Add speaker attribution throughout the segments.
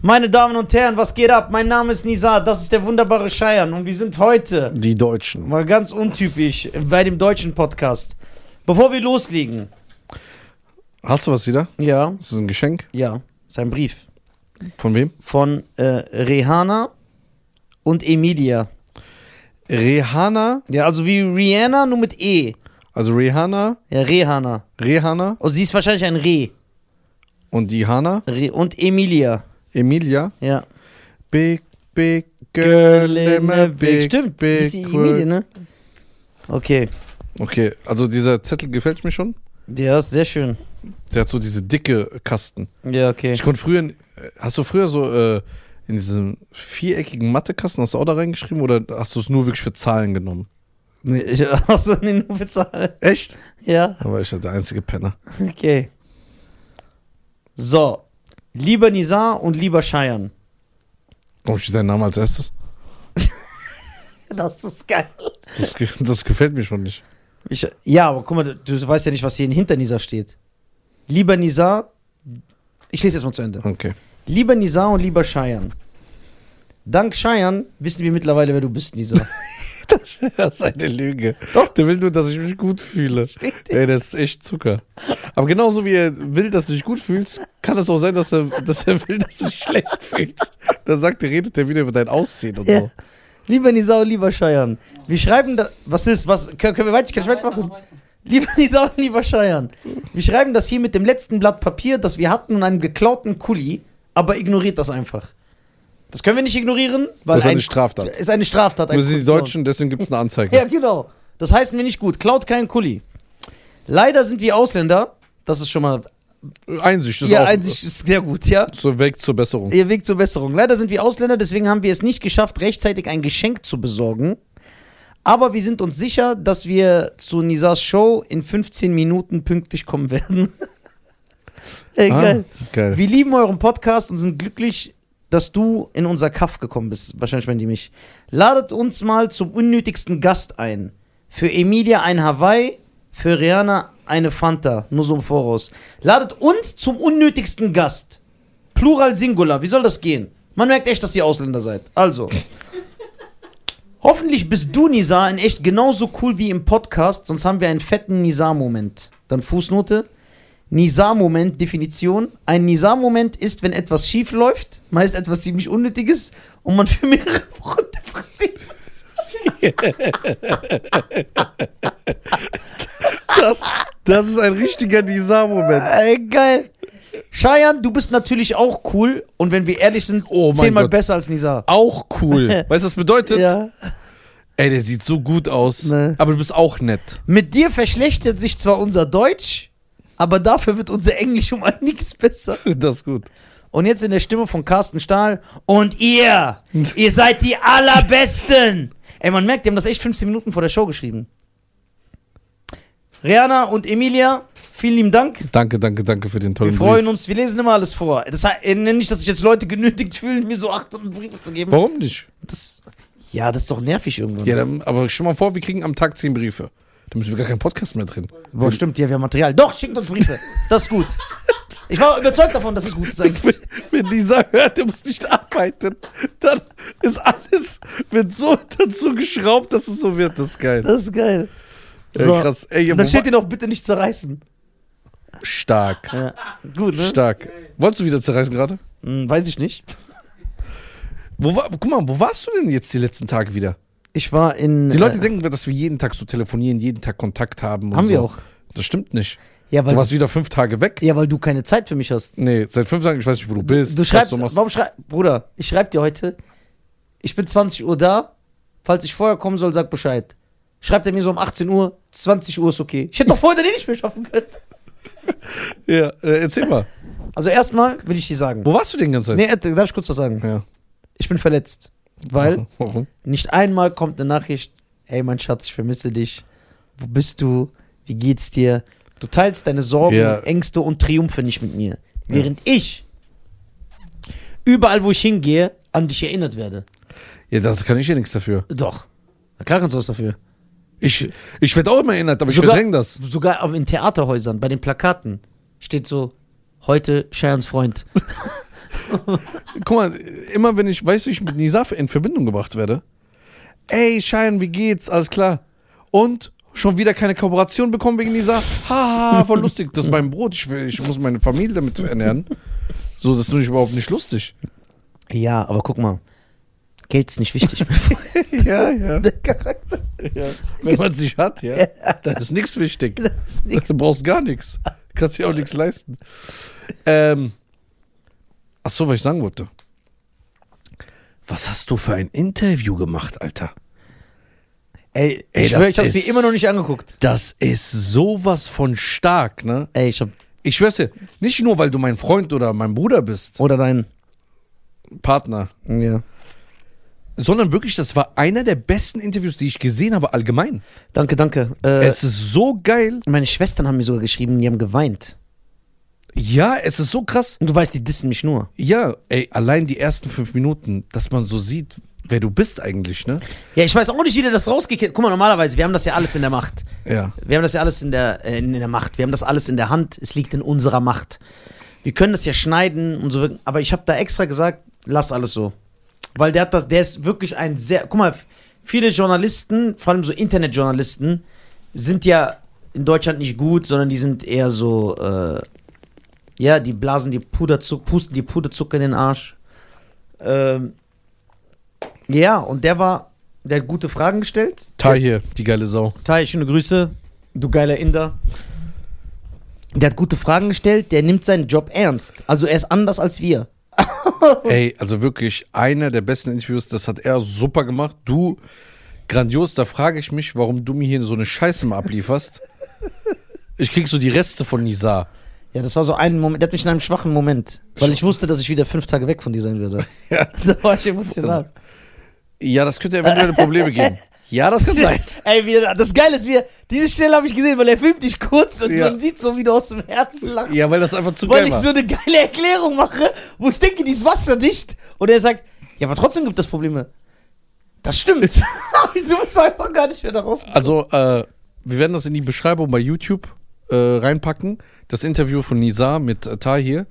Speaker 1: Meine Damen und Herren, was geht ab? Mein Name ist Nizar, das ist der wunderbare Scheiern und wir sind heute,
Speaker 2: Die Deutschen.
Speaker 1: mal ganz untypisch, bei dem deutschen Podcast. Bevor wir loslegen,
Speaker 2: Hast du was wieder?
Speaker 1: ja,
Speaker 2: Ist das ein Geschenk?
Speaker 1: ja, sein Brief
Speaker 2: Von wem?
Speaker 1: von äh, Rihanna und Emilia.
Speaker 2: Rihanna,
Speaker 1: Ja, also wie Rihanna, nur mit E.
Speaker 2: also Rihanna,
Speaker 1: Ja, Rihanna.
Speaker 2: Rihanna
Speaker 1: Oh, sie ist wahrscheinlich ein Reh.
Speaker 2: und die Hanna,
Speaker 1: Reh. Und Emilia.
Speaker 2: Emilia.
Speaker 1: Ja.
Speaker 2: Big, big girl in a big,
Speaker 1: Stimmt,
Speaker 2: big
Speaker 1: ist die Emilia,
Speaker 2: world.
Speaker 1: ne? Okay,
Speaker 2: Okay, also dieser Zettel gefällt mir schon.
Speaker 1: ja, ist sehr schön.
Speaker 2: Der hat so diese dicke Kasten.
Speaker 1: Ja, okay.
Speaker 2: Ich konnte früher, in- äh, hast du früher so äh, in diesem viereckigen Mathekasten, hast du auch da reingeschrieben oder hast du es nur wirklich für Zahlen genommen?
Speaker 1: Nee, ich, achso, nee, nur für Zahlen.
Speaker 2: Echt?
Speaker 1: Ja,
Speaker 2: Da war ich ja der einzige Penner.
Speaker 1: okay. So, lieber Nizar und lieber Scheiern.
Speaker 2: Warum steht dein Name als erstes?
Speaker 1: Das ist geil.
Speaker 2: Das, ge- das gefällt mir schon nicht.
Speaker 1: Ich, ja, aber guck mal, du, du weißt ja nicht, was hier hinter Nizar steht. Lieber Nizar, ich lese jetzt mal zu Ende.
Speaker 2: Okay.
Speaker 1: Lieber Nizar und lieber Scheiern. Dank Scheiern wissen wir mittlerweile, wer du bist, Nizar.
Speaker 2: Das ist eine Lüge.
Speaker 1: Doch.
Speaker 2: Der will nur, dass ich mich gut fühle. Ey, das ist echt Zucker. Aber genauso wie er will, dass du dich gut fühlst, kann es auch sein, dass er, dass er will, dass du dich schlecht fühlst. Da sagt er, redet er wieder über dein Aussehen und
Speaker 1: Ja.
Speaker 2: so.
Speaker 1: Lieber Nisau, lieber Scheiern. Wir schreiben da. Was ist? Was? Können, können wir weiter? Kann ich weitermachen? Lieber Nisau, lieber Scheiern. Wir schreiben das hier mit dem letzten Blatt Papier, das wir hatten und einem geklauten Kuli, aber ignoriert das einfach. Das können wir nicht ignorieren, weil
Speaker 2: Das ist eine
Speaker 1: ein-
Speaker 2: Straftat.
Speaker 1: Ist eine Straftat. ein
Speaker 2: Nur sind die
Speaker 1: Kultur.
Speaker 2: Deutschen, deswegen gibt es eine Anzeige.
Speaker 1: Ja, genau. Das heißen wir nicht gut. Klaut keinen Kuli. Leider sind wir Ausländer. Das ist schon mal.
Speaker 2: Einsicht ist
Speaker 1: Ja,
Speaker 2: auch
Speaker 1: einzig ist sehr gut, ja.
Speaker 2: so Weg zur Besserung.
Speaker 1: Ihr Weg zur Besserung. Leider sind wir Ausländer, deswegen haben wir es nicht geschafft, rechtzeitig ein Geschenk zu besorgen. Aber wir sind uns sicher, dass wir zu Nisas Show in 15 Minuten pünktlich kommen werden. Ey, geil.
Speaker 2: Ah, geil.
Speaker 1: Wir lieben euren Podcast und sind glücklich, dass du in unser Kaff gekommen bist. Wahrscheinlich meinen die mich. Ladet uns mal zum unnötigsten Gast ein. Für Emilia ein Hawaii, für Rihanna eine Fanta. Nur so im Voraus. Ladet uns zum unnötigsten Gast. Plural Singular. Wie soll das gehen? Man merkt echt, dass ihr Ausländer seid. Also. Hoffentlich bist du, Nisa, in echt genauso cool wie im Podcast, sonst haben wir einen fetten Nisa-Moment. Dann Fußnote. Nizar-Moment, Definition. Ein Nizar-Moment ist, wenn etwas schief läuft, meist etwas ziemlich Unnötiges und man für mehrere Wochen depressiv ist.
Speaker 2: Das, das ist ein richtiger Nizar-Moment.
Speaker 1: Äh, geil. Cheyenne, du bist natürlich auch cool und wenn wir ehrlich sind,
Speaker 2: Oh mein
Speaker 1: zehnmal
Speaker 2: Gott.
Speaker 1: besser als Nizar.
Speaker 2: Auch cool. Weißt du, was das bedeutet?
Speaker 1: Ja.
Speaker 2: Ey, der sieht so gut aus,
Speaker 1: Nee.
Speaker 2: aber du bist auch nett.
Speaker 1: Mit dir verschlechtert sich zwar unser Deutsch, aber dafür wird unser Englisch um einiges besser.
Speaker 2: Das ist gut.
Speaker 1: Und jetzt in der Stimme von Carsten Stahl. Und ihr, ihr seid die Allerbesten. Ey, man merkt, die haben das echt 15 Minuten vor der Show geschrieben. Rihanna und Emilia, vielen lieben Dank.
Speaker 2: Danke, danke, danke für den
Speaker 1: Wir
Speaker 2: tollen
Speaker 1: freuen
Speaker 2: Brief.
Speaker 1: uns, wir lesen immer alles vor. Das heißt äh, nicht, dass sich jetzt Leute genötigt fühlen, mir so 800 Briefe zu geben.
Speaker 2: Warum nicht?
Speaker 1: Das, ja, das ist doch nervig irgendwann.
Speaker 2: Ja, dann, aber stell mal vor, wir kriegen am Tag zehn Briefe. Da müssen wir gar keinen Podcast mehr drin.
Speaker 1: Boah, stimmt, ja, wir haben Material. Doch, schickt uns Briefe. Das ist gut. Ich war überzeugt davon, dass es gut ist eigentlich.
Speaker 2: Wenn, wenn dieser hört, der muss nicht arbeiten, dann ist alles wird so dazu geschraubt, dass es so wird. Das ist geil.
Speaker 1: Das ist geil.
Speaker 2: Ey,
Speaker 1: So.
Speaker 2: krass. Ey, ja,
Speaker 1: Und dann
Speaker 2: wo
Speaker 1: steht
Speaker 2: wa-
Speaker 1: dir noch, bitte nicht zerreißen.
Speaker 2: stark,
Speaker 1: Ja. Gut, ne?
Speaker 2: stark. Wolltest du wieder zerreißen gerade?
Speaker 1: Hm, weiß ich nicht.
Speaker 2: Wo war, guck mal, wo warst du denn jetzt die letzten Tage wieder?
Speaker 1: Ich war in.
Speaker 2: Die Leute
Speaker 1: äh,
Speaker 2: denken, dass wir jeden Tag so telefonieren, jeden Tag Kontakt haben. Und
Speaker 1: Haben
Speaker 2: so.
Speaker 1: wir auch.
Speaker 2: Das stimmt nicht.
Speaker 1: ja, weil
Speaker 2: Du
Speaker 1: du,
Speaker 2: warst wieder fünf Tage weg.
Speaker 1: ja, weil du keine Zeit für mich hast.
Speaker 2: Nee, seit fünf Tagen, ich weiß nicht, wo du bist.
Speaker 1: Du
Speaker 2: was
Speaker 1: schreibst,
Speaker 2: machst.
Speaker 1: warum schreibst Bruder, ich schreib dir heute, ich bin 20 Uhr da, falls ich vorher kommen soll, sag Bescheid. Schreibt er mir so um 18 Uhr, 20 Uhr ist okay. Ich hätte doch vorher den nicht mehr schaffen können.
Speaker 2: Ja, äh, erzähl mal.
Speaker 1: Also erstmal will ich dir sagen.
Speaker 2: Wo warst du denn die ganze Zeit?
Speaker 1: Nee, äh, darf ich kurz was sagen?
Speaker 2: Ja.
Speaker 1: Ich bin verletzt. Weil
Speaker 2: Warum?
Speaker 1: nicht einmal kommt eine Nachricht, ey mein Schatz, ich vermisse dich. Wo bist du? Wie geht's dir? Du teilst deine Sorgen,
Speaker 2: Ja.
Speaker 1: Ängste und Triumphe nicht mit mir. Während ich überall, wo ich hingehe, an dich erinnert werde.
Speaker 2: Ja, das kann ich ja nichts dafür.
Speaker 1: Doch. Na klar kannst du was dafür.
Speaker 2: Ich, ich werde auch immer erinnert, aber ich
Speaker 1: Sogar-
Speaker 2: verdränge das.
Speaker 1: Sogar auch in Theaterhäusern, bei den Plakaten, steht so, heute Cheyens Freund.
Speaker 2: Guck mal, immer wenn ich, weißt du, ich mit Nisaf in Verbindung gebracht werde. Ey, Schein, wie geht's? Alles klar. Und schon wieder keine Kooperation bekommen wegen Nisaf. Haha, voll lustig. Das ist mein Brot. Ich, will, ich muss meine Familie damit ernähren. So, das ist nämlich überhaupt nicht lustig.
Speaker 1: Ja, aber guck mal. Geld ist nicht wichtig.
Speaker 2: Ja, ja.
Speaker 1: Der Charakter
Speaker 2: Wenn man es nicht hat, ja, dann ist nichts wichtig.
Speaker 1: ist nicht.
Speaker 2: Du brauchst gar nichts. Kannst dir auch nichts leisten. Ähm, ach so, was ich sagen wollte. Was hast du für ein Interview gemacht, Alter?
Speaker 1: Ey,
Speaker 2: Ey,
Speaker 1: ich,
Speaker 2: das
Speaker 1: schwör, ich hab's
Speaker 2: ist-
Speaker 1: mir immer noch nicht angeguckt.
Speaker 2: Das ist sowas von stark, ne?
Speaker 1: Ey, ich hab.
Speaker 2: Ich schwör's dir, nicht nur, weil du mein Freund oder mein Bruder bist,
Speaker 1: Oder dein.
Speaker 2: Partner,
Speaker 1: Ja.
Speaker 2: sondern wirklich, das war einer der besten Interviews, die ich gesehen habe, allgemein.
Speaker 1: Danke, danke. Äh,
Speaker 2: es ist so geil.
Speaker 1: meine Schwestern haben mir sogar geschrieben, die haben geweint.
Speaker 2: Ja, es ist so krass.
Speaker 1: Und du weißt, die dissen mich nur.
Speaker 2: Ja, ey, allein die ersten fünf Minuten, dass man so sieht, wer du bist eigentlich, ne?
Speaker 1: Ja, ich weiß auch nicht, wie der das rausgekehrt. Guck mal, normalerweise, wir haben das ja alles in der Macht.
Speaker 2: Ja.
Speaker 1: Wir haben das ja alles in der, äh, in der Macht. Wir haben das alles in der Hand. Es liegt in unserer Macht. Wir können das ja schneiden und so. wirken. Aber ich habe da extra gesagt, lass alles so. Weil der hat das, der ist wirklich ein sehr. Guck mal, viele Journalisten, vor allem so Internetjournalisten, sind ja in Deutschland nicht gut, sondern die sind eher so, äh, ja, die blasen die Puderzucker, pusten die Puderzucker in den Arsch. Ähm, ja, und der war, der hat gute Fragen gestellt.
Speaker 2: Tahir, die geile Sau.
Speaker 1: Tai, schöne Grüße, du geiler Inder. Der hat gute Fragen gestellt, der nimmt seinen Job ernst. Also er ist anders als wir.
Speaker 2: Ey, also wirklich einer der besten Interviews, das hat er super gemacht. Du, grandios, da frage ich mich, warum du mir hier so eine Scheiße mal ablieferst. Ich krieg so die Reste von Nisa.
Speaker 1: Ja, das war so ein Moment, der hat mich in einem schwachen Moment, weil ich wusste, dass ich wieder fünf Tage weg von dir sein würde.
Speaker 2: Ja.
Speaker 1: Da war ich emotional.
Speaker 2: Ja, das könnte eventuell Probleme geben. Ja, das kann sein.
Speaker 1: Ey, wieder, das Geile ist, wir, diese Stelle habe ich gesehen, weil er filmt dich kurz und
Speaker 2: Ja.
Speaker 1: man sieht so, wie du aus dem Herzen lachst.
Speaker 2: Ja, weil das einfach zu
Speaker 1: weil
Speaker 2: geil
Speaker 1: ich
Speaker 2: war.
Speaker 1: so eine geile Erklärung mache, wo ich denke, die ist wasserdicht. Und er sagt, ja, aber trotzdem gibt es Probleme. Das stimmt. du bist einfach gar nicht mehr da raus.
Speaker 2: Also, äh, wir werden das in die Beschreibung bei YouTube äh, reinpacken. Das Interview von Nizar mit äh, Tahir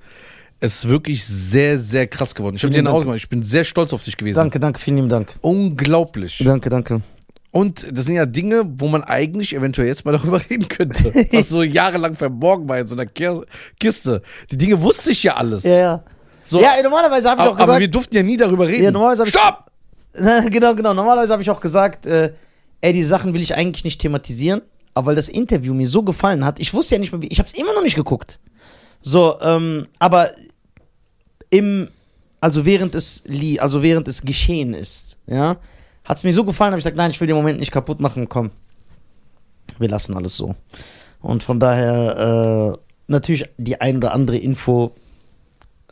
Speaker 2: ist wirklich sehr, sehr krass geworden. Ich habe dir
Speaker 1: Vielen
Speaker 2: den
Speaker 1: Dank.
Speaker 2: ausgemacht. Ich bin sehr stolz auf dich gewesen.
Speaker 1: Danke, danke, vielen lieben Dank.
Speaker 2: Unglaublich.
Speaker 1: Danke, danke.
Speaker 2: Und das sind ja Dinge, wo man eigentlich eventuell jetzt mal darüber reden könnte. Was so jahrelang verborgen war in so einer Ker- Kiste. Die Dinge wusste ich ja alles.
Speaker 1: Ja, ja.
Speaker 2: So,
Speaker 1: ja, normalerweise habe ich
Speaker 2: aber,
Speaker 1: auch
Speaker 2: aber
Speaker 1: gesagt.
Speaker 2: wir durften ja nie darüber reden.
Speaker 1: Ja, normalerweise hab ich-
Speaker 2: Stopp!
Speaker 1: genau, genau. Normalerweise habe ich auch gesagt, äh, ey, die Sachen will ich eigentlich nicht thematisieren, aber weil das Interview mir so gefallen hat, ich wusste ja nicht mehr, wie, ich habe es immer noch nicht geguckt. So, ähm, aber im, also während es li also während es geschehen ist, ja, hat es mir so gefallen, habe ich gesagt, nein, ich will den Moment nicht kaputt machen, komm, wir lassen alles so. Und von daher äh, natürlich die ein oder andere Info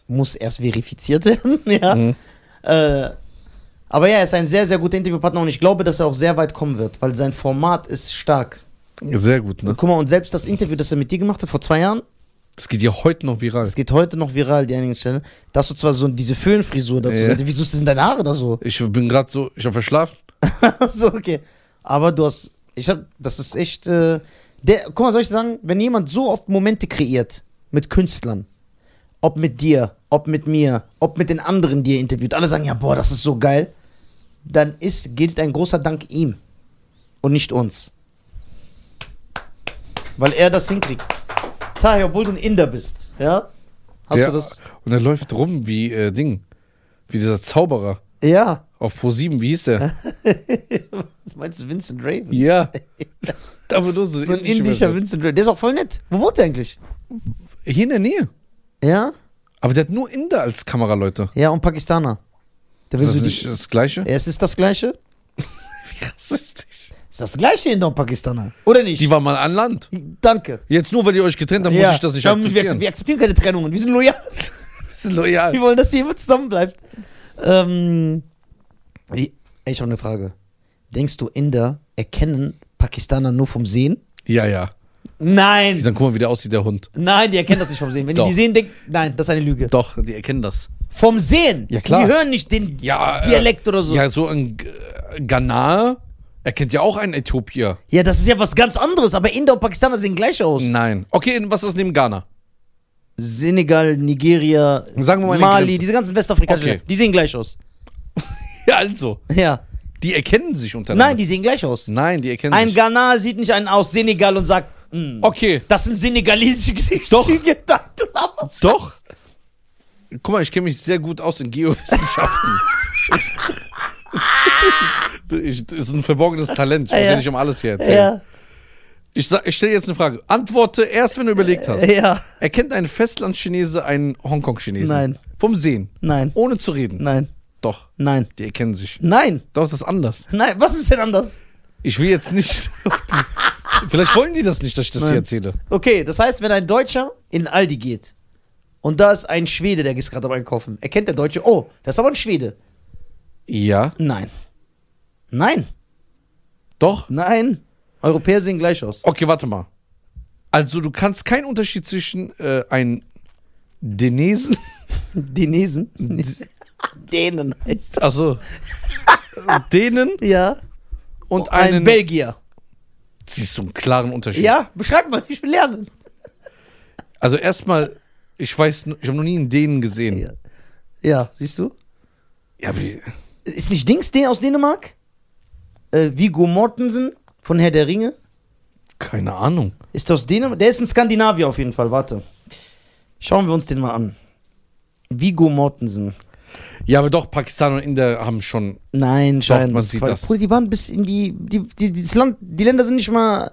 Speaker 1: muss erst verifiziert werden, ja.
Speaker 2: Mhm.
Speaker 1: Äh, aber ja, er ist ein sehr, sehr guter Interviewpartner und ich glaube, dass er auch sehr weit kommen wird, weil sein Format ist stark.
Speaker 2: Sehr gut, ne?
Speaker 1: Guck mal, und selbst das Interview, das er mit dir gemacht hat vor zwei Jahren,
Speaker 2: Das geht ja heute noch viral.
Speaker 1: das geht heute noch viral, die einigen Stellen, da hast du zwar so diese Föhnfrisur dazu.
Speaker 2: Ja.
Speaker 1: Ja. Wieso ist das denn deine Haare da so?
Speaker 2: Ich bin gerade so, ich habe verschlafen.
Speaker 1: so, okay. Aber du hast, ich hab, das ist echt, äh, der, guck mal, soll ich sagen, wenn jemand so oft Momente kreiert mit Künstlern, ob mit dir, ob mit mir, ob mit den anderen, die er interviewt, alle sagen, ja, boah, das ist so geil, dann ist, gilt ein großer Dank ihm und nicht uns. Weil er das hinkriegt. Tahi, obwohl du ein Inder bist, ja? Hast
Speaker 2: Ja,
Speaker 1: du das?
Speaker 2: Und er läuft rum wie äh, Ding. Wie dieser Zauberer
Speaker 1: Ja.
Speaker 2: auf Pro7, wie hieß der?
Speaker 1: Was meinst du, Vincent Raven?
Speaker 2: ja. Aber nur so,
Speaker 1: So ein indischer Vincent Raven. Der ist auch voll nett. Wo wohnt er eigentlich?
Speaker 2: Hier in der Nähe.
Speaker 1: Ja?
Speaker 2: Aber der hat nur Inder als Kameraleute.
Speaker 1: Ja, und Pakistaner. Da
Speaker 2: Ist
Speaker 1: willst
Speaker 2: das
Speaker 1: du
Speaker 2: nicht
Speaker 1: die,
Speaker 2: das Gleiche?
Speaker 1: ja, es ist das gleiche?
Speaker 2: Wie rassistisch.
Speaker 1: Ist das gleiche Inder und Pakistaner? Oder nicht?
Speaker 2: Die waren mal an Land.
Speaker 1: Danke.
Speaker 2: Jetzt nur, weil ihr euch getrennt habt,
Speaker 1: Ja,
Speaker 2: muss ich das nicht
Speaker 1: dann müssen wir,
Speaker 2: akzeptieren.
Speaker 1: akzeptieren. wir akzeptieren keine Trennungen. Wir sind loyal.
Speaker 2: Das ist loyal.
Speaker 1: Wir wollen, dass hier immer zusammen bleibt. Ähm, ich ich habe eine Frage. Denkst du, Inder erkennen Pakistaner nur vom Sehen?
Speaker 2: Ja, ja. Die
Speaker 1: Nein.
Speaker 2: sagen, guck mal, wie der aussieht, der Hund.
Speaker 1: Nein, die erkennen das nicht vom Sehen. Wenn
Speaker 2: Doch.
Speaker 1: die die sehen, denken, nein, das ist eine Lüge.
Speaker 2: Doch, die erkennen das.
Speaker 1: Vom Sehen.
Speaker 2: Ja, klar.
Speaker 1: Die hören nicht den
Speaker 2: Ja, äh,
Speaker 1: Dialekt oder so. Ja.
Speaker 2: Ja, so ein G- Ghanaer erkennt ja auch einen Äthiopier.
Speaker 1: das ist ja was ganz anderes. Aber Inder und Pakistaner sehen gleich aus.
Speaker 2: Nein. Okay, was ist neben Ghana?
Speaker 1: Senegal, Nigeria,
Speaker 2: Sagen wir mal eine
Speaker 1: Mali,
Speaker 2: Grenze.
Speaker 1: diese ganzen westafrikanischen,
Speaker 2: Okay.
Speaker 1: Länder, die sehen gleich aus.
Speaker 2: Ja, also.
Speaker 1: Ja.
Speaker 2: Die erkennen sich untereinander.
Speaker 1: Nein, die sehen gleich aus.
Speaker 2: Nein, die erkennen
Speaker 1: Ein
Speaker 2: sich.
Speaker 1: Ghanaer sieht nicht einen aus Senegal und sagt, "Hm,
Speaker 2: Okay,
Speaker 1: das sind senegalesische
Speaker 2: Doch.
Speaker 1: Gesichtszüge. Doch. Du laberst.
Speaker 2: doch. Guck mal, ich kenne mich sehr gut aus in Geowissenschaften. ich, das ist ein verborgenes Talent. Ich muss
Speaker 1: Ja.
Speaker 2: ja, nicht um alles hier erzählen.
Speaker 1: Ja,
Speaker 2: Ich, sag- ich stelle jetzt eine Frage. Antworte erst, wenn du überlegt hast.
Speaker 1: ja,
Speaker 2: Erkennt ein Festlandchinese einen Hongkong-Chinesen?
Speaker 1: Nein.
Speaker 2: Vom Sehen.
Speaker 1: nein,
Speaker 2: Ohne zu reden.
Speaker 1: nein,
Speaker 2: Doch,
Speaker 1: nein,
Speaker 2: die erkennen sich.
Speaker 1: nein,
Speaker 2: Doch, das ist anders.
Speaker 1: nein. Was ist denn anders?
Speaker 2: Ich will jetzt nicht. Vielleicht wollen die das nicht, dass ich das
Speaker 1: Nein.
Speaker 2: hier erzähle.
Speaker 1: Okay, das heißt, wenn ein Deutscher in Aldi geht und da ist ein Schwede, der ist gerade am Einkaufen, erkennt der Deutsche, oh, das ist aber ein Schwede.
Speaker 2: Ja.
Speaker 1: Nein. Nein,
Speaker 2: Doch.
Speaker 1: nein. Europäer sehen gleich aus.
Speaker 2: Okay, warte mal. Also, du kannst keinen Unterschied zwischen äh, einem Denesen.
Speaker 1: Denesen. Dänen heißt
Speaker 2: Also. Dänen
Speaker 1: das. Ja.
Speaker 2: und
Speaker 1: Oh, Ein
Speaker 2: einen.
Speaker 1: Belgier.
Speaker 2: Siehst du einen klaren Unterschied?
Speaker 1: Ja, beschreib mal, ich will lernen.
Speaker 2: Also, erstmal, ich weiß, n- ich habe noch nie einen Dänen gesehen.
Speaker 1: Ja. ja, siehst du?
Speaker 2: Ja, aber die-
Speaker 1: Ist nicht Dings der aus Dänemark? Äh, Vigo Mortensen von Herr der Ringe?
Speaker 2: keine Ahnung.
Speaker 1: Ist der aus Dänemark? Der ist in Skandinavier auf jeden Fall, warte. Schauen wir uns den mal an. Vigo Mortensen.
Speaker 2: Ja, aber doch, Pakistan und Inder haben schon.
Speaker 1: Nein, scheinbar.
Speaker 2: man sieht das.
Speaker 1: Bruder, die waren bis in die, die, die, dieses Land, die Länder sind nicht mal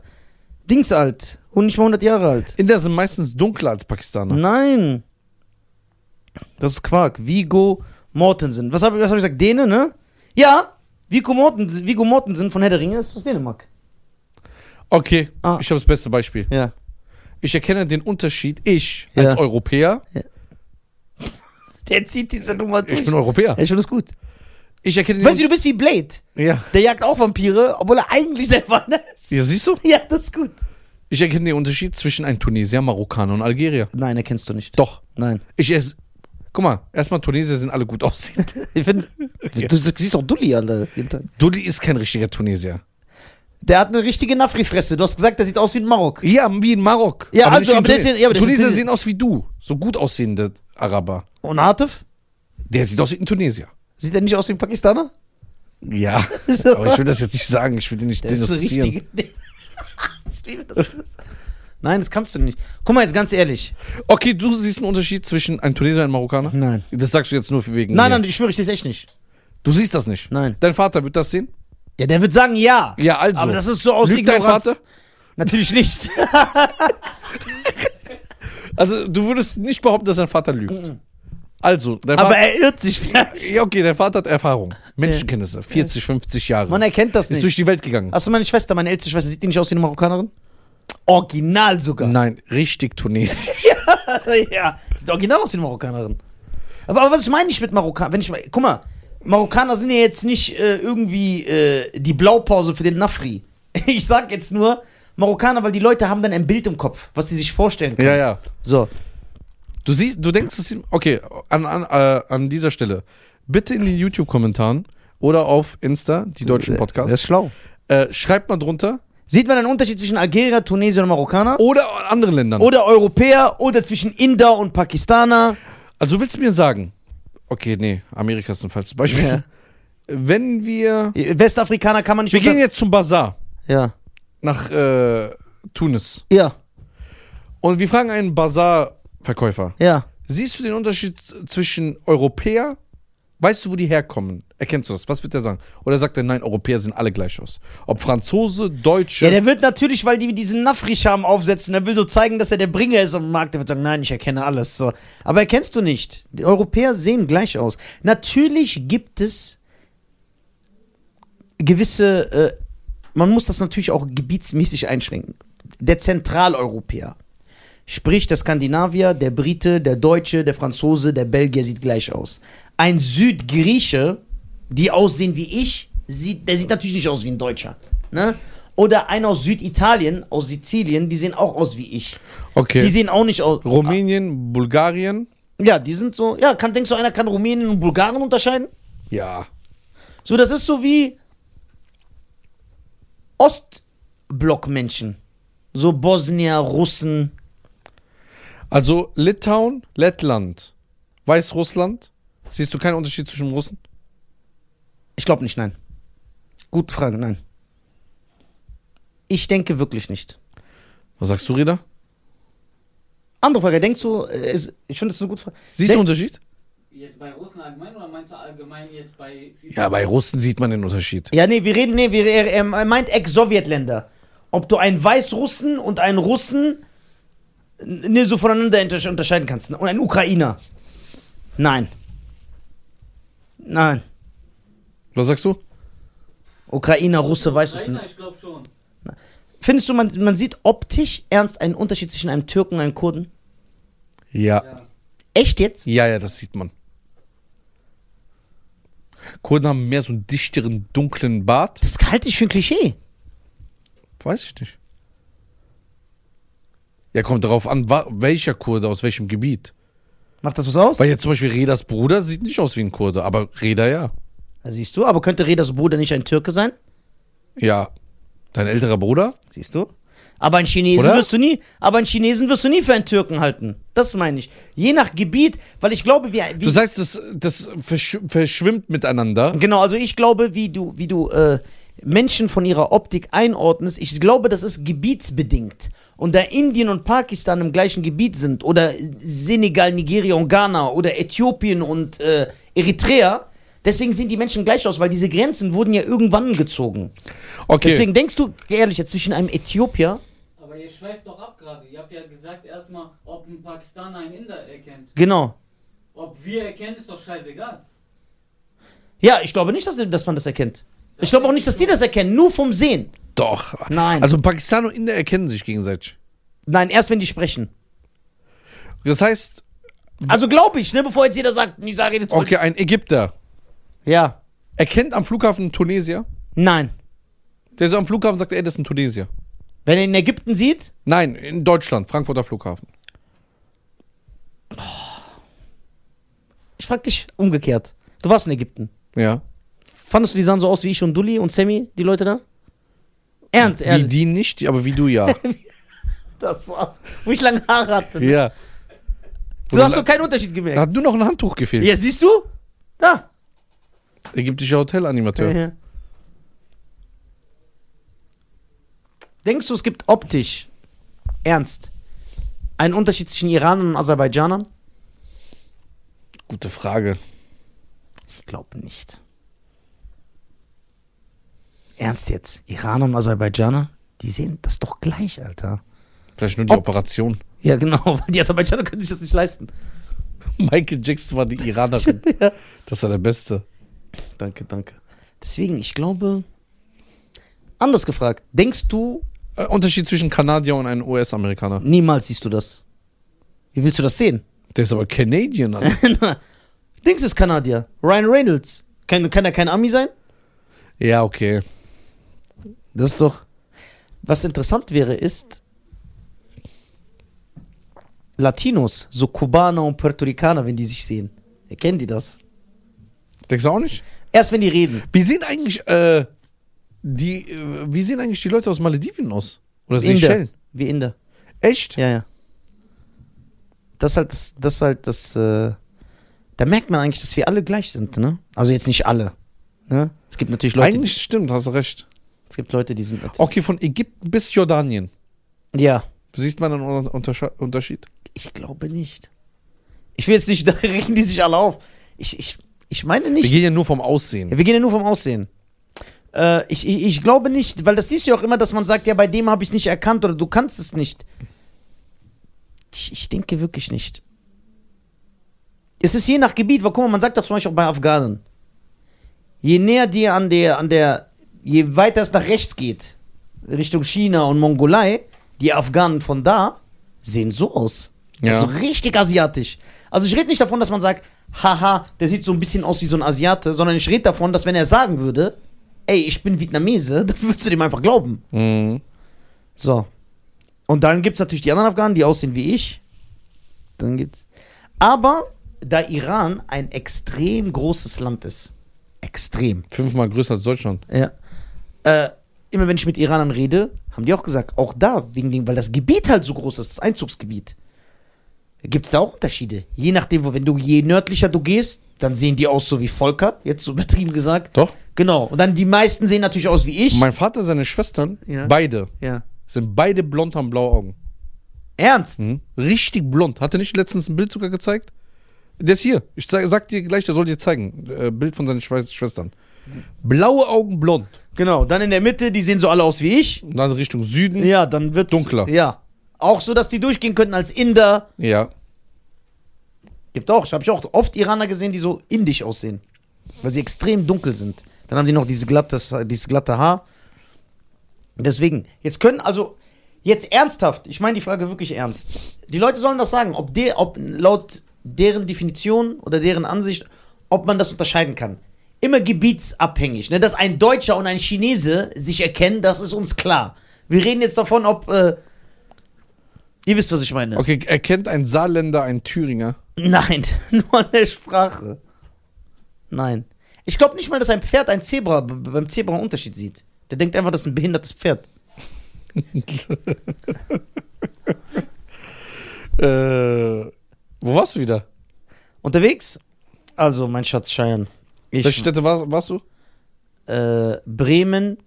Speaker 1: Dings alt und nicht mal 100 Jahre alt.
Speaker 2: Inder sind meistens dunkler als Pakistaner.
Speaker 1: Mhm. Nein. Das ist Quark. Vigo Mortensen. Was habe was hab ich gesagt? Däne, ne? Ja, Vigo Mortensen, Vigo Mortensen von Herr der Ringe ist aus Dänemark.
Speaker 2: Okay,
Speaker 1: Ah.
Speaker 2: ich habe das beste Beispiel.
Speaker 1: Ja.
Speaker 2: Ich erkenne den Unterschied. Ich
Speaker 1: Ja.
Speaker 2: als Europäer,
Speaker 1: Der zieht diese Nummer durch.
Speaker 2: ich bin Europäer.
Speaker 1: ich finde das gut.
Speaker 2: Ich erkenne den
Speaker 1: Weißt du, du bist wie Blade.
Speaker 2: Ja.
Speaker 1: Der jagt auch Vampire, obwohl er eigentlich selber einer ist.
Speaker 2: ja, siehst du?
Speaker 1: Ja, das ist gut.
Speaker 2: Ich erkenne den Unterschied zwischen einem Tunesier, Marokkaner und Algerier.
Speaker 1: Nein, erkennst du nicht.
Speaker 2: Doch.
Speaker 1: Nein.
Speaker 2: Ich es. Guck mal, erstmal Tunesier sind alle gut aussehend.
Speaker 1: Ich finde,
Speaker 2: Ja.
Speaker 1: du, du siehst auch Dulli, Alter. jeden Tag.
Speaker 2: Dulli ist kein richtiger Tunesier.
Speaker 1: Der hat eine richtige Nafri-Fresse. Du hast gesagt, der sieht aus wie ein Marok.
Speaker 2: Ja, wie in Marok.
Speaker 1: Ja,
Speaker 2: nicht
Speaker 1: also,
Speaker 2: wie in
Speaker 1: aber der ist
Speaker 2: Tunesien.
Speaker 1: ja- ja, aber der ist in
Speaker 2: Tunesier
Speaker 1: Tunesien.
Speaker 2: sehen aus wie du. So gut aussehende Araber.
Speaker 1: Und Hatif?
Speaker 2: Der sieht aus wie ein Tunesier.
Speaker 1: Sieht er nicht aus wie ein Pakistaner?
Speaker 2: Ja.
Speaker 1: So.
Speaker 2: Aber ich will das jetzt nicht sagen. Ich will den nicht
Speaker 1: Der ist eine
Speaker 2: denunzieren.
Speaker 1: richtige. Ich liebe das. Nein, das kannst du nicht. Guck mal jetzt ganz ehrlich.
Speaker 2: Okay, du siehst einen Unterschied zwischen einem Tunesier und einem Marokkaner?
Speaker 1: Nein.
Speaker 2: Das sagst du jetzt nur für wegen.
Speaker 1: Nein,
Speaker 2: mir.
Speaker 1: nein, ich schwöre, ich sehe es echt nicht.
Speaker 2: Du siehst das nicht.
Speaker 1: Nein.
Speaker 2: Dein Vater wird das sehen?
Speaker 1: Ja, der wird sagen ja.
Speaker 2: Ja, also.
Speaker 1: Aber das ist so aus
Speaker 2: Lügt dein
Speaker 1: Ignoranz.
Speaker 2: Vater?
Speaker 1: Natürlich nicht.
Speaker 2: Also, du würdest nicht behaupten, dass dein Vater lügt. Also, dein
Speaker 1: Aber
Speaker 2: Vater.
Speaker 1: er irrt sich vielleicht.
Speaker 2: Ja, okay, dein Vater hat Erfahrung. Menschenkenntnisse. 40, 50 Jahre.
Speaker 1: Man erkennt das
Speaker 2: ist durch
Speaker 1: nicht.
Speaker 2: die Welt gegangen.
Speaker 1: Hast du meine Schwester, meine älteste Schwester, sieht die nicht aus wie eine Marokkanerin? Original sogar.
Speaker 2: Nein, richtig tunesisch.
Speaker 1: ja, sieht original aus wie eine Marokkanerin. Aber, aber was ich meine ich mit Marokkaner, wenn ich mal, guck mal, Marokkaner sind ja jetzt nicht äh, irgendwie äh, die Blaupause für den Nafri. Ich sag jetzt nur Marokkaner, weil die Leute haben dann ein Bild im Kopf, was sie sich vorstellen können.
Speaker 2: ja, ja.
Speaker 1: So,
Speaker 2: Du siehst, du denkst es. ihm- Okay, an, an, äh, an dieser Stelle. Bitte in den YouTube-Kommentaren oder auf Insta, die deutschen
Speaker 1: das ist
Speaker 2: Podcasts.
Speaker 1: schlau.
Speaker 2: Äh, schreibt mal drunter.
Speaker 1: Sieht man einen Unterschied zwischen Algerier, Tunesier und Marokkaner?
Speaker 2: Oder an anderen Ländern.
Speaker 1: Oder Europäer oder zwischen Inder und Pakistaner?
Speaker 2: Also willst du mir sagen, okay, nee, Amerika ist ein falsches Beispiel.
Speaker 1: Ja.
Speaker 2: Wenn wir.
Speaker 1: Äh, Westafrikaner kann man nicht
Speaker 2: Wir gehen
Speaker 1: unter-
Speaker 2: jetzt zum Bazar
Speaker 1: Ja.
Speaker 2: nach äh, Tunis.
Speaker 1: Ja,
Speaker 2: Und wir fragen einen Bazar-Verkäufer:
Speaker 1: ja.
Speaker 2: Siehst du den Unterschied zwischen Europäer? Weißt du, wo die herkommen? Erkennst du das? Was wird der sagen? Oder sagt er, nein, Europäer sehen alle gleich aus? Ob Franzose, Deutsche.
Speaker 1: Ja, der wird natürlich, weil die diesen Nafri-Charme aufsetzen, der will so zeigen, dass er der Bringer ist am Markt. Der wird sagen, nein, ich erkenne alles. So. Aber erkennst du nicht. Die Europäer sehen gleich aus. Natürlich gibt es gewisse, äh, man muss das natürlich auch gebietsmäßig einschränken. Der Zentraleuropäer, sprich der Skandinavier, der Brite, der Deutsche, der Franzose, der Belgier sieht gleich aus. Ein Südgrieche, die aussehen wie ich, sieht, der sieht natürlich nicht aus wie ein Deutscher. Ne? Oder einer aus Süditalien, aus Sizilien, die sehen auch aus wie ich.
Speaker 2: okay.
Speaker 1: Die sehen auch nicht aus.
Speaker 2: Rumänien, Bulgarien.
Speaker 1: Ja, die sind so. Ja, kann, denkst du, einer kann Rumänien und Bulgaren unterscheiden?
Speaker 2: Ja.
Speaker 1: So, das ist so wie Ostblockmenschen. So Bosnier, Russen.
Speaker 2: Also Litauen, Lettland, Weißrussland. Siehst du keinen Unterschied zwischen den Russen?
Speaker 1: Ich glaube nicht, nein. Gute Frage, nein. Ich denke wirklich nicht.
Speaker 2: Was sagst du, Reda?
Speaker 1: Andere Frage, denkst du, äh, ist, ich finde das eine gute Frage.
Speaker 2: Siehst du
Speaker 1: Denk-
Speaker 2: einen Unterschied?
Speaker 3: Jetzt bei Russen allgemein oder meinst du allgemein jetzt bei.
Speaker 2: Ja, bei Russen sieht man den Unterschied.
Speaker 1: Ja, nee, wir reden, nee, wir, er, er meint Ex-Sowjetländer. Ob du einen Weißrussen und einen Russen n- nee, so voneinander inter- unterscheiden kannst. Und einen Ukrainer. Nein. Nein.
Speaker 2: Was sagst du?
Speaker 1: Ukrainer, Russe, Weißrussen.
Speaker 3: Ich glaube schon.
Speaker 1: Findest du, man, man sieht optisch ernst einen Unterschied zwischen einem Türken und einem Kurden?
Speaker 2: Ja.
Speaker 3: Ja.
Speaker 1: Echt jetzt?
Speaker 2: Ja, ja, das sieht man. Kurden haben mehr so einen dichteren, dunklen Bart.
Speaker 1: Das halte ich für ein Klischee.
Speaker 2: Weiß ich nicht. Ja, kommt darauf an, wa- welcher Kurde aus welchem Gebiet.
Speaker 1: Macht das was aus?
Speaker 2: Weil jetzt zum Beispiel Redas Bruder sieht nicht aus wie ein Kurde, aber Reda ja.
Speaker 1: Siehst du, aber könnte Redas Bruder nicht ein Türke sein?
Speaker 2: Ja. Dein älterer Bruder?
Speaker 1: Siehst du? Aber einen Chinesen
Speaker 2: Oder?
Speaker 1: wirst du nie, aber einen Chinesen wirst du nie für einen Türken halten. Das meine ich. Je nach Gebiet, weil ich glaube, wie, wie
Speaker 2: Du sagst, das, das versch verschwimmt miteinander.
Speaker 1: genau, also ich glaube, wie du, wie du äh, Menschen von ihrer Optik einordnest, ich glaube, das ist gebietsbedingt. Und da Indien und Pakistan im gleichen Gebiet sind oder Senegal, Nigeria und Ghana oder Äthiopien und äh, Eritrea, deswegen sehen die Menschen gleich aus, weil diese Grenzen wurden ja irgendwann gezogen.
Speaker 2: Okay.
Speaker 1: Deswegen denkst du ehrlich, jetzt zwischen einem Äthiopier
Speaker 3: Aber ihr schweift doch ab gerade. Ihr habt ja gesagt, erstmal, ob ein Pakistaner einen Inder erkennt.
Speaker 1: Genau.
Speaker 3: Ob wir erkennen, ist doch scheißegal.
Speaker 1: Ja, ich glaube nicht, dass, dass man das erkennt. Ich glaube auch nicht, dass die das erkennen, nur vom Sehen.
Speaker 2: Doch.
Speaker 1: Nein.
Speaker 2: Also Pakistan und Inder erkennen sich gegenseitig.
Speaker 1: Nein, erst wenn die sprechen.
Speaker 2: Das heißt,
Speaker 1: Also glaube ich, ne, bevor jetzt jeder sagt, Nisa redet zurück.
Speaker 2: okay, ein Ägypter
Speaker 1: Ja.
Speaker 2: erkennt am Flughafen einen Tunesier.
Speaker 1: Nein.
Speaker 2: Der ist am Flughafen sagt, ey, das ist ein Tunesier.
Speaker 1: Wenn er in Ägypten sieht,
Speaker 2: Nein, in Deutschland, Frankfurter Flughafen.
Speaker 1: ich frag dich umgekehrt. Du warst in Ägypten.
Speaker 2: Ja.
Speaker 1: Fandest du, die sahen so aus wie ich und Dulli und Sammy, die Leute da? Ernst,
Speaker 2: Wie
Speaker 1: ehrlich.
Speaker 2: die nicht, aber wie du ja.
Speaker 1: das war's. Wo ich lange Haare hatte.
Speaker 2: ja.
Speaker 1: Du hast doch keinen Unterschied
Speaker 2: Da
Speaker 1: gemerkt.
Speaker 2: hat nur noch ein Handtuch gefehlt.
Speaker 1: Ja, siehst du? Da.
Speaker 2: Ägyptischer Hotelanimateur.
Speaker 1: Ja. Denkst du, es gibt optisch, ernst, einen Unterschied zwischen Iranern und Aserbaidschanern?
Speaker 2: Gute Frage.
Speaker 1: Ich glaube nicht. Ernst jetzt? Iraner und Aserbaidschaner? Die sehen das doch gleich, Alter.
Speaker 2: Vielleicht nur die
Speaker 1: Ob-
Speaker 2: Operation.
Speaker 1: Ja, genau, weil die Aserbaidschaner können sich das nicht leisten.
Speaker 2: Michael Jackson war die Iranerin. Das war der Beste.
Speaker 1: Danke, danke. Deswegen, ich glaube. Anders gefragt, denkst du,
Speaker 2: Äh, Unterschied zwischen Kanadier und einem US-Amerikaner.
Speaker 1: niemals siehst du das? Wie willst du das sehen?
Speaker 2: Der ist aber Canadian. Alter.
Speaker 1: Dings ist Kanadier. Ryan Reynolds. Kann, kann er kein Ami sein?
Speaker 2: ja, okay.
Speaker 1: Das ist doch. Was interessant wäre, ist. Latinos, so Kubaner und Puerto Ricaner, wenn die sich sehen. Erkennen die das?
Speaker 2: Denkst du auch nicht?
Speaker 1: Erst wenn die reden.
Speaker 2: Wie sehen eigentlich äh, die äh, wie sehen eigentlich die Leute aus Malediven aus? Oder
Speaker 1: Inder.
Speaker 2: Seychellen?
Speaker 1: Wie Inder.
Speaker 2: Echt?
Speaker 1: Ja, ja. Das ist halt das, das ist halt das, äh, da merkt man eigentlich, dass wir alle gleich sind, ne? Also jetzt nicht alle. Ne? Es gibt natürlich Leute,
Speaker 2: Eigentlich stimmt, hast du recht.
Speaker 1: es gibt Leute, die sind natürlich.
Speaker 2: Okay, von Ägypten bis Jordanien.
Speaker 1: Ja.
Speaker 2: Siehst man einen Un- Untersche- Unterschied?
Speaker 1: Ich glaube nicht. Ich will jetzt nicht, da regen die sich alle auf. Ich, ich, ich meine
Speaker 2: Wir
Speaker 1: nicht.
Speaker 2: gehen ja nur vom Aussehen.
Speaker 1: Ja, wir gehen ja nur vom Aussehen. Äh, ich, ich, ich glaube nicht, weil das siehst du ja auch immer, dass man sagt, ja, bei dem habe ich es nicht erkannt oder du kannst es nicht. Ich, ich denke wirklich nicht. Es ist je nach Gebiet, weil guck mal, man sagt doch zum Beispiel auch bei Afghanen, je näher dir an der, an der, je weiter es nach rechts geht, Richtung China und Mongolei, die Afghanen von da sehen so aus.
Speaker 2: Ja.
Speaker 1: Also richtig asiatisch. Also ich rede nicht davon, dass man sagt, haha, der sieht so ein bisschen aus wie so ein Asiate, sondern ich rede davon, dass wenn er sagen würde, ey, ich bin Vietnamese, dann würdest du dem einfach glauben.
Speaker 2: Mhm.
Speaker 1: So. Und dann gibt es natürlich die anderen Afghanen, die aussehen wie ich. Dann gibt's. Aber da Iran ein extrem großes Land ist, extrem,
Speaker 2: Fünfmal größer als Deutschland.
Speaker 1: ja. Äh, immer wenn ich mit Iranern rede, haben die auch gesagt, auch da, wegen dem, weil das Gebiet halt so groß ist, das Einzugsgebiet. Gibt es da auch Unterschiede? Je nachdem, wo, wenn du je nördlicher du gehst, dann sehen die aus so wie Volker, jetzt so übertrieben gesagt.
Speaker 2: Doch.
Speaker 1: Genau. Und dann die meisten sehen natürlich aus wie ich.
Speaker 2: Mein Vater, seine Schwestern,
Speaker 1: Ja.
Speaker 2: beide,
Speaker 1: ja.
Speaker 2: sind beide blond, haben blaue Augen.
Speaker 1: Ernst?
Speaker 2: Hm. Mhm. Richtig blond. Hat er nicht letztens ein Bild sogar gezeigt? Der ist hier. Ich sag, sag dir gleich, der soll dir zeigen. Äh, Bild von seinen Schwe- Schwestern. Blaue Augen blond.
Speaker 1: Genau. Dann in der Mitte, die sehen so alle aus wie ich.
Speaker 2: Dann Richtung Süden.
Speaker 1: Ja, dann wird's.
Speaker 2: Dunkler.
Speaker 1: Ja. Auch so, dass die durchgehen könnten als Inder.
Speaker 2: Ja.
Speaker 1: Gibt auch. Ich habe ich auch oft Iraner gesehen, die so indisch aussehen. Weil sie extrem dunkel sind. Dann haben die noch diese glattes, dieses glatte Haar. Deswegen, jetzt können also, jetzt ernsthaft, ich meine die Frage wirklich ernst. Die Leute sollen das sagen, ob, de, ob laut deren Definition oder deren Ansicht, ob man das unterscheiden kann. Immer gebietsabhängig. Ne? Dass ein Deutscher und ein Chinese sich erkennen, das ist uns klar. Wir reden jetzt davon, ob. Äh, ihr wisst, was ich meine.
Speaker 2: Okay, erkennt ein Saarländer einen Thüringer?
Speaker 1: Nein, nur an der Sprache. Nein. Ich glaube nicht mal, dass ein Pferd ein Zebra b- beim Zebra einen Unterschied sieht. Der denkt einfach, das ist ein behindertes Pferd.
Speaker 2: Äh, wo warst du wieder?
Speaker 1: Unterwegs? Also, mein Schatz Scheiern.
Speaker 2: Welche
Speaker 1: Ich,
Speaker 2: Städte warst, warst du?
Speaker 1: äh, Bremen,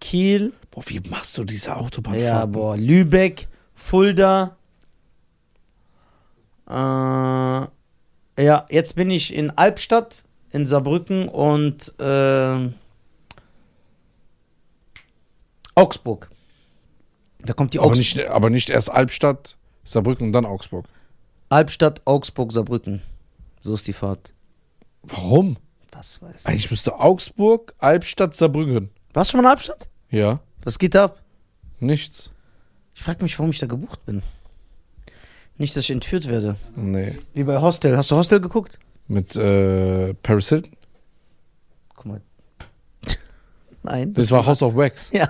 Speaker 1: Kiel,
Speaker 2: Boah, wie machst du diese Autobahn?
Speaker 1: ja, boah, Lübeck, Fulda. Äh, ja, jetzt bin ich in Albstadt, in Saarbrücken und ähm, Augsburg. Da kommt die
Speaker 2: aber,
Speaker 1: Augsburg.
Speaker 2: nicht, aber nicht erst Albstadt, Saarbrücken und dann Augsburg.
Speaker 1: Albstadt, Augsburg, Saarbrücken. So ist die Fahrt.
Speaker 2: Warum?
Speaker 1: Was weiß ich.
Speaker 2: Eigentlich müsste Augsburg, Albstadt, Saarbrücken.
Speaker 1: Warst du schon mal in Albstadt?
Speaker 2: Ja,
Speaker 1: Was geht da ab?
Speaker 2: nichts.
Speaker 1: Ich frage mich, warum ich da gebucht bin. Nicht, dass ich entführt werde.
Speaker 2: Nee.
Speaker 1: Wie bei Hostel. Hast du Hostel geguckt?
Speaker 2: Mit äh, Paris Hilton.
Speaker 1: Guck mal. Nein.
Speaker 2: Das war House of Wax.
Speaker 1: Ja.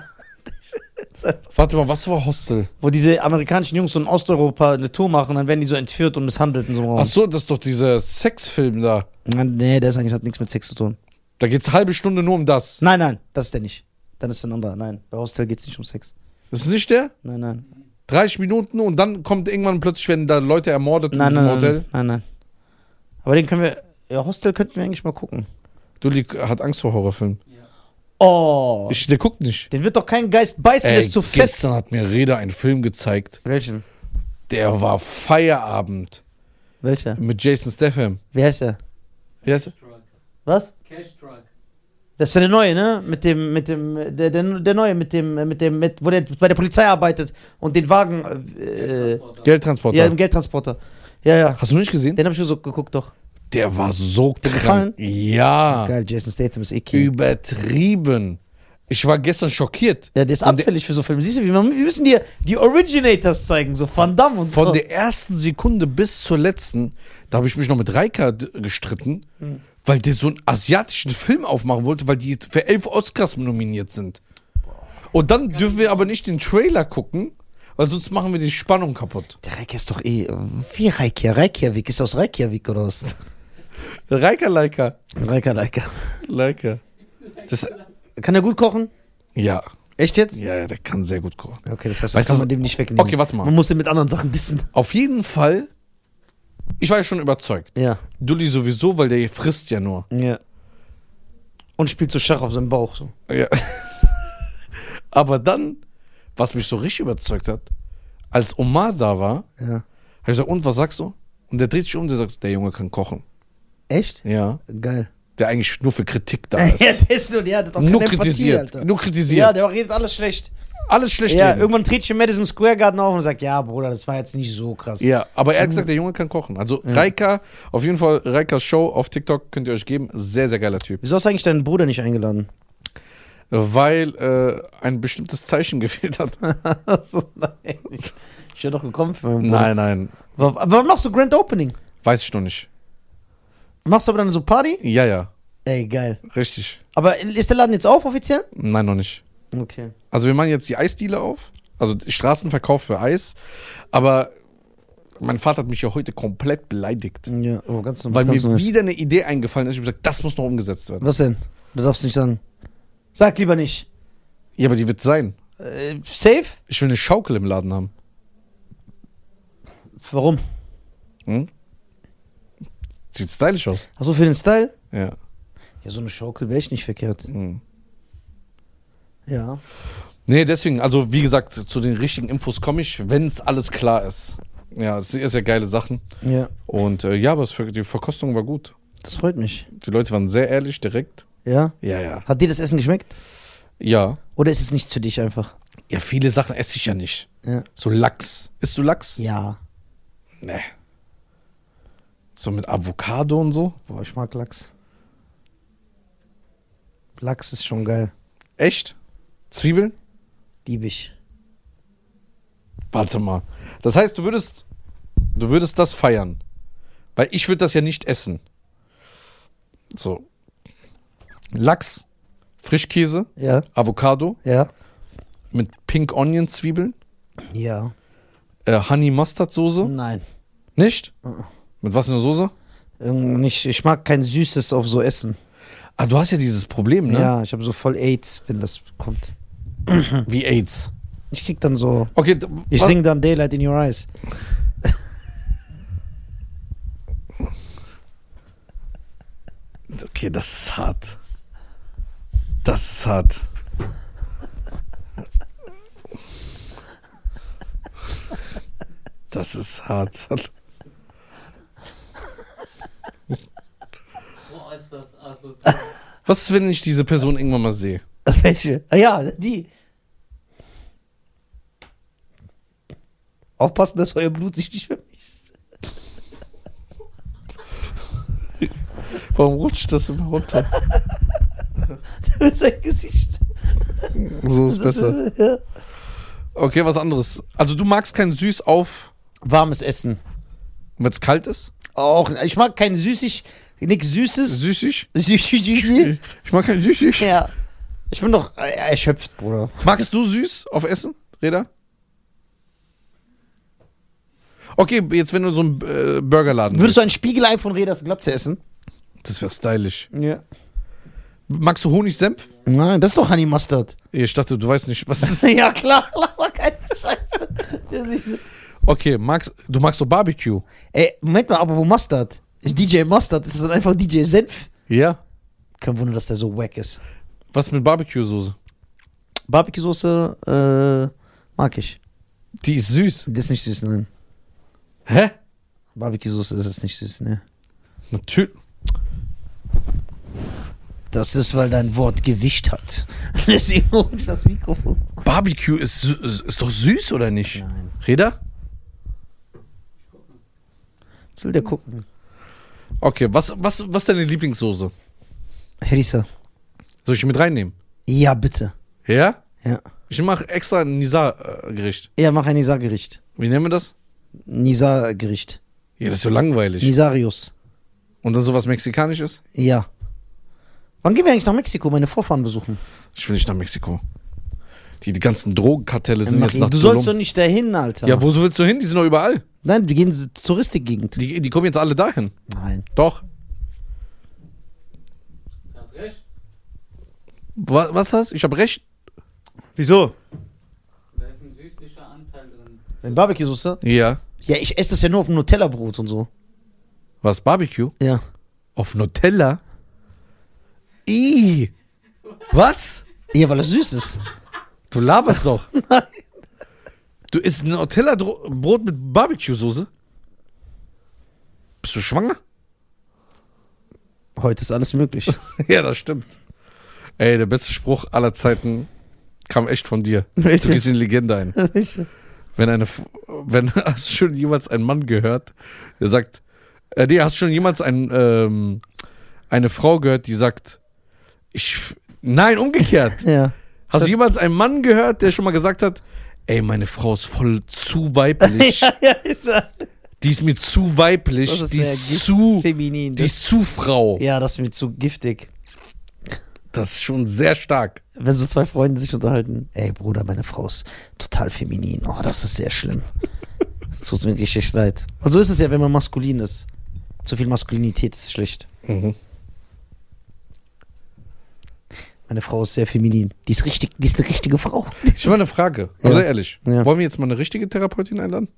Speaker 2: Warte mal, was war Hostel?
Speaker 1: Wo diese amerikanischen Jungs so in Osteuropa eine Tour machen, dann werden die so entführt und misshandelt in so einem Raum.
Speaker 2: Ach so, das ist doch dieser Sexfilm da.
Speaker 1: Na, Nee, der ist eigentlich hat nichts mit Sex zu tun.
Speaker 2: Da geht's halbe Stunde nur um das.
Speaker 1: Nein, nein, das ist der nicht. Dann ist der ein anderer. Nein, bei Hostel geht's nicht um Sex.
Speaker 2: Das ist nicht der?
Speaker 1: Nein, nein.
Speaker 2: 30 Minuten und dann kommt irgendwann plötzlich, werden da Leute ermordet in
Speaker 1: Nein,
Speaker 2: diesem
Speaker 1: nein, nein,
Speaker 2: Hotel.
Speaker 1: nein, nein, nein. Aber den können wir. Ja, Hostel könnten wir eigentlich mal gucken.
Speaker 2: Dulli hat Angst vor Horrorfilmen.
Speaker 1: Oh.
Speaker 2: Ich, der guckt nicht.
Speaker 1: den wird doch kein Geist beißen, der ist zu fest.
Speaker 2: gestern hat mir Reda einen Film gezeigt.
Speaker 1: Welchen?
Speaker 2: Der war Feierabend
Speaker 1: Welcher?
Speaker 2: mit Jason Statham.
Speaker 1: Wie heißt der?
Speaker 2: Yes.
Speaker 3: Truck.
Speaker 1: Was?
Speaker 3: Cash Truck.
Speaker 1: Das ist ja der neue, ne? Mit dem, mit dem, der, der, der neue, mit dem, mit dem, mit, wo der bei der Polizei arbeitet und den Wagen, äh, äh,
Speaker 3: Transporter.
Speaker 2: Geldtransporter.
Speaker 1: ja, im Geldtransporter. Ja, ja.
Speaker 2: Hast du nicht gesehen?
Speaker 1: Den hab ich so geguckt, doch.
Speaker 2: Der war so
Speaker 1: gefallen?
Speaker 2: krank. Ja.
Speaker 1: Geil, Jason Statham ist eh King.
Speaker 2: Übertrieben. Ich war gestern schockiert.
Speaker 1: Ja, der ist
Speaker 2: Von der-
Speaker 1: anfällig für so Filme. Siehst du, wir, wir müssen dir die Originators zeigen, so Van Damme und so.
Speaker 2: Von der ersten Sekunde bis zur letzten, da habe ich mich noch mit Reika d- gestritten,
Speaker 1: Hm.
Speaker 2: weil der so einen asiatischen Film aufmachen wollte, weil die für elf Oscars nominiert sind. Und dann dürfen wir aber nicht den Trailer gucken, weil sonst machen wir die Spannung kaputt.
Speaker 1: Der Reik ist doch eh, äh, wie Reikja, Reikjavik, ist aus Reikjavik oder was?
Speaker 2: Reika, Leika.
Speaker 1: Reika, Reika.
Speaker 2: Leika. Das,
Speaker 1: Kann er gut kochen?
Speaker 2: ja.
Speaker 1: Echt jetzt?
Speaker 2: ja, ja, der kann sehr gut kochen.
Speaker 1: Okay, das heißt, das
Speaker 2: Weißt
Speaker 1: kann
Speaker 2: du-
Speaker 1: man dem nicht wegnehmen.
Speaker 2: Okay, warte mal.
Speaker 1: Man muss ihn mit anderen Sachen dissen.
Speaker 2: Auf jeden Fall, ich war ja schon überzeugt.
Speaker 1: Ja,
Speaker 2: Dulli sowieso, weil der frisst ja nur.
Speaker 1: ja. Und spielt so Schach auf seinem Bauch. So.
Speaker 2: Ja. Aber dann, was mich so richtig überzeugt hat, als Omar da war, habe
Speaker 1: Ja.
Speaker 2: ich gesagt, und was sagst du? Und der dreht sich um, der sagt, der Junge kann kochen.
Speaker 1: Echt?
Speaker 2: Ja.
Speaker 1: Geil.
Speaker 2: Der eigentlich nur für Kritik da
Speaker 1: Ja,
Speaker 2: ist.
Speaker 1: der ist nur, ja, der hat auch
Speaker 2: nur
Speaker 1: keine Empathie,
Speaker 2: kritisiert.
Speaker 1: Alter.
Speaker 2: nur
Speaker 1: ja,
Speaker 2: kritisiert.
Speaker 1: der redet alles schlecht.
Speaker 2: Alles schlecht
Speaker 1: Ja,
Speaker 2: reden.
Speaker 1: irgendwann tritt ich im Madison Square Garden auf und sagt, ja, Bruder, das war jetzt nicht so krass.
Speaker 2: Ja, aber er hat
Speaker 1: Mhm.
Speaker 2: gesagt, der Junge kann kochen. Also Reika, auf jeden Fall Reikas Show auf TikTok könnt ihr euch geben. Sehr, sehr geiler Typ.
Speaker 1: Wieso hast du eigentlich deinen Bruder nicht eingeladen?
Speaker 2: Weil äh, ein bestimmtes Zeichen gefehlt hat.
Speaker 1: Achso, nein. Ich wäre doch gekommen für meinen Bruder.
Speaker 2: Nein, nein.
Speaker 1: Wa- Warum machst du Grand Opening?
Speaker 2: Weiß ich noch nicht.
Speaker 1: Machst du aber dann so Party?
Speaker 2: Ja, ja.
Speaker 1: Ey, geil.
Speaker 2: Richtig.
Speaker 1: Aber ist der Laden jetzt auf offiziell?
Speaker 2: Nein, noch nicht.
Speaker 1: Okay.
Speaker 2: Also wir machen jetzt die Eisdiele auf, also die Straßenverkauf für Eis, aber mein Vater hat mich ja heute komplett beleidigt,
Speaker 1: Ja, oh, ganz normal.
Speaker 2: weil
Speaker 1: ganz
Speaker 2: mir
Speaker 1: Neues.
Speaker 2: wieder eine Idee eingefallen ist. Ich habe gesagt, das muss noch umgesetzt werden.
Speaker 1: Was denn? Du darfst nicht sagen. Sag lieber nicht.
Speaker 2: Ja, aber die wird sein.
Speaker 1: Äh, safe?
Speaker 2: Ich will eine Schaukel im Laden haben.
Speaker 1: Warum?
Speaker 2: Hm? Sieht stylisch aus.
Speaker 1: Achso, für den Style?
Speaker 2: Ja.
Speaker 1: Ja, so eine Schaukel wäre ich nicht verkehrt.
Speaker 2: Hm.
Speaker 1: Ja.
Speaker 2: Nee, deswegen, also wie gesagt, zu den richtigen Infos komme ich, wenn es alles klar ist. Ja, es ist ja geile Sachen.
Speaker 1: Ja,
Speaker 2: Und äh, ja, aber es, die Verkostung war gut.
Speaker 1: das freut mich.
Speaker 2: Die Leute waren sehr ehrlich, direkt.
Speaker 1: Ja.
Speaker 2: Ja, ja.
Speaker 1: Hat dir das Essen geschmeckt?
Speaker 2: Ja.
Speaker 1: Oder ist es nichts für dich einfach?
Speaker 2: Ja, viele Sachen esse ich ja nicht.
Speaker 1: Ja.
Speaker 2: So Lachs. Isst du Lachs?
Speaker 1: Ja.
Speaker 2: Nee. So mit Avocado und so?
Speaker 1: Boah, ich mag Lachs. Lachs ist schon geil.
Speaker 2: Echt? Zwiebeln?
Speaker 1: Lieb ich.
Speaker 2: Warte mal. Das heißt, du würdest, du würdest das feiern. Weil ich würde das ja nicht essen. So. Lachs, Frischkäse,
Speaker 1: Ja.
Speaker 2: Avocado
Speaker 1: Ja.
Speaker 2: mit Pink Onion Zwiebeln,
Speaker 1: Ja.
Speaker 2: äh, Honey Mustard Soße.
Speaker 1: Nein.
Speaker 2: Nicht? Mit was in der Soße?
Speaker 1: Irgendwie Nicht, ich mag kein Süßes auf so Essen.
Speaker 2: Ah, du hast ja dieses Problem, ne?
Speaker 1: Ja, ich habe so voll AIDS, wenn das kommt.
Speaker 2: Wie AIDS.
Speaker 1: Ich krieg dann so.
Speaker 2: Okay, d-
Speaker 1: Ich
Speaker 2: was-
Speaker 1: sing dann Daylight in Your Eyes.
Speaker 2: Okay, das ist hart. Das ist hart. Das ist hart.
Speaker 3: Boah, ist das Also, asozial.
Speaker 2: Was ist, wenn ich diese Person irgendwann mal sehe?
Speaker 1: Welche? Ah ja, die. Aufpassen, dass euer Blut sich nicht vermischt.
Speaker 2: Warum rutscht das immer runter?
Speaker 1: Mit seinem Gesicht.
Speaker 2: So ist besser.
Speaker 1: Ja.
Speaker 2: Okay, was anderes. Also du magst kein Süß auf,
Speaker 1: Warmes Essen.
Speaker 2: wenn es kalt ist?
Speaker 1: Auch. Ich mag kein Süßig. Nix Süßes.
Speaker 2: Süßig?
Speaker 1: Süßig, süßig.
Speaker 2: Ich mag kein Süßig.
Speaker 1: Ja. Ich bin doch äh, erschöpft, Bruder.
Speaker 2: Magst du süß auf Essen, Reda? Okay, jetzt wenn du so einen äh, Burgerladen
Speaker 1: Würdest du
Speaker 2: bist.
Speaker 1: ein Spiegelei von Redas Glatze essen?
Speaker 2: Das wäre stylisch.
Speaker 1: Ja.
Speaker 2: Magst du Honigsenf?
Speaker 1: Nein, das ist doch Honey Mustard.
Speaker 2: Ich dachte, du weißt nicht, was ist.
Speaker 1: ja, klar, laber keine Scheiße. Der ist nicht so-
Speaker 2: Okay, magst, du magst so Barbecue.
Speaker 1: Ey, Moment mal, aber wo Mustard? Ist DJ Mustard? Ist das dann einfach DJ Senf?
Speaker 2: Ja.
Speaker 1: Kein Wunder, dass der so wack ist.
Speaker 2: Was mit Barbecue-Soße?
Speaker 1: Barbecue-Soße, äh, mag ich.
Speaker 2: Die ist süß.
Speaker 1: Das ist nicht süß, nein.
Speaker 2: Hä?
Speaker 1: Barbecue-Soße ist es nicht süß, ne?
Speaker 2: Natürlich.
Speaker 1: Das ist, weil dein Wort Gewicht hat. Deswegen hol ich das Mikrofon.
Speaker 2: Barbecue ist, sü- ist, ist doch süß, oder nicht?
Speaker 1: Nein.
Speaker 2: Reda?
Speaker 1: Was will der gucken?
Speaker 2: Okay, was, was, was ist deine Lieblingssoße?
Speaker 1: Herissa.
Speaker 2: Soll ich die mit reinnehmen?
Speaker 1: Ja, bitte.
Speaker 2: Ja?
Speaker 1: Ja.
Speaker 2: Ich mache extra ein Nisa-Gericht.
Speaker 1: Ja, mach ein Nisa-Gericht.
Speaker 2: Wie nennen wir das?
Speaker 1: Nisa-Gericht.
Speaker 2: Ja, das ist so langweilig.
Speaker 1: Nisarius.
Speaker 2: Und dann sowas Mexikanisches?
Speaker 1: Ja. Wann gehen wir eigentlich nach Mexiko meine Vorfahren besuchen?
Speaker 2: Ich will nicht nach Mexiko. Die, die ganzen Drogenkartelle sind
Speaker 1: Nach-
Speaker 2: jetzt nach
Speaker 1: du sollst doch
Speaker 2: Tulum.
Speaker 1: nicht dahin, Alter.
Speaker 2: Ja, wo willst du hin? Die sind doch überall.
Speaker 1: Nein, wir gehen in die Touristikgegend.
Speaker 2: Die, die kommen jetzt alle dahin.
Speaker 1: Nein.
Speaker 2: Doch.
Speaker 3: Ich hab recht.
Speaker 2: Was, was hast Ich habe recht.
Speaker 1: Wieso?
Speaker 3: Da ist ein süßlicher Anteil drin.
Speaker 1: In Barbecue-Soße?
Speaker 2: Ja.
Speaker 1: Ja, ich esse das ja nur auf dem Nutella-Brot und so.
Speaker 2: Was? Barbecue?
Speaker 1: Ja.
Speaker 2: Auf Nutella? I. Was?
Speaker 1: Ja, weil das süß ist.
Speaker 2: Du laberst doch. Du isst ein Nutella-Brot mit Barbecue-Soße? Bist du schwanger?
Speaker 1: Heute ist alles möglich.
Speaker 2: ja, das stimmt. Ey, der beste Spruch aller Zeiten kam echt von dir.
Speaker 1: Welcher?
Speaker 2: Du gehst in die Legende ein.
Speaker 1: Welche?
Speaker 2: Wenn eine, F- wenn hast du schon jemals einen Mann gehört, der sagt, äh, nee, hast du schon jemals einen, ähm, eine Frau gehört, die sagt, ich, f- nein, umgekehrt.
Speaker 1: Ja.
Speaker 2: Hast du jemals einen Mann gehört, der schon mal gesagt hat, ey, meine Frau ist voll zu weiblich,
Speaker 1: ja, ja, ja.
Speaker 2: die ist mir zu weiblich,
Speaker 1: Das ist
Speaker 2: die
Speaker 1: sehr
Speaker 2: ist
Speaker 1: gift-
Speaker 2: zu,
Speaker 1: Feminin.
Speaker 2: die ist zu Frau.
Speaker 1: ja, das ist mir zu giftig.
Speaker 2: Das ist schon sehr stark.
Speaker 1: Wenn so zwei Freunde sich unterhalten. Ey, Bruder, meine Frau ist total feminin. Oh, das ist sehr schlimm. Das tut mir richtig leid. Und so ist es ja, wenn man maskulin ist. Zu viel Maskulinität ist schlecht.
Speaker 2: Mhm.
Speaker 1: Meine Frau ist sehr feminin. Die ist richtig, die ist eine richtige Frau.
Speaker 2: Ich habe mal eine Frage, aber
Speaker 1: Ja.
Speaker 2: sehr ehrlich.
Speaker 1: Ja.
Speaker 2: Wollen wir jetzt mal eine richtige Therapeutin einladen?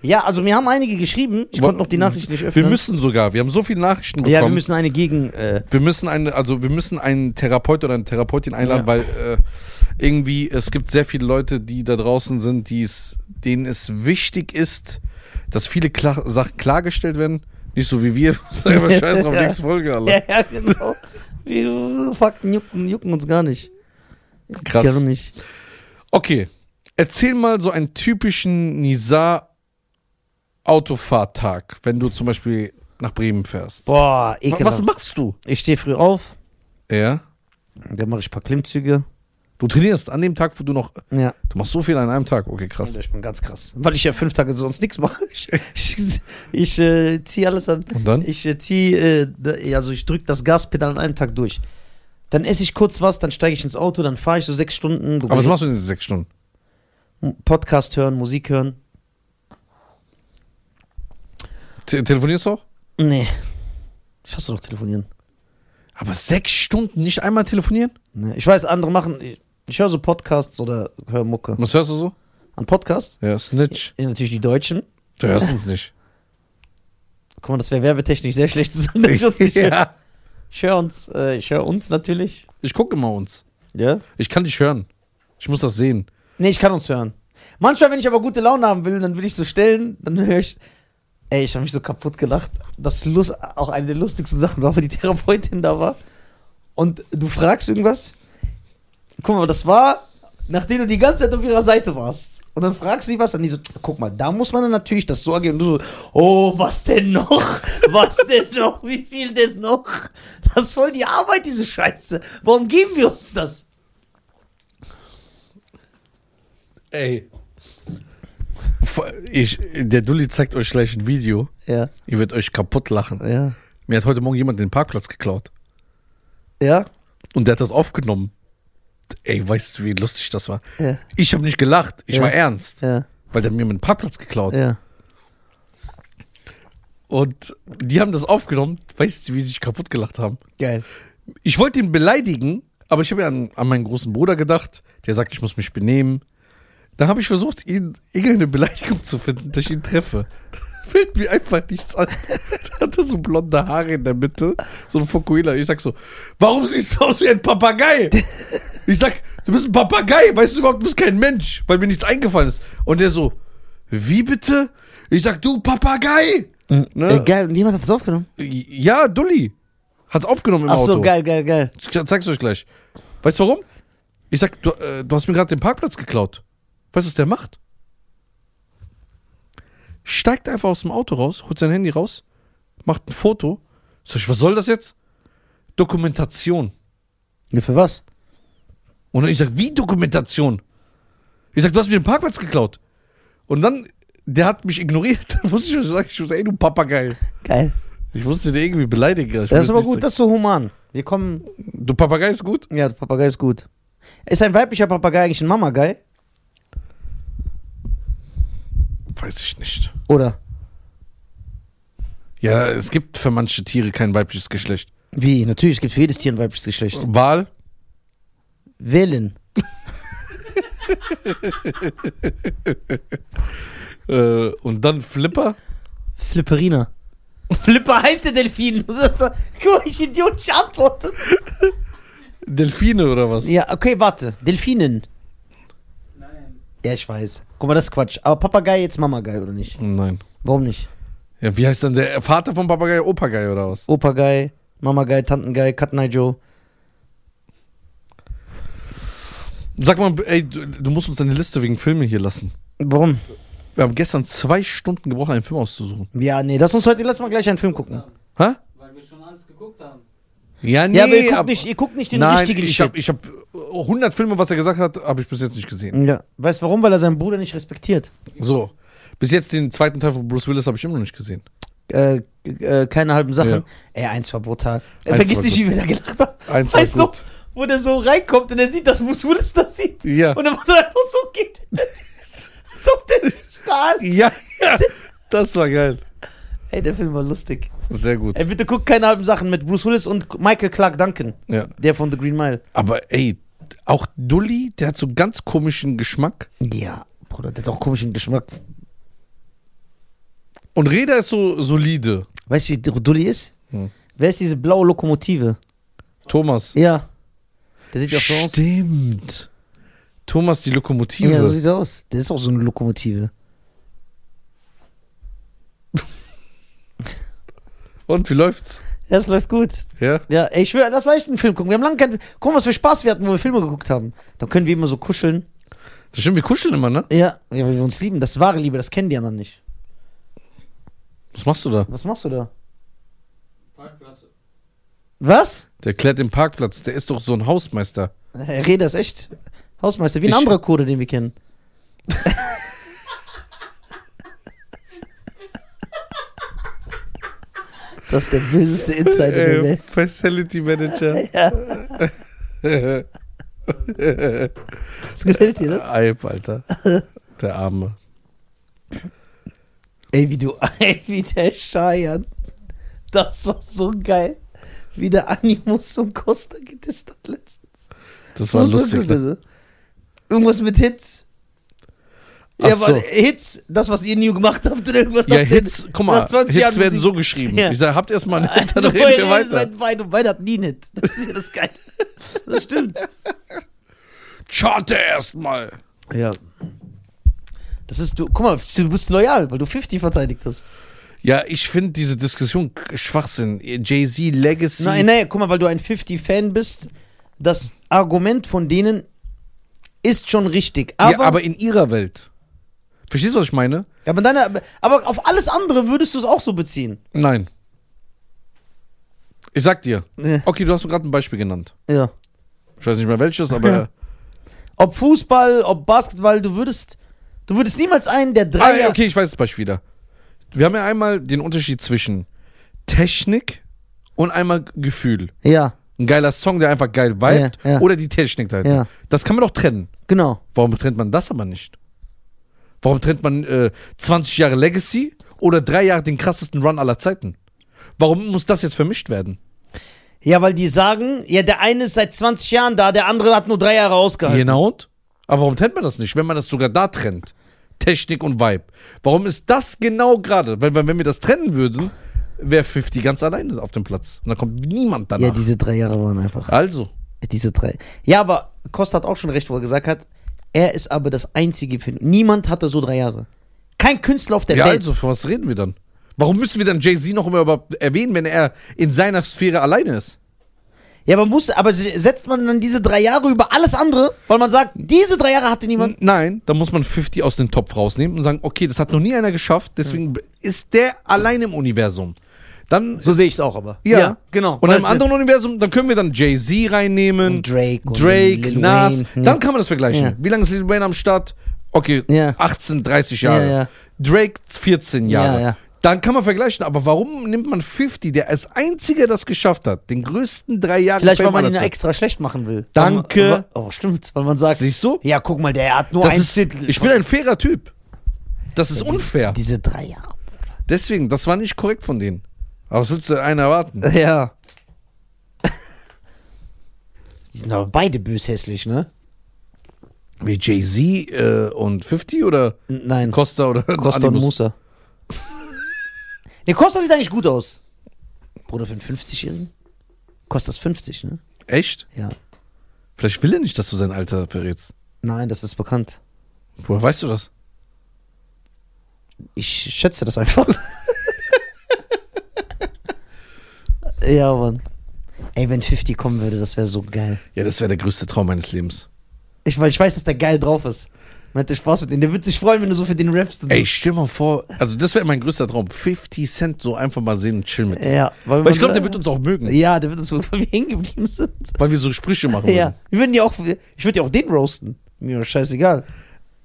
Speaker 1: Ja, also mir haben einige geschrieben. Ich konnte noch die Nachricht nicht öffnen.
Speaker 2: Wir müssen sogar, wir haben so viele Nachrichten bekommen.
Speaker 1: ja, wir müssen eine Gegen. Äh,
Speaker 2: Wir müssen eine, also wir müssen einen Therapeut oder eine Therapeutin einladen,
Speaker 1: Ja.
Speaker 2: weil äh, irgendwie es gibt sehr viele Leute, die da draußen sind, die es, denen es wichtig ist, dass viele klar, Sachen klargestellt werden. Nicht so wie wir. Sag mal Scheiß drauf,
Speaker 1: Ja.
Speaker 2: nächste Folge,
Speaker 1: ja,
Speaker 2: Alter.
Speaker 1: ja, genau. Wir, Fakten jucken, jucken uns gar nicht.
Speaker 2: Krass.
Speaker 1: Gar nicht.
Speaker 2: Okay, erzähl mal so einen typischen Nizar Autofahrttag, wenn du zum Beispiel nach Bremen fährst.
Speaker 1: Boah,
Speaker 2: Wa- Was
Speaker 1: ekelhaft.
Speaker 2: machst du?
Speaker 1: Ich stehe früh auf,
Speaker 2: Ja.
Speaker 1: dann mache ich ein paar Klimmzüge.
Speaker 2: Du trainierst an dem Tag, wo du noch.
Speaker 1: Ja.
Speaker 2: Du machst so viel an einem Tag. Okay, krass.
Speaker 1: Alter, ich bin ganz krass. Weil ich ja fünf Tage sonst nichts mache. Ich, ich, ich äh, ziehe alles an.
Speaker 2: Und dann?
Speaker 1: Ich äh, ziehe, äh, da- also ich drücke das Gaspedal an einem Tag durch. Dann esse ich kurz was, dann steige ich ins Auto, dann fahre ich so sechs Stunden.
Speaker 2: Aber was machst du in diesen sechs Stunden?
Speaker 1: du? Podcast hören, Musik hören.
Speaker 2: Te telefonierst du auch?
Speaker 1: Nee. Ich hasse doch telefonieren.
Speaker 2: Aber sechs Stunden nicht einmal telefonieren?
Speaker 1: Nee. Ne? Ich weiß, andere machen. Ich, ich höre so Podcasts oder höre Mucke.
Speaker 2: Was hörst du so?
Speaker 1: An Podcasts?
Speaker 2: Ja, Snitch.
Speaker 1: Ja, natürlich die Deutschen.
Speaker 2: Du hörst uns nicht.
Speaker 1: Guck mal, das wäre werbetechnisch sehr schlecht zu sagen. dass Ich, uns nicht höre.
Speaker 2: ja.
Speaker 1: ich höre uns, äh, ich höre uns natürlich.
Speaker 2: Ich gucke immer uns.
Speaker 1: Ja?
Speaker 2: Ich kann dich hören. Ich muss das sehen.
Speaker 1: Nee, ich kann uns hören. Manchmal, wenn ich aber gute Laune haben will, dann will ich so stellen, dann höre ich. Ey, ich habe mich so kaputt gelacht. Das Lust, auch eine der lustigsten Sachen war, weil die Therapeutin da war. Und du fragst irgendwas. Guck mal, das war, nachdem du die ganze Zeit auf ihrer Seite warst. Und dann fragst du sie was, dann die so, guck mal, da muss man dann natürlich das so angehen. Und du so, oh, was denn noch? Was denn noch? Wie viel denn noch? Das ist voll die Arbeit, diese Scheiße. Warum geben wir uns das?
Speaker 2: Ey. Ich, der Dulli zeigt euch gleich ein Video.
Speaker 1: Ja,
Speaker 2: Ihr werdet euch kaputt lachen.
Speaker 1: ja.
Speaker 2: Mir hat heute Morgen jemand den Parkplatz geklaut.
Speaker 1: Ja?
Speaker 2: Und der hat das aufgenommen. Ey, weißt du, wie lustig das war?
Speaker 1: Ja.
Speaker 2: Ich habe nicht gelacht. Ich
Speaker 1: Ja.
Speaker 2: war ernst.
Speaker 1: Ja,
Speaker 2: Weil der hat mir meinen Parkplatz geklaut.
Speaker 1: ja.
Speaker 2: Und die haben das aufgenommen. Weißt du, wie sie sich kaputt gelacht haben?
Speaker 1: Geil.
Speaker 2: Ich wollte ihn beleidigen, aber ich habe ja an, an meinen großen Bruder gedacht, der sagt, ich muss mich benehmen. Da habe ich versucht, ihn irgendeine Beleidigung zu finden, dass ich ihn treffe. Da fällt mir einfach nichts an. Da hat er so blonde Haare in der Mitte, so ein Fokuhila. Ich sag so, warum siehst du aus wie ein Papagei? Ich sag, du bist ein Papagei, weißt du überhaupt, du bist kein Mensch, weil mir nichts eingefallen ist. Und der so, wie bitte? Ich sag, du Papagei!
Speaker 1: Äh,
Speaker 2: Ne?
Speaker 1: geil, und jemand hat das aufgenommen.
Speaker 2: Ja, Dulli. Hat's aufgenommen im
Speaker 1: Ach
Speaker 2: Auto.
Speaker 1: so, geil, geil, geil.
Speaker 2: Ich zeig's euch gleich. Weißt du warum? Ich sag, du, äh, du hast mir gerade den Parkplatz geklaut. Weißt du, was der macht? Steigt einfach aus dem Auto raus, holt sein Handy raus, macht ein Foto. Sag ich, was soll das jetzt? Dokumentation.
Speaker 1: Ja, für was?
Speaker 2: Und ich sag, wie Dokumentation? Ich sag, du hast mir den Parkplatz geklaut. Und dann, der hat mich ignoriert. Dann musste ich euch sagen, ich muss, ey, du Papagei.
Speaker 1: Geil.
Speaker 2: Ich musste den irgendwie beleidigen. Ich
Speaker 1: Das ist
Speaker 2: will
Speaker 1: aber
Speaker 2: jetzt
Speaker 1: gut,
Speaker 2: nicht
Speaker 1: das ist so human. Wir kommen.
Speaker 2: sagen- Du Papagei ist gut?
Speaker 1: Ja, der Papagei ist gut. Ist ein weiblicher Papagei eigentlich ein Mamagei?
Speaker 2: Weiß ich nicht.
Speaker 1: Oder?
Speaker 2: Ja, es gibt für manche Tiere kein weibliches Geschlecht.
Speaker 1: Wie? Natürlich, es gibt für jedes Tier ein weibliches Geschlecht.
Speaker 2: Wal?
Speaker 1: Wellen.
Speaker 2: Äh, und dann Flipper?
Speaker 1: Flipperina. Flipper heißt der Delfin. Du sagst so, Guck mal, ich idiotisch antworte.
Speaker 2: Delfine oder was?
Speaker 1: Ja, okay, warte. Delfinen.
Speaker 3: Nein.
Speaker 1: Ja, ich weiß. Guck mal, das ist Quatsch. Aber Papagei jetzt Mamagei, oder nicht?
Speaker 2: Nein.
Speaker 1: Warum nicht?
Speaker 2: Ja, wie heißt dann der Vater vom Papagei? Opagei oder was?
Speaker 1: Opagei, Mamagei, Tantengei, Katnai Joe.
Speaker 2: Sag mal, ey, du, du musst uns eine Liste wegen Filme hier lassen.
Speaker 1: Warum?
Speaker 2: Wir haben gestern zwei Stunden gebraucht, einen Film auszusuchen.
Speaker 1: Ja, nee, lass uns heute, lass mal gleich einen Film gucken.
Speaker 3: Haben,
Speaker 2: Hä?
Speaker 3: weil wir schon alles geguckt haben.
Speaker 2: Ja,
Speaker 1: Ja, aber ihr guckt, nicht, ihr guckt nicht den
Speaker 2: nein,
Speaker 1: richtigen
Speaker 2: ich
Speaker 1: Shit.
Speaker 2: habe ich hab äh, 100 Filme, was er gesagt hat, habe ich bis jetzt nicht gesehen.
Speaker 1: Ja, weißt warum? Weil er seinen Bruder nicht respektiert.
Speaker 2: So. Bis jetzt den zweiten Teil von Bruce Willis habe ich immer noch nicht gesehen.
Speaker 1: Äh, äh, keine halben Sachen.
Speaker 2: Ja.
Speaker 1: Ey, eins war brutal. Äh,
Speaker 2: Eins
Speaker 1: Vergiss
Speaker 2: war
Speaker 1: nicht,
Speaker 2: gut.
Speaker 1: wie wir da gelacht haben.
Speaker 2: Eins war
Speaker 1: weißt du,
Speaker 2: gut.
Speaker 1: wo der so reinkommt und er sieht, dass Bruce Willis das sieht.
Speaker 2: Ja.
Speaker 1: Und dann macht er einfach so, geht der so auf den Straße.
Speaker 2: Ja, ja. Das war geil.
Speaker 1: Ey, der Film war lustig.
Speaker 2: Sehr gut.
Speaker 1: Ey, bitte guck keine halben Sachen mit Bruce Willis und Michael Clark Duncan.
Speaker 2: Ja.
Speaker 1: Der von The Green Mile.
Speaker 2: Aber ey, auch Dulli, der hat so einen ganz komischen Geschmack.
Speaker 1: Ja, Bruder, der hat auch komischen Geschmack.
Speaker 2: Und Reda ist so solide.
Speaker 1: Weißt du, wie Dulli ist?
Speaker 2: Hm.
Speaker 1: Wer ist diese blaue Lokomotive?
Speaker 2: Thomas.
Speaker 1: Ja. Der sieht ja auch so aus.
Speaker 2: Stimmt. Thomas, die Lokomotive.
Speaker 1: Ja, so sieht er aus. Der ist auch so eine Lokomotive.
Speaker 2: Und wie läuft's?
Speaker 1: Ja, das läuft gut.
Speaker 2: Ja.
Speaker 1: Ja, ey, ich schwöre, lass mal echt einen Film gucken. Wir haben lange keinen. Guck mal, was für Spaß wir hatten, wo wir Filme geguckt haben. Dann können wir immer so kuscheln.
Speaker 2: Das stimmt, wir kuscheln immer, ne?
Speaker 1: Ja, ja weil wir uns lieben. Das ist wahre Liebe, das kennen die anderen nicht.
Speaker 2: Was machst du da?
Speaker 1: Was machst du da?
Speaker 3: Parkplatz.
Speaker 1: Was?
Speaker 2: Der klärt den Parkplatz. Der ist doch so ein Hausmeister.
Speaker 1: Herr Reda ist echt Hausmeister, wie ein
Speaker 2: Ich-
Speaker 1: anderer Kurde, den wir kennen. das ist der böseste Insider der
Speaker 2: Äh,
Speaker 1: Welt.
Speaker 2: Facility Manager.
Speaker 1: Das gefällt dir, ne?
Speaker 2: Alp, Alter. Der Arme.
Speaker 1: Ey, wie du, ey, wie der Scheiern. Das war so geil. Wie der Animus und Costa gedisst hat letztens.
Speaker 2: Das war
Speaker 1: Und so
Speaker 2: lustig.
Speaker 1: gut,
Speaker 2: Ne?
Speaker 1: ne? Irgendwas mit Hits.
Speaker 2: Ach
Speaker 1: ja,
Speaker 2: so.
Speaker 1: weil Hits, das, was ihr nie gemacht habt, oder irgendwas.
Speaker 2: Ja,
Speaker 1: habt ihr-
Speaker 2: Hits, guck mal,
Speaker 1: nach 20
Speaker 2: Hits
Speaker 1: Jahren
Speaker 2: werden
Speaker 1: Musik-
Speaker 2: so geschrieben.
Speaker 1: Ja.
Speaker 2: Ich sage, habt erstmal einen Hit, dann
Speaker 1: Nur
Speaker 2: reden wir
Speaker 1: ihr
Speaker 2: weiter.
Speaker 1: seid Beide, beide hatten nie einen Hit. Das ist ja das Geile. Das stimmt.
Speaker 2: Charte erstmal.
Speaker 1: Ja. Das ist, du, guck mal, du bist loyal, weil du 50 verteidigt hast.
Speaker 2: Ja, ich finde diese Diskussion k- Schwachsinn. Jay-Z, Legacy.
Speaker 1: Nein, ne, nein, guck mal, weil du ein 50-Fan bist, das Argument von denen ist schon richtig. Aber,
Speaker 2: ja, aber in ihrer Welt. Verstehst du, was ich meine?
Speaker 1: Ja, aber, deine, aber auf alles andere würdest du es auch so beziehen.
Speaker 2: Nein. Ich sag dir.
Speaker 1: Ja.
Speaker 2: Okay, du hast gerade ein Beispiel genannt.
Speaker 1: ja.
Speaker 2: Ich weiß nicht mehr welches, aber.
Speaker 1: Ob Fußball, ob Basketball, du würdest, du würdest niemals einen, der
Speaker 2: ah,
Speaker 1: drei.
Speaker 2: ja, okay, ich weiß das Beispiel wieder. Wir haben ja einmal den Unterschied zwischen Technik und einmal Gefühl.
Speaker 1: Ja,
Speaker 2: Ein geiler Song, der einfach geil vibet,
Speaker 1: Ja, ja.
Speaker 2: oder die Technik dahinter.
Speaker 1: Ja.
Speaker 2: Das kann man doch trennen.
Speaker 1: genau.
Speaker 2: Warum trennt man das aber nicht? Warum trennt man äh, 20 Jahre Legacy oder drei Jahre den krassesten Run aller Zeiten? Warum muss das jetzt vermischt werden?
Speaker 1: Ja, weil die sagen, ja, der eine ist seit 20 Jahren da, der andere hat nur drei Jahre ausgehalten.
Speaker 2: Genau. Und? Aber warum trennt man das nicht, wenn man das sogar da trennt? Technik und Vibe. Warum ist das genau gerade? Weil, weil wenn wir das trennen würden, wäre 50 ganz alleine auf dem Platz. Und dann kommt niemand danach.
Speaker 1: Ja, diese drei Jahre waren einfach.
Speaker 2: also,
Speaker 1: Diese drei. Ja, aber Kost hat auch schon recht, wo er gesagt hat, er ist aber das einzige Film. Niemand hatte so drei Jahre. Kein Künstler auf der
Speaker 2: ja,
Speaker 1: Welt.
Speaker 2: also, von was reden wir dann? Warum müssen wir dann Jay-Z noch immer überhaupt erwähnen, wenn er in seiner Sphäre alleine ist?
Speaker 1: Ja, aber muss, aber se- setzt man dann diese drei Jahre über alles andere, weil man sagt, diese drei Jahre hatte niemand.
Speaker 2: N- Nein, da muss man 50 aus dem Topf rausnehmen und sagen, okay, das hat noch nie einer geschafft, deswegen b- ist der allein im Universum. Dann
Speaker 1: So sehe ich es auch aber.
Speaker 2: Ja.
Speaker 1: genau.
Speaker 2: und
Speaker 1: Weil
Speaker 2: im
Speaker 1: es-
Speaker 2: anderen Universum, dann können wir dann Jay-Z reinnehmen,
Speaker 1: Und Drake und
Speaker 2: Drake,
Speaker 1: Lil
Speaker 2: Nas,
Speaker 1: Wayne. Hm.
Speaker 2: dann kann man das vergleichen.
Speaker 1: Ja.
Speaker 2: Wie lange ist Lil Wayne am Start? Okay,
Speaker 1: Ja.
Speaker 2: 18, 30 Jahre.
Speaker 1: Ja, ja.
Speaker 2: Drake 14 Jahre.
Speaker 1: Ja, ja.
Speaker 2: Dann kann man vergleichen, aber warum nimmt man 50, der als einziger das geschafft hat, den größten drei Jahre
Speaker 1: Vielleicht, weil
Speaker 2: Fame
Speaker 1: man
Speaker 2: aller
Speaker 1: ihn
Speaker 2: Zeiten?
Speaker 1: extra schlecht machen will.
Speaker 2: Danke.
Speaker 1: Oh, stimmt, weil man sagt,
Speaker 2: Siehst du?
Speaker 1: ja, guck mal, der hat nur
Speaker 2: Das
Speaker 1: einen
Speaker 2: ist,
Speaker 1: Titel.
Speaker 2: ich bin ein fairer Typ. Das ist
Speaker 1: Ja,
Speaker 2: unfair.
Speaker 1: Diese, diese drei Jahre.
Speaker 2: Deswegen, das war nicht korrekt von denen. Aber was willst du einen erwarten?
Speaker 1: Ja. Die sind aber beide böshässlich, ne?
Speaker 2: Wie Jay-Z äh, und 50 oder
Speaker 1: N- Nein.
Speaker 2: Costa oder
Speaker 1: Costa und
Speaker 2: Animus?
Speaker 1: Musa. ne, Costa sieht eigentlich gut aus. Bruder, für einen 50-Jährigen? Costa ist 50, ne?
Speaker 2: Echt?
Speaker 1: Ja.
Speaker 2: Vielleicht will er nicht, dass du sein Alter verrätst.
Speaker 1: Nein, das ist bekannt.
Speaker 2: Woher weißt du das?
Speaker 1: Ich schätze das einfach. ja, Mann. Ey, wenn 50 kommen würde, das wäre so geil.
Speaker 2: Ja, das wäre der größte Traum meines Lebens.
Speaker 1: Ich, weil ich weiß, dass der geil drauf ist. Man hätte Spaß mit ihm. Der wird sich freuen, wenn du so für den rappst. Und
Speaker 2: Ey, stell mal vor, also das wäre mein größter Traum. 50 Cent so einfach mal sehen und chillen mit.
Speaker 1: so. Ja, weil,
Speaker 2: Weil ich glaube,
Speaker 1: man-
Speaker 2: der wird uns auch mögen,
Speaker 1: Ja, der wird uns, weil wir hängen geblieben sind.
Speaker 2: weil wir so Sprüche machen.
Speaker 1: Ja.
Speaker 2: würden.
Speaker 1: Wir würden ja auch, ich würde ja auch den roasten. Mir ist scheißegal.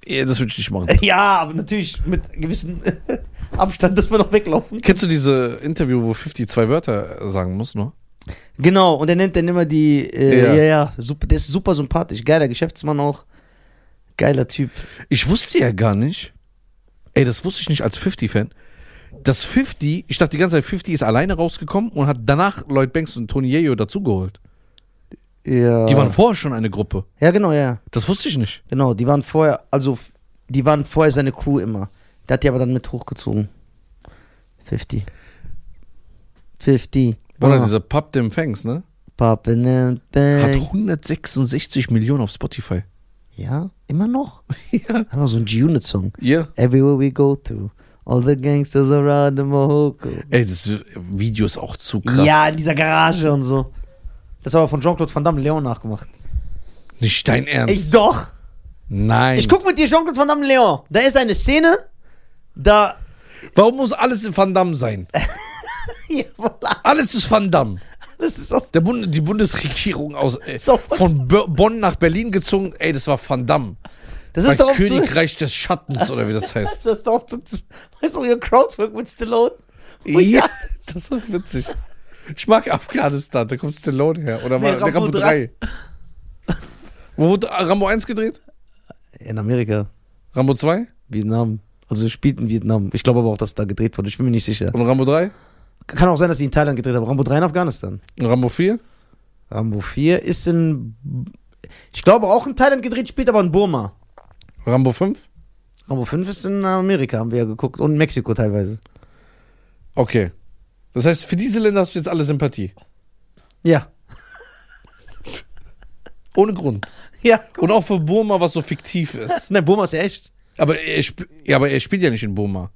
Speaker 2: ja das würde ich nicht machen.
Speaker 1: Ja, aber natürlich mit gewissem Abstand, dass wir noch weglaufen.
Speaker 2: Kennst du diese Interview, wo 50 zwei Wörter äh, sagen muss, ne?
Speaker 1: Genau, und er nennt dann immer die, äh,
Speaker 2: Ja.
Speaker 1: ja, ja, super, der ist super sympathisch. Geiler Geschäftsmann auch. Geiler Typ.
Speaker 2: Ich wusste ja gar nicht, ey, das wusste ich nicht als 50-Fan, dass 50, ich dachte die ganze Zeit, 50 ist alleine rausgekommen und hat danach Lloyd Banks und Tony Yeo dazugeholt.
Speaker 1: Ja.
Speaker 2: Die waren vorher schon eine Gruppe.
Speaker 1: Ja, genau, ja.
Speaker 2: Das wusste ich nicht.
Speaker 1: Genau, die waren vorher, also, die waren vorher seine Crew immer. Der hat die aber dann mit hochgezogen. 50. 50.
Speaker 2: Oder dieser Pub, den empfängst, ne?
Speaker 1: Papa Ah, nimmt
Speaker 2: Hat
Speaker 1: Bank.
Speaker 2: 166 Millionen auf Spotify.
Speaker 1: Ja, immer noch.
Speaker 2: Ja.
Speaker 1: Einfach so ein G-Unit-Song.
Speaker 2: Ja.
Speaker 1: Everywhere we go through, all the gangsters around the Mohoko.
Speaker 2: Ey, das Video ist auch zu krass.
Speaker 1: Ja, in dieser Garage und so. Das ist aber von Jean-Claude Van Damme Leon nachgemacht.
Speaker 2: Nicht dein Ernst.
Speaker 1: Ich doch.
Speaker 2: Nein.
Speaker 1: Ich guck mit dir Jean-Claude Van Damme Leon. Da ist eine Szene, da.
Speaker 2: Warum muss alles in Van Damme sein?
Speaker 1: Ja, voilà.
Speaker 2: Alles ist Van Damme.
Speaker 1: Das ist so.
Speaker 2: Der Bund, die Bundesregierung aus, äh,
Speaker 1: So.
Speaker 2: von Bo- Bonn nach Berlin gezogen. Ey, das war Van Damme.
Speaker 1: Das
Speaker 2: Bei
Speaker 1: ist doch zu.
Speaker 2: Königreich des Schattens oder wie das heißt.
Speaker 1: Das ist doch zu. Weißt du, ihr Crowdwork mit Stallone? Wo
Speaker 2: Oh ja,
Speaker 1: ich-
Speaker 2: das war witzig. Ich mag Afghanistan, da kommt Stallone her. Oder
Speaker 1: Nee,
Speaker 2: war Rambo,
Speaker 1: Rambo
Speaker 2: 3. Wo wurde Rambo 1 gedreht?
Speaker 1: In Amerika,
Speaker 2: Rambo 2
Speaker 1: Vietnam. Also spielt in Vietnam. Ich glaube aber auch, dass da gedreht wurde. Ich bin mir nicht sicher.
Speaker 2: und Rambo 3
Speaker 1: Kann auch sein, dass die in Thailand gedreht haben. Rambo 3 in Afghanistan.
Speaker 2: und Rambo 4.
Speaker 1: Rambo 4 ist in. Ich glaube auch in Thailand gedreht, spielt aber in Burma.
Speaker 2: Rambo 5?
Speaker 1: Rambo 5 ist in Amerika, haben wir ja geguckt. Und in Mexiko teilweise.
Speaker 2: Okay. Das heißt, für diese Länder hast du jetzt alle Sympathie.
Speaker 1: Ja.
Speaker 2: Ohne Grund.
Speaker 1: Ja.
Speaker 2: Und auch für Burma, was so fiktiv ist.
Speaker 1: Ne, Burma ist ja echt.
Speaker 2: Aber er, sp ja, aber er spielt ja nicht in Burma.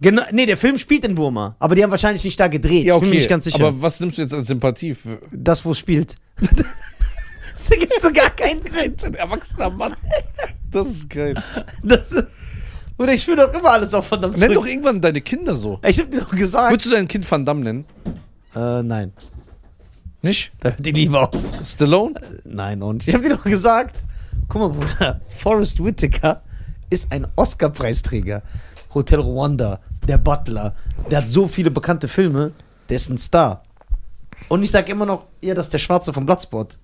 Speaker 1: Genau, nee, der Film spielt in Burma. Aber die haben wahrscheinlich nicht da gedreht.
Speaker 2: Ja,
Speaker 1: Ich
Speaker 2: okay.
Speaker 1: bin mir nicht ganz sicher.
Speaker 2: Aber was nimmst du jetzt als Sympathie für
Speaker 1: das, wo es spielt. das ergibt so gar keinen Sinn.
Speaker 2: ein erwachsener Mann? Das ist geil.
Speaker 1: Das, oder ich will doch immer alles auf Van Damme
Speaker 2: Nenn doch
Speaker 1: zurück.
Speaker 2: irgendwann deine Kinder so.
Speaker 1: Ich hab dir doch gesagt.
Speaker 2: Würdest du dein Kind Van Damme nennen?
Speaker 1: Äh, nein.
Speaker 2: Nicht?
Speaker 1: Da hört die Liebe auf.
Speaker 2: Stallone?
Speaker 1: Nein, und ich habe dir doch gesagt, guck mal, Bruder, Forrest Whitaker ist ein Oscar-Preisträger. Hotel Rwanda, der Butler, der hat so viele bekannte Filme, der ist ein Star. Und ich sage immer noch, ja, das ist der Schwarze vom Bloodsport.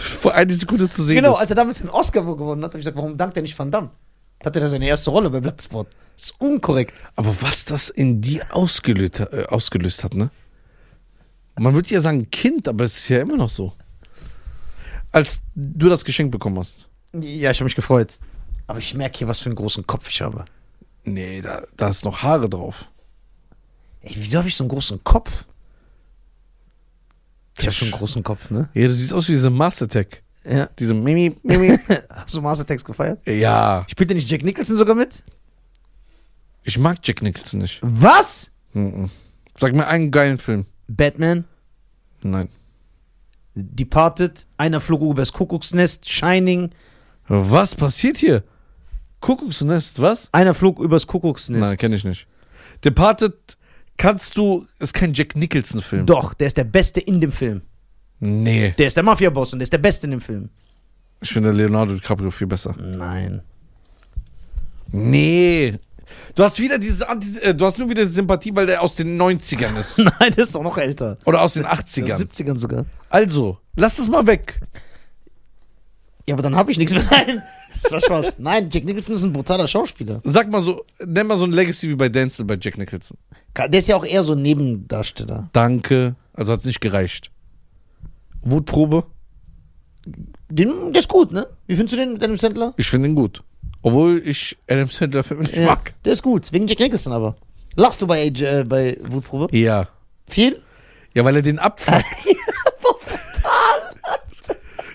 Speaker 2: Vor einer Sekunde zu sehen.
Speaker 1: genau,
Speaker 2: ist.
Speaker 1: als er damals den Oscar gewonnen hat, habe ich gesagt, warum dankt er nicht Van Damme? Da Hat er da seine erste Rolle bei Bloodsport? Das ist unkorrekt.
Speaker 2: Aber was das in die ausgelöst, äh, ausgelöst hat, ne? Man würde ja sagen Kind, aber es ist ja immer noch so. Als du das Geschenk bekommen hast.
Speaker 1: Ja, ich habe mich gefreut. Aber ich merke hier, was für einen großen Kopf ich habe.
Speaker 2: Nee, da, da ist noch Haare drauf.
Speaker 1: Ey, wieso habe ich so einen großen Kopf? Ich habe schon einen großen Kopf, ne?
Speaker 2: Ja, du siehst aus wie diese Master Tech.
Speaker 1: Ja.
Speaker 2: Diese Mimi, Mimi.
Speaker 1: Hast du Master Text gefeiert?
Speaker 2: ja,
Speaker 1: Spielt denn nicht Jack Nicholson sogar mit?
Speaker 2: ich mag Jack Nicholson nicht.
Speaker 1: Was?
Speaker 2: Mhm. Sag mir einen geilen Film.
Speaker 1: Batman,
Speaker 2: Nein.
Speaker 1: Departed, einer flog übers Kuckucksnest, Shining,
Speaker 2: Was passiert hier? Kuckucksnest, was?
Speaker 1: einer flog übers Kuckucksnest.
Speaker 2: Nein, kenne ich nicht. Departed kannst du, ist kein Jack Nicholson-Film.
Speaker 1: Doch, der ist der Beste in dem Film.
Speaker 2: Nee.
Speaker 1: Der ist der Mafia-Boss und der ist der Beste in dem Film.
Speaker 2: Ich finde Leonardo DiCaprio viel besser.
Speaker 1: Nein.
Speaker 2: Nee. Du hast wieder dieses Anti äh, du hast nur wieder diese Sympathie, weil der aus den 90ern ist.
Speaker 1: Nein, der ist doch noch älter.
Speaker 2: Oder aus den
Speaker 1: Der ist
Speaker 2: 80ern.
Speaker 1: 70ern sogar.
Speaker 2: Also, lass das mal weg.
Speaker 1: Ja, aber dann habe ich nichts mehr. Nein, das war Spaß. Nein, Jack Nicholson ist ein brutaler Schauspieler.
Speaker 2: Sag mal so, nenn mal so ein Legacy wie bei Denzel bei Jack Nicholson.
Speaker 1: Der ist ja auch eher so ein Nebendarsteller.
Speaker 2: Danke. Also hat's nicht gereicht. Wutprobe?
Speaker 1: Den, der ist gut, ne? Wie findest du den mit Adam Sandler?
Speaker 2: Ich finde ihn gut. Obwohl ich Adam Sandler Filme nicht
Speaker 1: Ja,
Speaker 2: mag.
Speaker 1: Der ist gut, wegen Jack Nicholson aber. Lachst du bei, Age, äh, bei Wutprobe?
Speaker 2: Ja.
Speaker 1: Viel?
Speaker 2: Ja, weil er den abfuckt.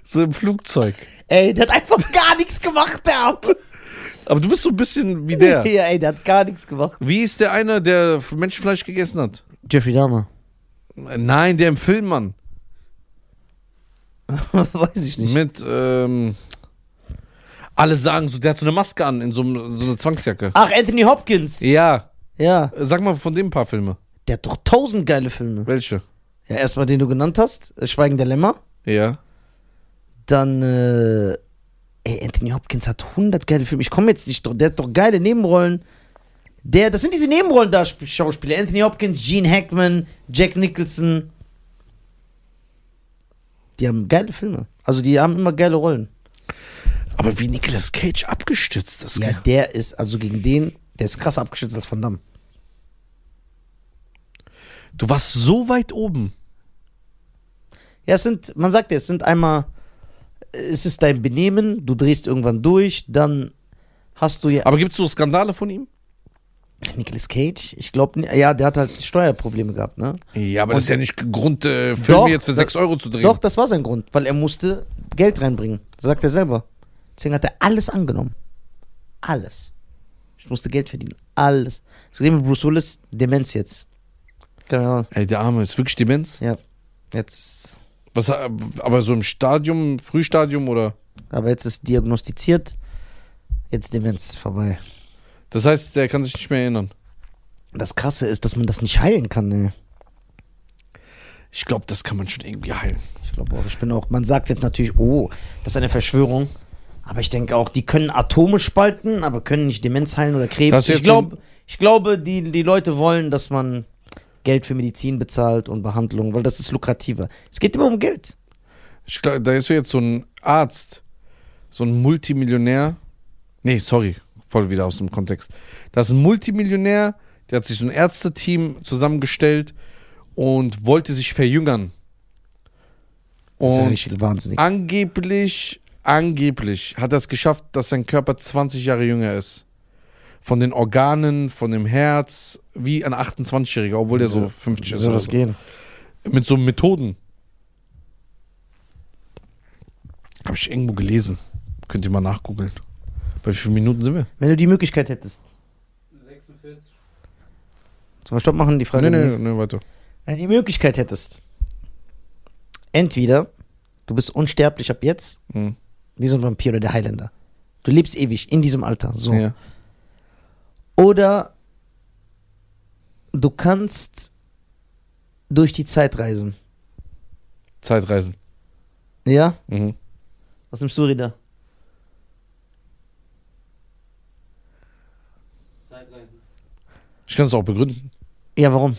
Speaker 2: so im Flugzeug.
Speaker 1: Ey, der hat einfach gar nichts gemacht, der Arme.
Speaker 2: Aber du bist so ein bisschen wie der.
Speaker 1: Ja, ey, der hat gar nichts gemacht.
Speaker 2: Wie ist der eine, der Menschenfleisch gegessen hat?
Speaker 1: Jeffrey Dahmer.
Speaker 2: Nein, der im Film, Mann.
Speaker 1: Weiß ich nicht.
Speaker 2: Mit, ähm, alle sagen so, der hat so eine Maske an, in so, einem- so einer Zwangsjacke.
Speaker 1: Ach, Anthony Hopkins.
Speaker 2: Ja,
Speaker 1: Ja.
Speaker 2: äh, sag mal von dem ein paar Filme.
Speaker 1: Der hat doch tausend geile Filme.
Speaker 2: Welche?
Speaker 1: Ja, erstmal den du genannt hast, äh, Schweigen der Lämmer.
Speaker 2: Ja.
Speaker 1: Dann, äh, ey, Anthony Hopkins hat hundert geile Filme. Ich komme jetzt nicht drauf. Der hat doch geile Nebenrollen. Der, das sind diese Nebenrollen-Schauspieler. Anthony Hopkins, Gene Hackman, Jack Nicholson. Die haben geile Filme. Also die haben immer geile Rollen.
Speaker 2: Aber wie Nicolas Cage abgestützt ist.
Speaker 1: Ja,
Speaker 2: gell?
Speaker 1: der ist, also gegen den, der ist krass abgeschützt als Van Damme.
Speaker 2: Du warst so weit oben.
Speaker 1: Ja, es sind, man sagt ja, es sind einmal, äh, es ist dein Benehmen, du drehst irgendwann durch, dann hast du ja.
Speaker 2: Aber gibt es so Skandale von ihm?
Speaker 1: Nicolas Cage? Ich glaube, ja, der hat halt Steuerprobleme gehabt, ne?
Speaker 2: Ja, aber das ist ja nicht Grund, äh, Filme
Speaker 1: Doch,
Speaker 2: jetzt für
Speaker 1: das-
Speaker 2: 6 Euro zu drehen.
Speaker 1: Doch, das war sein Grund, weil er musste Geld reinbringen. Sagt er selber. Deswegen hat er alles angenommen. Alles. Ich musste Geld verdienen. Alles. Das Problem mit Bruce Willis, Demenz jetzt. Genau.
Speaker 2: Ey, der Arme ist wirklich Demenz.
Speaker 1: Ja. Jetzt ist,
Speaker 2: Was, äh, aber so im Stadium, Frühstadium oder?
Speaker 1: aber jetzt ist diagnostiziert. Jetzt Demenz vorbei.
Speaker 2: Das heißt, der kann sich nicht mehr erinnern.
Speaker 1: Das krasse ist, dass man das nicht heilen kann, ne?
Speaker 2: Ich glaube, das kann man schon irgendwie heilen.
Speaker 1: Ich glaube auch, ich bin auch, man sagt jetzt natürlich, oh, das ist eine Verschwörung. Aber ich denke auch, die können Atome spalten, aber können nicht Demenz heilen oder
Speaker 2: Das
Speaker 1: Krebs.
Speaker 2: ist
Speaker 1: Ich,
Speaker 2: jetzt
Speaker 1: glaub, ich glaube, die, die Leute wollen, dass man Geld für Medizin bezahlt und Behandlung, weil das ist lukrativer. Es geht immer um Geld.
Speaker 2: Ich glaub, da ist jetzt so ein Arzt, so ein Multimillionär. Nee, sorry, voll wieder aus dem Kontext. Da ist ein Multimillionär, der hat sich so ein Ärzteteam zusammengestellt und wollte sich verjüngern.
Speaker 1: Das ist ja
Speaker 2: Und Ah,
Speaker 1: richtig wahnsinnig.
Speaker 2: Angeblich, angeblich hat er es geschafft, dass sein Körper 20 Jahre jünger ist. Von den Organen, von dem Herz, wie ein 28-Jähriger, obwohl der so 50
Speaker 1: Wie
Speaker 2: ist.
Speaker 1: soll
Speaker 2: oder
Speaker 1: das
Speaker 2: so.
Speaker 1: gehen?
Speaker 2: Mit so Methoden. Habe ich irgendwo gelesen. Könnt ihr mal nachgoogeln. Bei wie vielen Minuten sind wir?
Speaker 1: Wenn du die Möglichkeit hättest.
Speaker 3: 46.
Speaker 1: Sollen wir Stopp machen, die Frage?
Speaker 2: Nee, nee, nee, weiter.
Speaker 1: Wenn du die Möglichkeit hättest. Entweder du bist unsterblich ab jetzt,
Speaker 2: Hm.
Speaker 1: wie so ein Vampir oder der Highlander. Du lebst ewig in diesem Alter. So.
Speaker 2: Ja.
Speaker 1: Oder du kannst durch die Zeit reisen.
Speaker 2: Zeitreisen.
Speaker 1: Ja?
Speaker 2: Mhm.
Speaker 1: Was nimmst du, Rida?
Speaker 3: Zeitreisen.
Speaker 2: Ich kann es auch begründen.
Speaker 1: Ja, warum?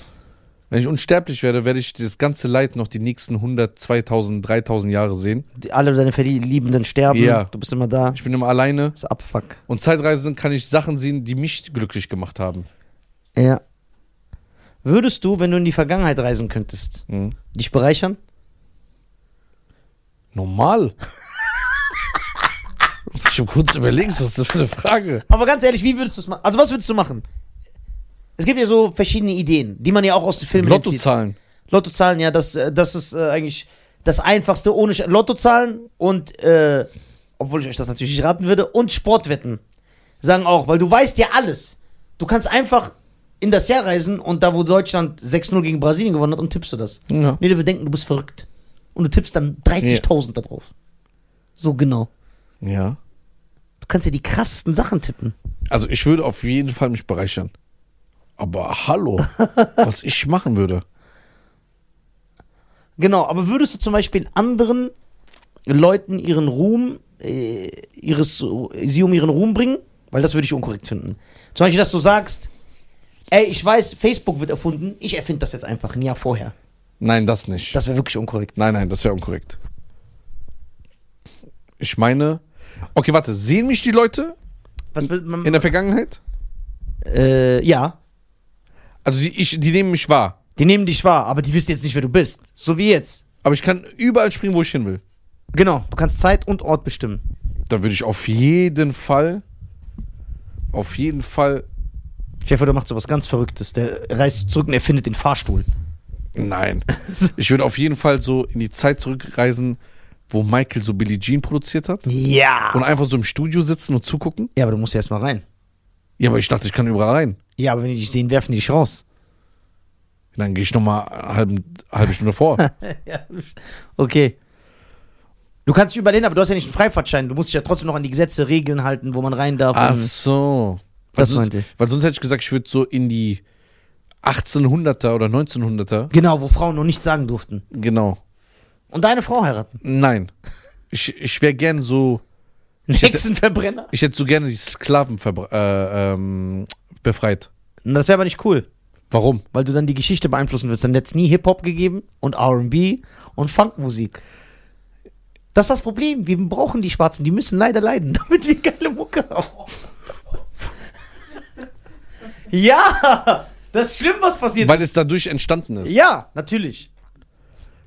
Speaker 2: Wenn ich unsterblich werde, werde ich das ganze Leid noch die nächsten 100, 2000, 3000 Jahre sehen.
Speaker 1: Die, alle deine Verliebenden sterben.
Speaker 2: Ja.
Speaker 1: Du bist immer da.
Speaker 2: Ich bin immer alleine.
Speaker 1: Das ist Abfuck.
Speaker 2: Und Zeitreisen kann ich Sachen sehen, die mich glücklich gemacht haben.
Speaker 1: Ja. Würdest du, wenn du in die Vergangenheit reisen könntest,
Speaker 2: Mhm.
Speaker 1: dich bereichern?
Speaker 2: Normal. ich habe kurz überlegt, was ist das für eine Frage?
Speaker 1: Aber ganz ehrlich, wie würdest du es machen? Also, was würdest du machen? Es gibt ja so verschiedene Ideen, die man ja auch aus den Filmen entzieht.
Speaker 2: Lottozahlen.
Speaker 1: Lottozahlen, ja, das, äh, das ist äh, eigentlich das Einfachste ohne Sch Lottozahlen und, äh, obwohl ich euch das natürlich nicht raten würde, und Sportwetten. Sagen auch, weil du weißt ja alles. Du kannst einfach in das Jahr reisen und da, wo Deutschland 6-0 gegen Brasilien gewonnen hat, und tippst du das.
Speaker 2: Ja.
Speaker 1: Nee, wir denken, du bist verrückt. Und du tippst dann 30.000 da drauf. So genau.
Speaker 2: ja.
Speaker 1: Du kannst ja die krassesten Sachen tippen.
Speaker 2: Also ich würde auf jeden Fall mich bereichern. Aber hallo, was ich machen würde.
Speaker 1: Genau, aber würdest du zum Beispiel anderen Leuten ihren Ruhm, äh, ihres, sie um ihren Ruhm bringen? Weil das würde ich unkorrekt finden. Zum Beispiel, dass du sagst, ey, ich weiß, Facebook wird erfunden, ich erfinde das jetzt einfach ein Jahr vorher.
Speaker 2: Nein, das nicht.
Speaker 1: Das wäre wirklich unkorrekt.
Speaker 2: nein, nein, das wäre unkorrekt. Ich meine, okay, warte, sehen mich die Leute
Speaker 1: Was will man,
Speaker 2: in der Vergangenheit?
Speaker 1: äh, ja,
Speaker 2: Also die, ich, die nehmen mich wahr.
Speaker 1: die nehmen dich wahr, aber die wissen jetzt nicht, wer du bist. So wie jetzt.
Speaker 2: Aber ich kann überall springen, wo ich hin will.
Speaker 1: Genau, du kannst Zeit und Ort bestimmen.
Speaker 2: Da würde ich auf jeden Fall, auf jeden Fall,
Speaker 1: Stefan, der macht sowas ganz Verrücktes. Der reist zurück und erfindet den Fahrstuhl.
Speaker 2: nein, ich würde auf jeden Fall so in die Zeit zurückreisen, wo Michael so Billie Jean produziert hat
Speaker 1: Ja.
Speaker 2: und einfach so im Studio sitzen und zugucken.
Speaker 1: Ja, aber du musst ja erstmal rein.
Speaker 2: Ja, aber ich dachte, ich kann überall rein.
Speaker 1: Ja, aber wenn die dich sehen, werfen die dich raus.
Speaker 2: Dann gehe ich nochmal eine halbe, halbe Stunde vor.
Speaker 1: Ja, okay. Du kannst überall hin, aber du hast ja nicht einen Freifahrtschein. Du musst dich ja trotzdem noch an die Gesetze, Regeln halten, wo man rein darf.
Speaker 2: Ach
Speaker 1: und-
Speaker 2: so.
Speaker 1: Das
Speaker 2: weil,
Speaker 1: meinte
Speaker 2: sonst,
Speaker 1: ich.
Speaker 2: weil sonst hätte ich gesagt, ich würde so in die 1800er oder 1900er.
Speaker 1: Genau, wo Frauen noch nichts sagen durften.
Speaker 2: Genau.
Speaker 1: Und deine Frau heiraten.
Speaker 2: Nein. Ich, ich wäre gern so, hätte-
Speaker 1: Hexenverbrenner.
Speaker 2: ich hätte so gerne die Sklaven verbra- äh, ähm, befreit.
Speaker 1: Und das wäre aber nicht cool,
Speaker 2: Warum?
Speaker 1: weil du dann die Geschichte beeinflussen wirst. Dann hätte es nie Hip-Hop gegeben und RB und Funkmusik. Das ist das Problem. Wir brauchen die Schwarzen. Die müssen leider leiden, damit wir geile Mucke haben. ja! Das ist schlimm, was passiert.
Speaker 2: Weil es dadurch entstanden ist.
Speaker 1: ja, natürlich.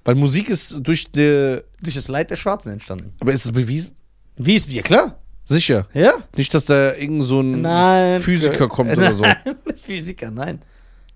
Speaker 2: Weil Musik ist durch die.
Speaker 1: durch das Leid der Schwarzen entstanden.
Speaker 2: Aber ist es bewiesen?
Speaker 1: Wie ist mir klar?
Speaker 2: Sicher.
Speaker 1: Ja?
Speaker 2: Nicht, dass da irgend so ein
Speaker 1: Nein. Äh,
Speaker 2: Physiker kommt
Speaker 1: nein.
Speaker 2: oder so.
Speaker 1: Physiker, nein.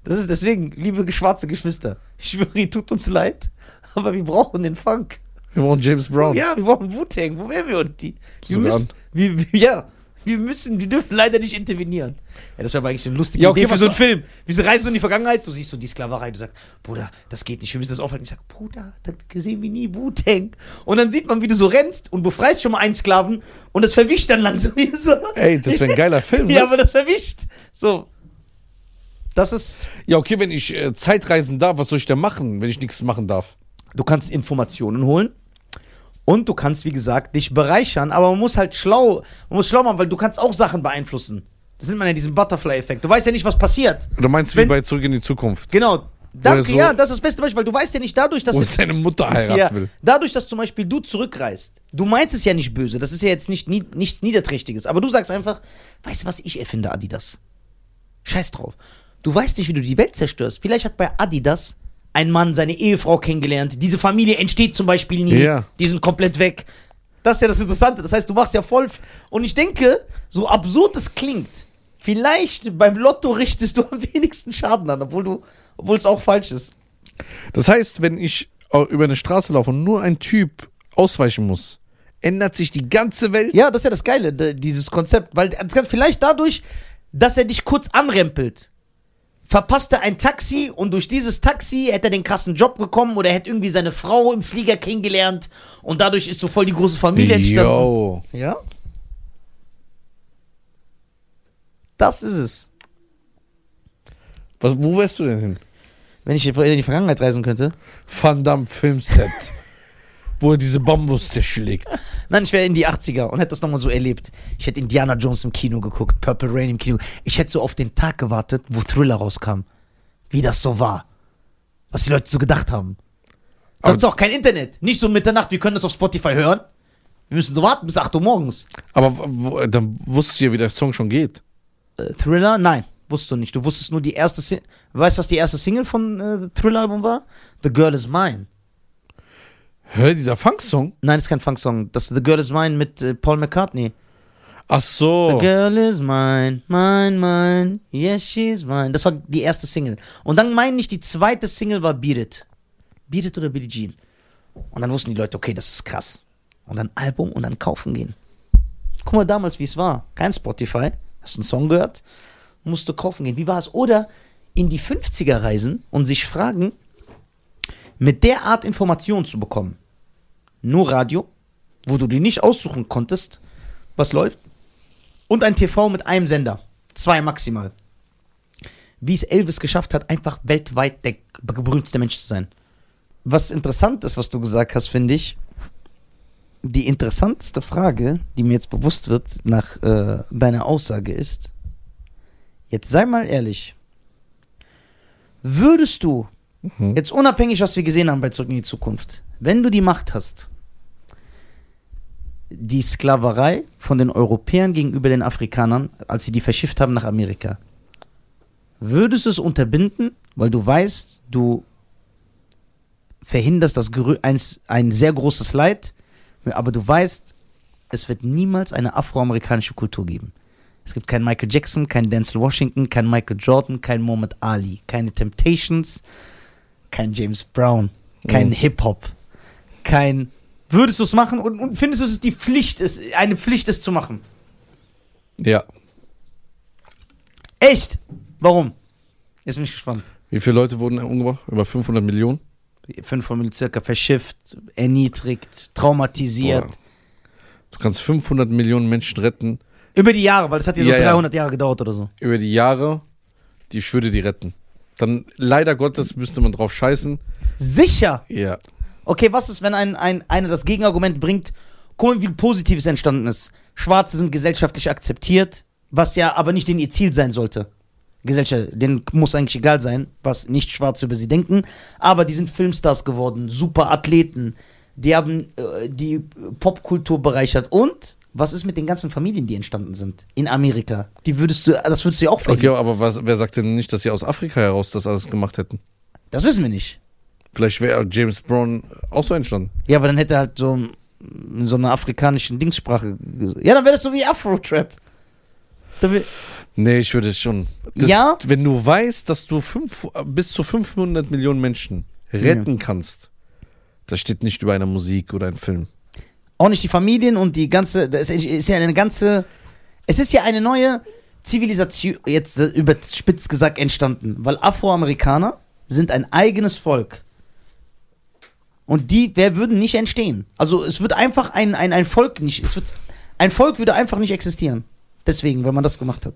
Speaker 1: Das ist deswegen, liebe schwarze Geschwister, ich schwöre, ihr tut uns leid, aber wir brauchen den Funk.
Speaker 2: Wir brauchen James Brown.
Speaker 1: Ja, wir brauchen Wu-Tang, wo wären wir und die? Wir
Speaker 2: Sogar
Speaker 1: müssen, wir, wir, ja, wir müssen, wir dürfen leider nicht intervenieren. Ja, das wäre aber eigentlich eine lustige
Speaker 2: Ja, okay,
Speaker 1: Idee für
Speaker 2: was
Speaker 1: so einen
Speaker 2: so-
Speaker 1: Film. Wir reisen in die Vergangenheit, du siehst so die Sklaverei, du sagst, Bruder, das geht nicht, wir müssen das aufhalten. Ich sag, Bruder, dann sehen wir nie Wu-Tang. Und dann sieht man, wie du so rennst und befreist schon mal einen Sklaven und das verwischt dann langsam hier so.
Speaker 2: Ey, das wäre ein geiler Film. Ne?
Speaker 1: Ja,
Speaker 2: Ja,
Speaker 1: aber das verwischt. So. Das ist.
Speaker 2: okay, wenn ich äh, Zeitreisen darf, was soll ich denn machen, wenn ich nichts machen darf?
Speaker 1: Du kannst Informationen holen und du kannst, wie gesagt, dich bereichern, aber man muss halt schlau, man muss schlau machen, weil du kannst auch Sachen beeinflussen. Das nennt man ja diesen Butterfly-Effekt. Du weißt ja nicht, was passiert.
Speaker 2: Oder meinst du wie
Speaker 1: Wenn-
Speaker 2: bei Zurück in die Zukunft?
Speaker 1: Genau. Danke,
Speaker 2: so-
Speaker 1: ja, das ist das beste Beispiel, weil du weißt ja nicht dadurch, dass
Speaker 2: Wo
Speaker 1: es
Speaker 2: es seine Mutter heiraten
Speaker 1: ja,
Speaker 2: will.
Speaker 1: dadurch, dass zum Beispiel du zurückreist, du meinst es ja nicht böse, das ist ja jetzt nicht, nie, nichts Niederträchtiges, aber du sagst einfach, weißt du was, ich erfinde Adidas. Scheiß drauf. Du weißt nicht, wie du die Welt zerstörst. Vielleicht hat bei Adidas ein Mann seine Ehefrau kennengelernt. Diese Familie entsteht zum Beispiel nie.
Speaker 2: Ja.
Speaker 1: Die sind komplett weg. Das ist ja das Interessante. Das heißt, du machst ja voll. Und ich denke, so absurd es klingt, vielleicht beim Lotto richtest du am wenigsten Schaden an, obwohl du, obwohl es auch falsch ist.
Speaker 2: Das heißt, wenn ich äh, über eine Straße laufe und nur ein Typ ausweichen muss, ändert sich die ganze Welt.
Speaker 1: Ja, das ist ja das Geile, d- dieses Konzept. Weil das kann vielleicht dadurch, dass er dich kurz anrempelt, verpasst er ein Taxi und durch dieses Taxi hätte er den krassen Job bekommen oder hätte irgendwie seine Frau im Flieger kennengelernt und dadurch ist so voll die große Familie entstanden.
Speaker 2: Yo.
Speaker 1: Ja. Das ist es.
Speaker 2: Was, wo wärst du denn hin?
Speaker 1: Wenn ich in die Vergangenheit reisen könnte.
Speaker 2: Van Damme Filmset. wo er diese Bambus zerschlägt.
Speaker 1: Nein, ich wäre in die 80er und hätte das nochmal so erlebt. Ich hätte Indiana Jones im Kino geguckt, Purple Rain im Kino. Ich hätte so auf den Tag gewartet, wo Thriller rauskam. Wie das so war. Was die Leute so gedacht haben. Sonst auch kein Internet. Nicht so Mitternacht, wir können das auf Spotify hören. Wir müssen so warten bis 8 Uhr morgens.
Speaker 2: Aber w- wo, dann wusstest du ja, wie der Song schon geht.
Speaker 1: Äh, Thriller? Nein, wusstest du nicht. Du wusstest nur die erste Single. Weißt du, was die erste Single von äh, Thriller-Album war? The Girl Is Mine.
Speaker 2: Hör, dieser Funk-Song?
Speaker 1: Nein, das ist kein Funksong. Das ist The Girl Is Mine mit äh, Paul McCartney.
Speaker 2: Ach so.
Speaker 1: The girl is mine, mine, mine, yes she's mine. Das war die erste Single. Und dann meine ich, die zweite Single war Beat It. Beat It oder Billie Jean. Und dann wussten die Leute, okay, das ist krass. Und dann Album und dann kaufen gehen. Guck mal damals, wie es war. Kein Spotify, hast einen Song gehört, musst du kaufen gehen. Wie war es? Oder in die 50er reisen und sich fragen, mit der Art Informationen zu bekommen. Nur Radio, wo du dir nicht aussuchen konntest, was läuft und ein TV mit einem Sender. Zwei maximal. Wie es Elvis geschafft hat, einfach weltweit der berühmteste Mensch zu sein. Was interessant ist, was du gesagt hast, finde ich, die interessanteste Frage, die mir jetzt bewusst wird nach äh, deiner Aussage ist, jetzt sei mal ehrlich, würdest du,
Speaker 2: Mhm.
Speaker 1: jetzt unabhängig, was wir gesehen haben bei Zurück in die Zukunft, wenn du die Macht hast, die Sklaverei von den Europäern gegenüber den Afrikanern, als sie die verschifft haben nach Amerika. Würdest du es unterbinden, weil du weißt, du verhinderst das gerü- eins, ein sehr großes Leid, aber du weißt, es wird niemals eine afroamerikanische Kultur geben. Es gibt keinen Michael Jackson, keinen Denzel Washington, keinen Michael Jordan, keinen Muhammad Ali, keine Temptations, kein James Brown, kein
Speaker 2: Mhm.
Speaker 1: Hip-Hop, kein. Würdest du es machen und, und findest du es ist die Pflicht, es, eine Pflicht, es zu machen?
Speaker 2: Ja.
Speaker 1: Echt? Warum? Jetzt bin ich gespannt.
Speaker 2: Wie viele Leute wurden umgebracht? Über 500 Millionen?
Speaker 1: Fünf von mir circa verschifft, erniedrigt, traumatisiert.
Speaker 2: Boah. Du kannst 500 Millionen Menschen retten
Speaker 1: Über die Jahre, weil das hat ja so
Speaker 2: Ja, ja.
Speaker 1: 300 Jahre gedauert oder so.
Speaker 2: über die Jahre. Die, ich würde die retten. Dann leider Gottes müsste man drauf scheißen.
Speaker 1: Sicher!
Speaker 2: Ja.
Speaker 1: Okay, was ist, wenn ein, ein, einer das Gegenargument bringt, guck mal, wie viel Positives entstanden ist. Schwarze sind gesellschaftlich akzeptiert, was ja aber nicht denen ihr Ziel sein sollte. Gesellschaft, denen muss eigentlich egal sein, was nicht Schwarze über sie denken, aber die sind Filmstars geworden, super Athleten, die haben äh, die Popkultur bereichert und was ist mit den ganzen Familien, die entstanden sind in Amerika? Die würdest du, das würdest du ja auch
Speaker 2: Okay,
Speaker 1: verhindern.
Speaker 2: aber was, wer sagt denn nicht, dass sie aus Afrika heraus das alles gemacht hätten?
Speaker 1: Das wissen wir nicht.
Speaker 2: Vielleicht wäre James Brown auch so entstanden.
Speaker 1: Ja, aber dann hätte er halt so in so einer afrikanischen Dingssprache. ges- Ja, dann wäre das so wie Afro-Trap. Da wär-
Speaker 2: Nee, ich würde schon.
Speaker 1: Ja?
Speaker 2: Wenn du weißt, dass du fünf, bis zu 500 Millionen Menschen retten kannst, das steht nicht über einer Musik oder einem Film.
Speaker 1: Auch nicht die Familien und die ganze, das ist- ist ja eine ganze, es ist ja eine neue Zivilisation, jetzt äh, überspitzt gesagt, entstanden. Weil Afroamerikaner sind ein eigenes Volk. Und die, wer würden nicht entstehen? Also es wird einfach ein, ein, ein Volk nicht, es wird, ein Volk würde einfach nicht existieren. Deswegen, wenn man das gemacht hat.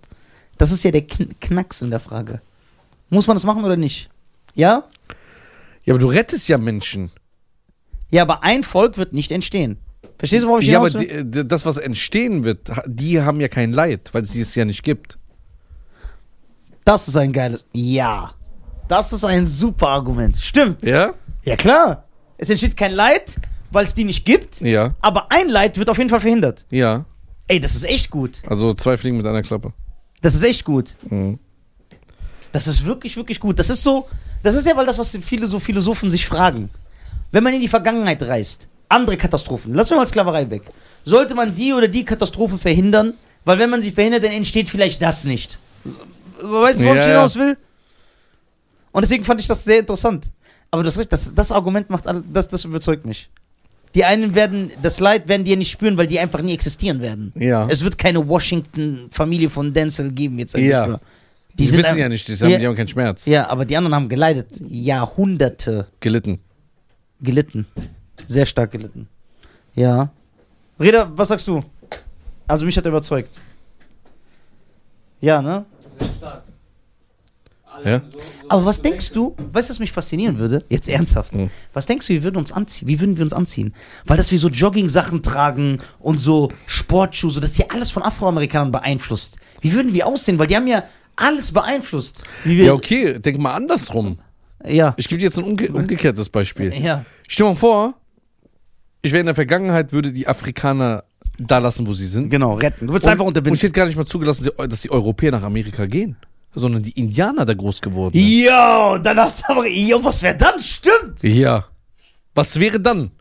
Speaker 1: Das ist ja der Kn- Knacks in der Frage. Muss man das machen oder nicht? Ja?
Speaker 2: Ja, aber du rettest ja Menschen.
Speaker 1: Ja, aber ein Volk wird nicht entstehen. Verstehst du, worauf ich
Speaker 2: Ja, aber
Speaker 1: hinaus will?
Speaker 2: die, äh, d- das, was entstehen wird, ha- die haben ja kein Leid, weil es es ja nicht gibt.
Speaker 1: Das ist ein geiles. Ja. Das ist ein super Argument. Stimmt.
Speaker 2: Ja?
Speaker 1: Ja, klar. Es entsteht kein Leid, weil es die nicht gibt.
Speaker 2: Ja.
Speaker 1: Aber ein Leid wird auf jeden Fall verhindert.
Speaker 2: Ja.
Speaker 1: Ey, das ist echt gut.
Speaker 2: Also zwei Fliegen mit einer Klappe.
Speaker 1: Das ist echt gut.
Speaker 2: Mhm.
Speaker 1: Das ist wirklich, wirklich gut. Das ist so. Das ist ja mal das, was viele so Philosophen sich fragen. Wenn man in die Vergangenheit reist, andere Katastrophen, lassen wir mal Sklaverei weg. Sollte man die oder die Katastrophe verhindern? Weil wenn man sie verhindert, dann entsteht vielleicht das nicht. Weißt du, worauf
Speaker 2: Ja,
Speaker 1: ich
Speaker 2: ja.
Speaker 1: hinaus will? Und deswegen fand ich das sehr interessant. Aber du hast recht, das, das Argument macht, all- das, das überzeugt mich. Die einen werden, das Leid werden die ja nicht spüren, weil die einfach nie existieren werden.
Speaker 2: Ja.
Speaker 1: Es wird keine Washington-Familie von Denzel geben jetzt.
Speaker 2: Ja.
Speaker 1: nur.
Speaker 2: Die,
Speaker 1: sind
Speaker 2: wissen
Speaker 1: ein-
Speaker 2: ja nicht, die haben,
Speaker 1: Ja.
Speaker 2: die haben keinen Schmerz.
Speaker 1: ja, aber die anderen haben geleidet. Jahrhunderte
Speaker 2: Gelitten.
Speaker 1: gelitten. Sehr stark gelitten. Ja. Reda, was sagst du? Also mich hat er überzeugt. Ja, ne?
Speaker 3: Sehr stark. Alle
Speaker 2: Ja.
Speaker 3: so- so-
Speaker 1: Aber was
Speaker 3: so
Speaker 1: denkst
Speaker 3: denken.
Speaker 1: du, weißt du, was mich faszinieren würde? Jetzt ernsthaft.
Speaker 2: Mhm.
Speaker 1: Was denkst du, wie würden, uns anziehen? wie würden wir uns anziehen? Weil dass wir so Jogging-Sachen tragen und so Sportschuhe, so das ist ja alles von Afroamerikanern beeinflusst. Wie würden wir aussehen? Weil die haben ja alles beeinflusst. Wie wir,
Speaker 2: Ja, okay, denk mal andersrum.
Speaker 1: ja.
Speaker 2: Ich gebe dir jetzt ein umge umgekehrtes Beispiel.
Speaker 1: ja.
Speaker 2: Stell dir mal vor, ich wäre in der Vergangenheit, würde die Afrikaner da lassen, wo sie sind.
Speaker 1: Genau, retten. Du würdest
Speaker 2: Und-
Speaker 1: einfach
Speaker 2: Und
Speaker 1: unterbinden.
Speaker 2: steht gar nicht mal zugelassen, die- dass die Europäer nach Amerika gehen, sondern die Indianer da groß geworden sind.
Speaker 1: Yo, dann hast du aber. Yo, was wäre dann? Stimmt!
Speaker 2: Ja. Was wäre dann?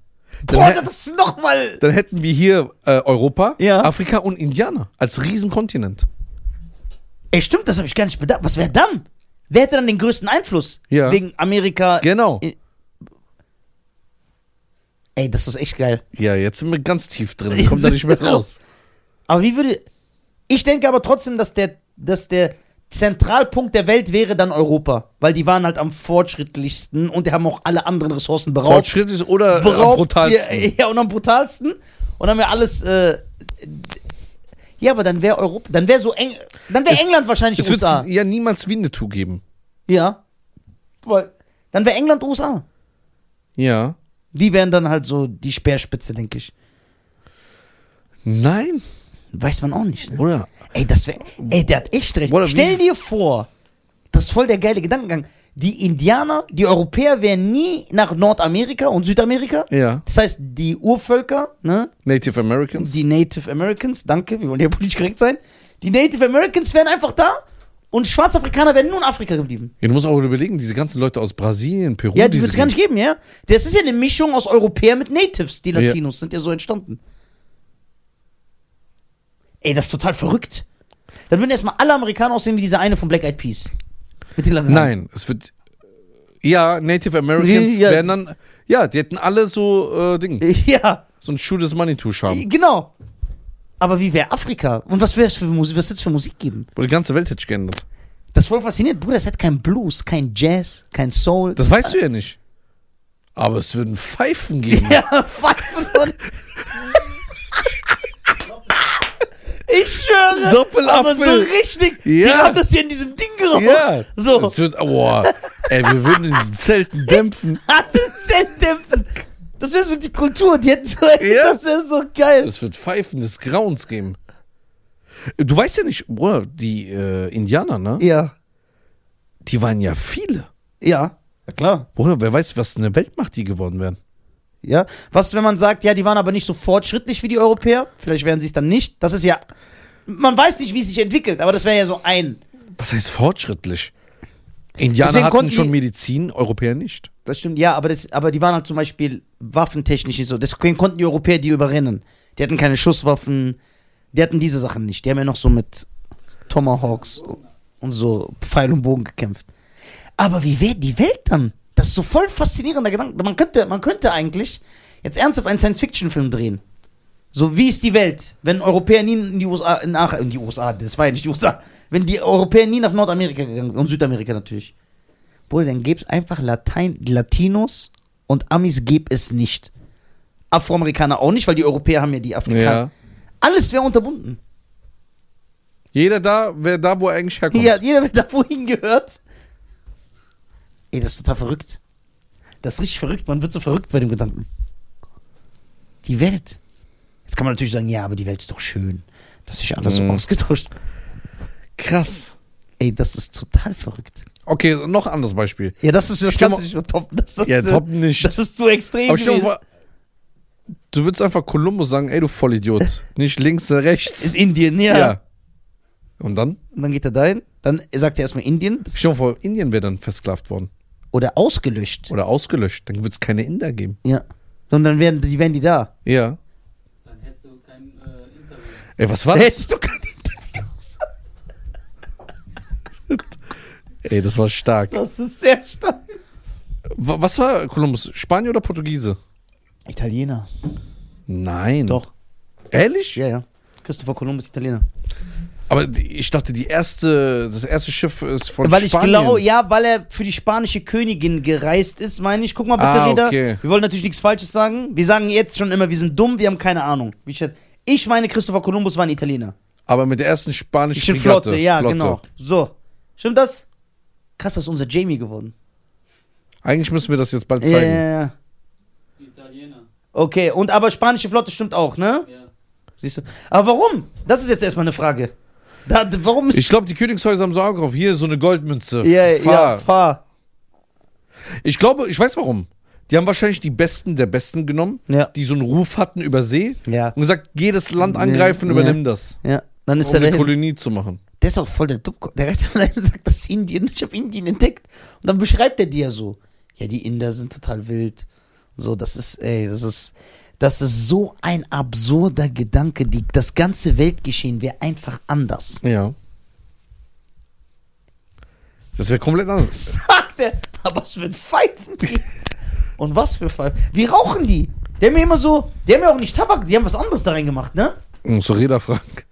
Speaker 2: Dann,
Speaker 1: Boah,
Speaker 2: hä-
Speaker 1: das ist nochmal.
Speaker 2: dann hätten wir hier äh, Europa,
Speaker 1: Ja.
Speaker 2: Afrika und Indianer als Riesenkontinent.
Speaker 1: Ey, stimmt, das habe ich gar nicht bedacht. Was wäre dann? Wer hätte dann den größten Einfluss?
Speaker 2: Ja.
Speaker 1: Wegen Amerika.
Speaker 2: Genau.
Speaker 1: I- Ey, das ist echt geil.
Speaker 2: Ja, jetzt sind wir ganz tief drin, kommt da nicht mehr raus.
Speaker 1: Aber wie würde. Ich denke aber trotzdem, dass der, dass der Zentralpunkt der Welt wäre dann Europa. Weil die waren halt am fortschrittlichsten und die haben auch alle anderen Ressourcen beraubt.
Speaker 2: Fortschrittlich oder äh, am
Speaker 1: beraubt.
Speaker 2: brutalsten.
Speaker 1: Ja, ja, und am brutalsten. Und haben wir alles. Äh, d- ja, aber dann wäre Europa, dann wäre so Eng, dann wäre
Speaker 2: Es-
Speaker 1: England wahrscheinlich
Speaker 2: Es wird
Speaker 1: USA.
Speaker 2: ja niemals Winnetou geben.
Speaker 1: Ja. Weil, dann wäre England USA.
Speaker 2: Ja.
Speaker 1: Die wären dann halt so die Speerspitze, denke ich.
Speaker 2: Nein.
Speaker 1: Weiß man auch nicht. Ne?
Speaker 2: Oder?
Speaker 1: Ey, das wäre. Ey, der hat echt recht.
Speaker 2: Oder wie-
Speaker 1: Stell dir vor, das ist voll der geile Gedankengang. Die Indianer, die Europäer wären nie nach Nordamerika und Südamerika.
Speaker 2: Ja.
Speaker 1: Das heißt, die Urvölker, ne,
Speaker 2: Native Americans.
Speaker 1: die Native Americans, danke, wir wollen ja politisch korrekt sein. Die Native Americans wären einfach da und Schwarzafrikaner wären nur in Afrika geblieben.
Speaker 2: Ja, du musst auch überlegen, diese ganzen Leute aus Brasilien, Peru.
Speaker 1: ja, die
Speaker 2: diese
Speaker 1: wird es gar nicht geben, ja? Das ist ja eine Mischung aus Europäer mit Natives. Die
Speaker 2: Ja.
Speaker 1: Latinos sind ja so entstanden. Ey, das ist total verrückt. Dann würden erstmal alle Amerikaner aussehen wie dieser eine von Black Eyed Peas. Mit den langen Haaren.
Speaker 2: Nein, es wird. Ja, Native Americans
Speaker 1: Ja.
Speaker 2: wären dann. Ja, die hätten alle so äh, Ding.
Speaker 1: Ja,
Speaker 2: So ein Shooters Money to Charme.
Speaker 1: genau. Aber wie wäre Afrika? Und was wäre es für Musik? Was wird es für Musik geben?
Speaker 2: Wo die ganze Welt hätte ich geändert.
Speaker 1: Das ist voll faszinierend. Bruder, es hat kein Blues, kein Jazz, kein Soul.
Speaker 2: Das weißt du ja nicht. Aber es würden Pfeifen geben.
Speaker 1: Ja, Pfeifen und. Ich schwöre.
Speaker 2: Doppelapfel.
Speaker 1: Aber so richtig. Die
Speaker 2: Ja.
Speaker 1: haben das hier in diesem Ding geraucht.
Speaker 2: Ja.
Speaker 1: So.
Speaker 2: Es wird, boah, ey, wir würden in diesen Zelten dämpfen.
Speaker 1: Atemzentdämpfen. Das wäre so die Kultur. Die hätten so.
Speaker 2: Ja.
Speaker 1: Das wäre so geil.
Speaker 2: Es wird Pfeifen des Grauens geben. Du weißt ja nicht, boah, die äh, Indianer, ne?
Speaker 1: Ja.
Speaker 2: Die waren ja viele.
Speaker 1: Ja. Ja, klar.
Speaker 2: Boah, wer weiß, was eine Weltmacht die geworden wären.
Speaker 1: Ja. Was, wenn man sagt, ja, die waren aber nicht so fortschrittlich wie die Europäer? Vielleicht wären sie es dann nicht. Das ist ja. Man weiß nicht, wie es sich entwickelt, aber das wäre ja so ein.
Speaker 2: Was heißt fortschrittlich? Indianer
Speaker 1: Deswegen
Speaker 2: hatten
Speaker 1: konnten
Speaker 2: schon
Speaker 1: die-
Speaker 2: Medizin, Europäer nicht.
Speaker 1: Das stimmt, ja, aber, das, aber die waren halt zum Beispiel waffentechnisch nicht so. Deswegen konnten die Europäer die überrennen. Die hatten keine Schusswaffen, die hatten diese Sachen nicht. Die haben ja noch so mit Tomahawks und so Pfeil und Bogen gekämpft. Aber wie wäre die Welt dann? Das ist so voll faszinierender Gedanke. Man könnte, man könnte eigentlich jetzt ernsthaft einen Science-Fiction-Film drehen. So, wie ist die Welt, wenn Europäer nie in die USA, nach, in die USA, das war ja nicht die USA, wenn die Europäer nie nach Nordamerika gegangen und Südamerika natürlich. Bruder, dann gäbe es einfach Latein, Latinos und Amis gäbe es nicht. Afroamerikaner auch nicht, weil die Europäer haben ja die Afrikaner.
Speaker 2: Ja.
Speaker 1: Alles wäre unterbunden.
Speaker 2: Jeder da, wer da, wo er eigentlich herkommt.
Speaker 1: Ja, jeder wird da wohin gehört. Ey, das ist total verrückt. Das ist richtig verrückt. Man wird so verrückt bei dem Gedanken. Die Welt. Jetzt kann man natürlich sagen, ja, aber die Welt ist doch schön, dass sich alles
Speaker 2: Mhm.
Speaker 1: so ausgetauscht.
Speaker 2: Krass.
Speaker 1: Ey, das ist total verrückt.
Speaker 2: Okay, noch ein anderes Beispiel.
Speaker 1: Ja, das ist das
Speaker 2: Stell
Speaker 1: kannst du
Speaker 2: mal-
Speaker 1: nicht mehr toppen. Das, das,
Speaker 2: Ja,
Speaker 1: ist, äh,
Speaker 2: top nicht.
Speaker 1: Das ist zu extrem.
Speaker 2: Aber stell dir
Speaker 1: gewesen.
Speaker 2: mal vor, du würdest einfach Kolumbus sagen, ey, du Vollidiot. Nicht links, sondern rechts.
Speaker 1: ist Indien, ja.
Speaker 2: Und dann?
Speaker 1: Und dann geht er dahin. Dann sagt er erstmal Indien das,
Speaker 2: Stell dir mal vor, Indien wäre dann versklavt worden.
Speaker 1: oder ausgelöscht.
Speaker 2: Oder ausgelöscht. Dann würde es keine Inder geben.
Speaker 1: Ja. Sondern wären die, wären die da.
Speaker 2: Ja.
Speaker 3: Dann hättest du kein äh, Interview.
Speaker 2: Ey, was war
Speaker 1: Da
Speaker 2: das?
Speaker 1: hättest du kein Interviews.
Speaker 2: Ey, das war stark.
Speaker 1: Das ist sehr stark.
Speaker 2: Wa- Was war Kolumbus? Spanier oder Portugiese?
Speaker 1: Italiener.
Speaker 2: Hm. Nein.
Speaker 1: Doch.
Speaker 2: Ehrlich?
Speaker 1: Ja, ja. Christopher Columbus Italiener.
Speaker 2: Aber die- ich dachte, die erste, das erste Schiff ist von
Speaker 1: weil ich
Speaker 2: Spanien.
Speaker 1: glaube, ja, weil er für die spanische Königin gereist ist, meine ich. Guck mal bitte
Speaker 2: Ah,
Speaker 1: wieder.
Speaker 2: okay.
Speaker 1: Wir wollen natürlich nichts Falsches sagen. Wir sagen jetzt schon immer, wir sind dumm, wir haben keine Ahnung. Wie ich schätze- Ich meine, Christopher Columbus war ein Italiener.
Speaker 2: Aber mit der ersten spanischen
Speaker 1: Ich bin
Speaker 2: Fregatte.
Speaker 1: Flotte, ja, genau. So. Stimmt das? Krass, das ist unser Jamie geworden.
Speaker 2: Eigentlich müssen wir das jetzt bald
Speaker 1: Ja,
Speaker 2: zeigen.
Speaker 1: ja, ja.
Speaker 3: Italiener.
Speaker 1: Okay, und aber spanische Flotte stimmt auch, ne?
Speaker 3: Ja.
Speaker 1: Siehst du? Aber warum? Das ist jetzt erstmal eine Frage. Da, d- warum ist.
Speaker 2: Ich glaube, die Königshäuser haben so angerufen. Hier so eine Goldmünze.
Speaker 1: ja,
Speaker 2: Fahr.
Speaker 1: ja, fahr.
Speaker 2: Ich glaube, ich weiß warum. Die haben wahrscheinlich die Besten der Besten genommen,
Speaker 1: Ja.
Speaker 2: die so einen Ruf hatten über See
Speaker 1: Ja.
Speaker 2: und gesagt, jedes Land
Speaker 1: Ja,
Speaker 2: angreifen,
Speaker 1: ja.
Speaker 2: übernimm das.
Speaker 1: Ja. Dann ist
Speaker 2: Um eine
Speaker 1: er der.
Speaker 2: Kolonie zu machen.
Speaker 1: Der ist auch voll der Dummkopf. Der Rechter von einem sagt, das ist Indien. Ich habe Indien entdeckt. Und dann beschreibt er dir so. Ja, die Inder sind total wild. So, das ist, ey, das ist, das ist so ein absurder Gedanke. Die, das ganze Weltgeschehen wäre einfach anders.
Speaker 2: Ja. Das wäre komplett anders.
Speaker 1: Sagt er, aber was für ein Pfeifen die. Und was für Pfeifen. Wie rauchen die? Die haben ja immer so, die haben ja auch nicht Tabak, die haben was anderes da reingemacht, ne?
Speaker 2: Und so Reda Frank.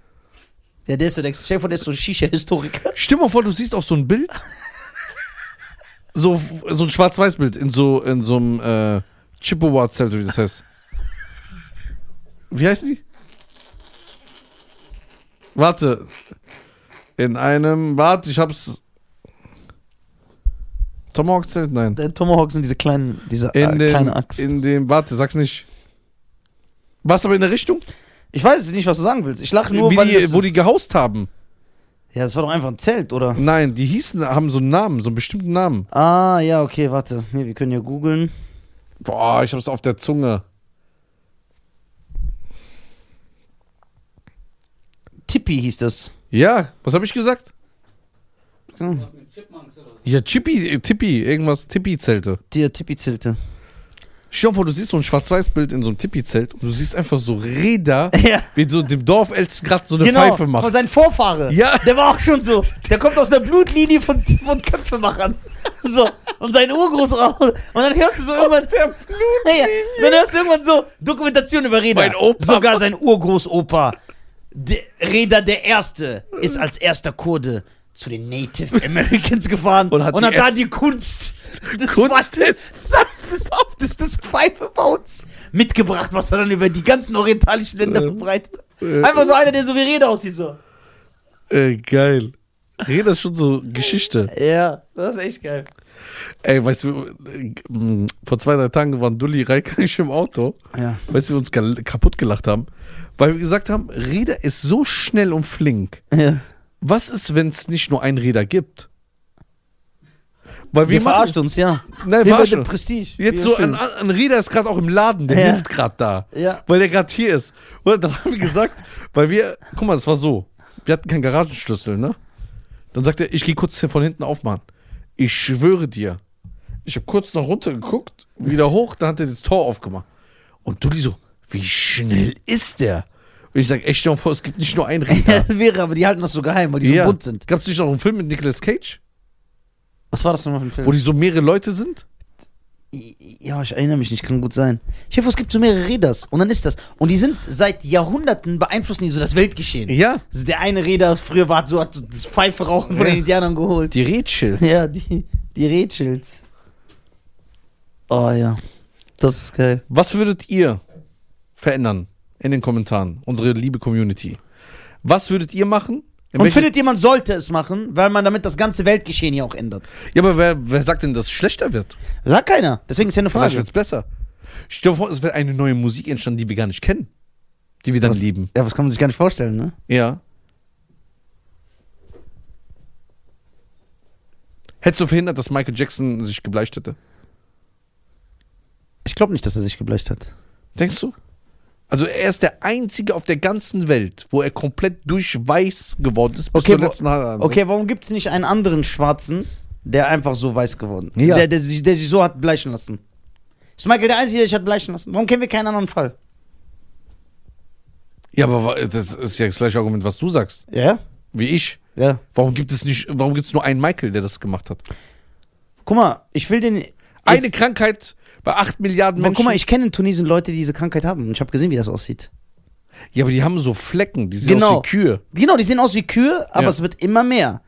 Speaker 1: Ja, der ist so der Chef von der ist so ein Shisha-Historiker.
Speaker 2: Stell dir mal vor, du siehst auf so ein Bild, so, so ein Schwarz-Weiß-Bild in so, in so einem äh, Chippewa-Zelt, wie das heißt. Wie heißen die? Warte. In einem, warte, ich hab's. Tomahawk-Zelt? Nein.
Speaker 1: Der Tomahawk sind diese kleinen, diese äh,
Speaker 2: In dem,
Speaker 1: kleine Axt.
Speaker 2: in dem, warte, sag's nicht. Was aber in der Richtung?
Speaker 1: Ich weiß nicht, was du sagen willst. Ich lache nur,
Speaker 2: wie
Speaker 1: weil
Speaker 2: die,
Speaker 1: das,
Speaker 2: wo die gehaust haben.
Speaker 1: Ja, das war doch einfach ein Zelt, oder?
Speaker 2: Nein, die hießen, haben so einen Namen, so einen bestimmten Namen.
Speaker 1: Ah, ja, okay, warte. Hier, wir können ja googeln.
Speaker 2: Boah, ich hab's auf der Zunge.
Speaker 1: Tippi hieß das.
Speaker 2: Ja, was habe ich gesagt?
Speaker 1: Hm,
Speaker 3: Was mit Chipmunks oder was?
Speaker 2: Ja, Chippy, äh, Tippi, irgendwas, Tippi-Zelte.
Speaker 1: Der Tippi-Zelte.
Speaker 2: Stell dir vor, du siehst so ein Schwarz-Weiß-Bild in so einem Tippi-Zelt und du siehst einfach so Räder,
Speaker 1: Ja. Genau.
Speaker 2: wie so dem Dorf Elzengrad so eine Pfeife
Speaker 1: von
Speaker 2: macht.
Speaker 1: seinen Vorfahren.
Speaker 2: Ja.
Speaker 1: Der war auch schon so. Der kommt aus einer Blutlinie von, von Köpfemachern. So. Und sein Urgroßvater. Und dann hörst du so irgendwann. Der Blutlinie. Und dann hörst du irgendwann so Dokumentation über Reda.
Speaker 2: Mein Opa.
Speaker 1: Sogar sein Urgroßopa. Der Reda der Erste ist als erster Kurde zu den Native Americans gefahren
Speaker 2: Und hat die
Speaker 1: da
Speaker 2: erst-
Speaker 1: die Kunst des
Speaker 2: Kunst
Speaker 1: Pfeifens- des, des, des Pfeifebaus mitgebracht, was er dann über die ganzen orientalischen Länder verbreitet hat.
Speaker 2: äh,
Speaker 1: Einfach so einer, der so wie Reda aussieht, so.
Speaker 2: Äh, geil. Räder ist schon so Geschichte.
Speaker 1: Ja, das ist echt geil.
Speaker 2: Ey, weißt du, äh, mh, vor zwei, drei Tagen waren Dulli Reik und ich im Auto.
Speaker 1: Ja.
Speaker 2: Weißt du, wir uns gal- kaputt gelacht haben, weil wir gesagt haben, Räder ist so schnell und flink.
Speaker 1: ja.
Speaker 2: Was ist, wenn es nicht nur einen Räder gibt? Weil wir,
Speaker 1: Wir
Speaker 2: machen,
Speaker 1: verarscht uns, ja.
Speaker 2: Nein,
Speaker 1: wir
Speaker 2: verarscht
Speaker 1: bei der
Speaker 2: uns.
Speaker 1: Prestige.
Speaker 2: Jetzt
Speaker 1: Wir
Speaker 2: so, ein,
Speaker 1: filmen.
Speaker 2: ein Rieder ist gerade auch im Laden, der
Speaker 1: Ja.
Speaker 2: hilft gerade da.
Speaker 1: Ja.
Speaker 2: Weil der gerade hier ist. Und dann haben wir gesagt, weil wir, guck mal, das war so. Wir hatten keinen Garagenschlüssel, ne? Dann sagt er, ich gehe kurz hier von hinten aufmachen. Ich schwöre dir, Ich habe kurz noch runtergeguckt, wieder hoch, dann hat er das Tor aufgemacht. Und Dulli so, wie schnell ist der? Und ich sage, echt, stell dir mal vor, es gibt nicht nur einen Ritter.
Speaker 1: Das wäre, aber die halten das so geheim, weil die so bunt sind.
Speaker 2: Gab es nicht noch einen Film mit Nicolas Cage,
Speaker 1: Was war das nochmal für ein
Speaker 2: wo
Speaker 1: Film?
Speaker 2: die so mehrere Leute sind?
Speaker 1: Ja, ich erinnere mich nicht, kann gut sein. Ich hoffe, es gibt so mehrere Räders und dann ist das. Und die sind seit Jahrhunderten beeinflussen die so das Weltgeschehen.
Speaker 2: Ja.
Speaker 1: Also Der eine Räder früher war so, hat so das Pfeiferauchen von
Speaker 2: Ja.
Speaker 1: den Indianern geholt.
Speaker 2: Die Rätschels.
Speaker 1: Ja, die, die Rätschels. Oh ja. Das ist geil.
Speaker 2: Was würdet ihr verändern in den Kommentaren, unsere liebe Community? Was würdet ihr machen? In
Speaker 1: Und
Speaker 2: welche-
Speaker 1: findet ihr, man sollte es machen, weil man damit das ganze Weltgeschehen hier auch ändert?
Speaker 2: ja, aber wer, wer sagt denn, dass es schlechter wird?
Speaker 1: Sagt keiner. Deswegen ist ja eine
Speaker 2: Vielleicht
Speaker 1: Frage.
Speaker 2: wird es besser. Stell dir vor, es wäre eine neue Musik entstanden, die wir gar nicht kennen. Die wir dann
Speaker 1: Was-
Speaker 2: lieben.
Speaker 1: Ja, was kann man sich gar nicht vorstellen, ne?
Speaker 2: Ja. Hättest du verhindert, dass Michael Jackson sich gebleicht hätte?
Speaker 1: Ich glaube nicht, dass er sich gebleicht hat.
Speaker 2: Denkst du? Also er ist der Einzige auf der ganzen Welt, wo er komplett durchweiß geworden ist.
Speaker 1: Okay, wo-
Speaker 2: Haare
Speaker 1: Okay, warum gibt es nicht einen anderen Schwarzen, der einfach so weiß geworden ist?
Speaker 2: Ja.
Speaker 1: Der, der, sich- der sich so hat bleichen lassen. Ist Michael der Einzige, der sich hat bleichen lassen? Warum kennen wir keinen anderen Fall?
Speaker 2: Ja, aber wa- das ist ja das gleiche Argument, was du sagst,
Speaker 1: Ja?
Speaker 2: wie ich.
Speaker 1: Ja.
Speaker 2: Warum gibt es nicht, warum gibt es nur einen Michael, der das gemacht hat?
Speaker 1: Guck mal, ich will den.
Speaker 2: Eine
Speaker 1: Jetzt-
Speaker 2: Krankheit bei 8 Milliarden
Speaker 1: Aber
Speaker 2: Menschen.
Speaker 1: guck mal, ich kenne in Tunesien Leute, die diese Krankheit haben. Und ich habe gesehen, wie das aussieht.
Speaker 2: ja, aber die haben so Flecken, die sehen
Speaker 1: Genau.
Speaker 2: aus wie Kühe.
Speaker 1: Genau, die sehen aus wie Kühe, aber
Speaker 2: Ja.
Speaker 1: es wird immer mehr.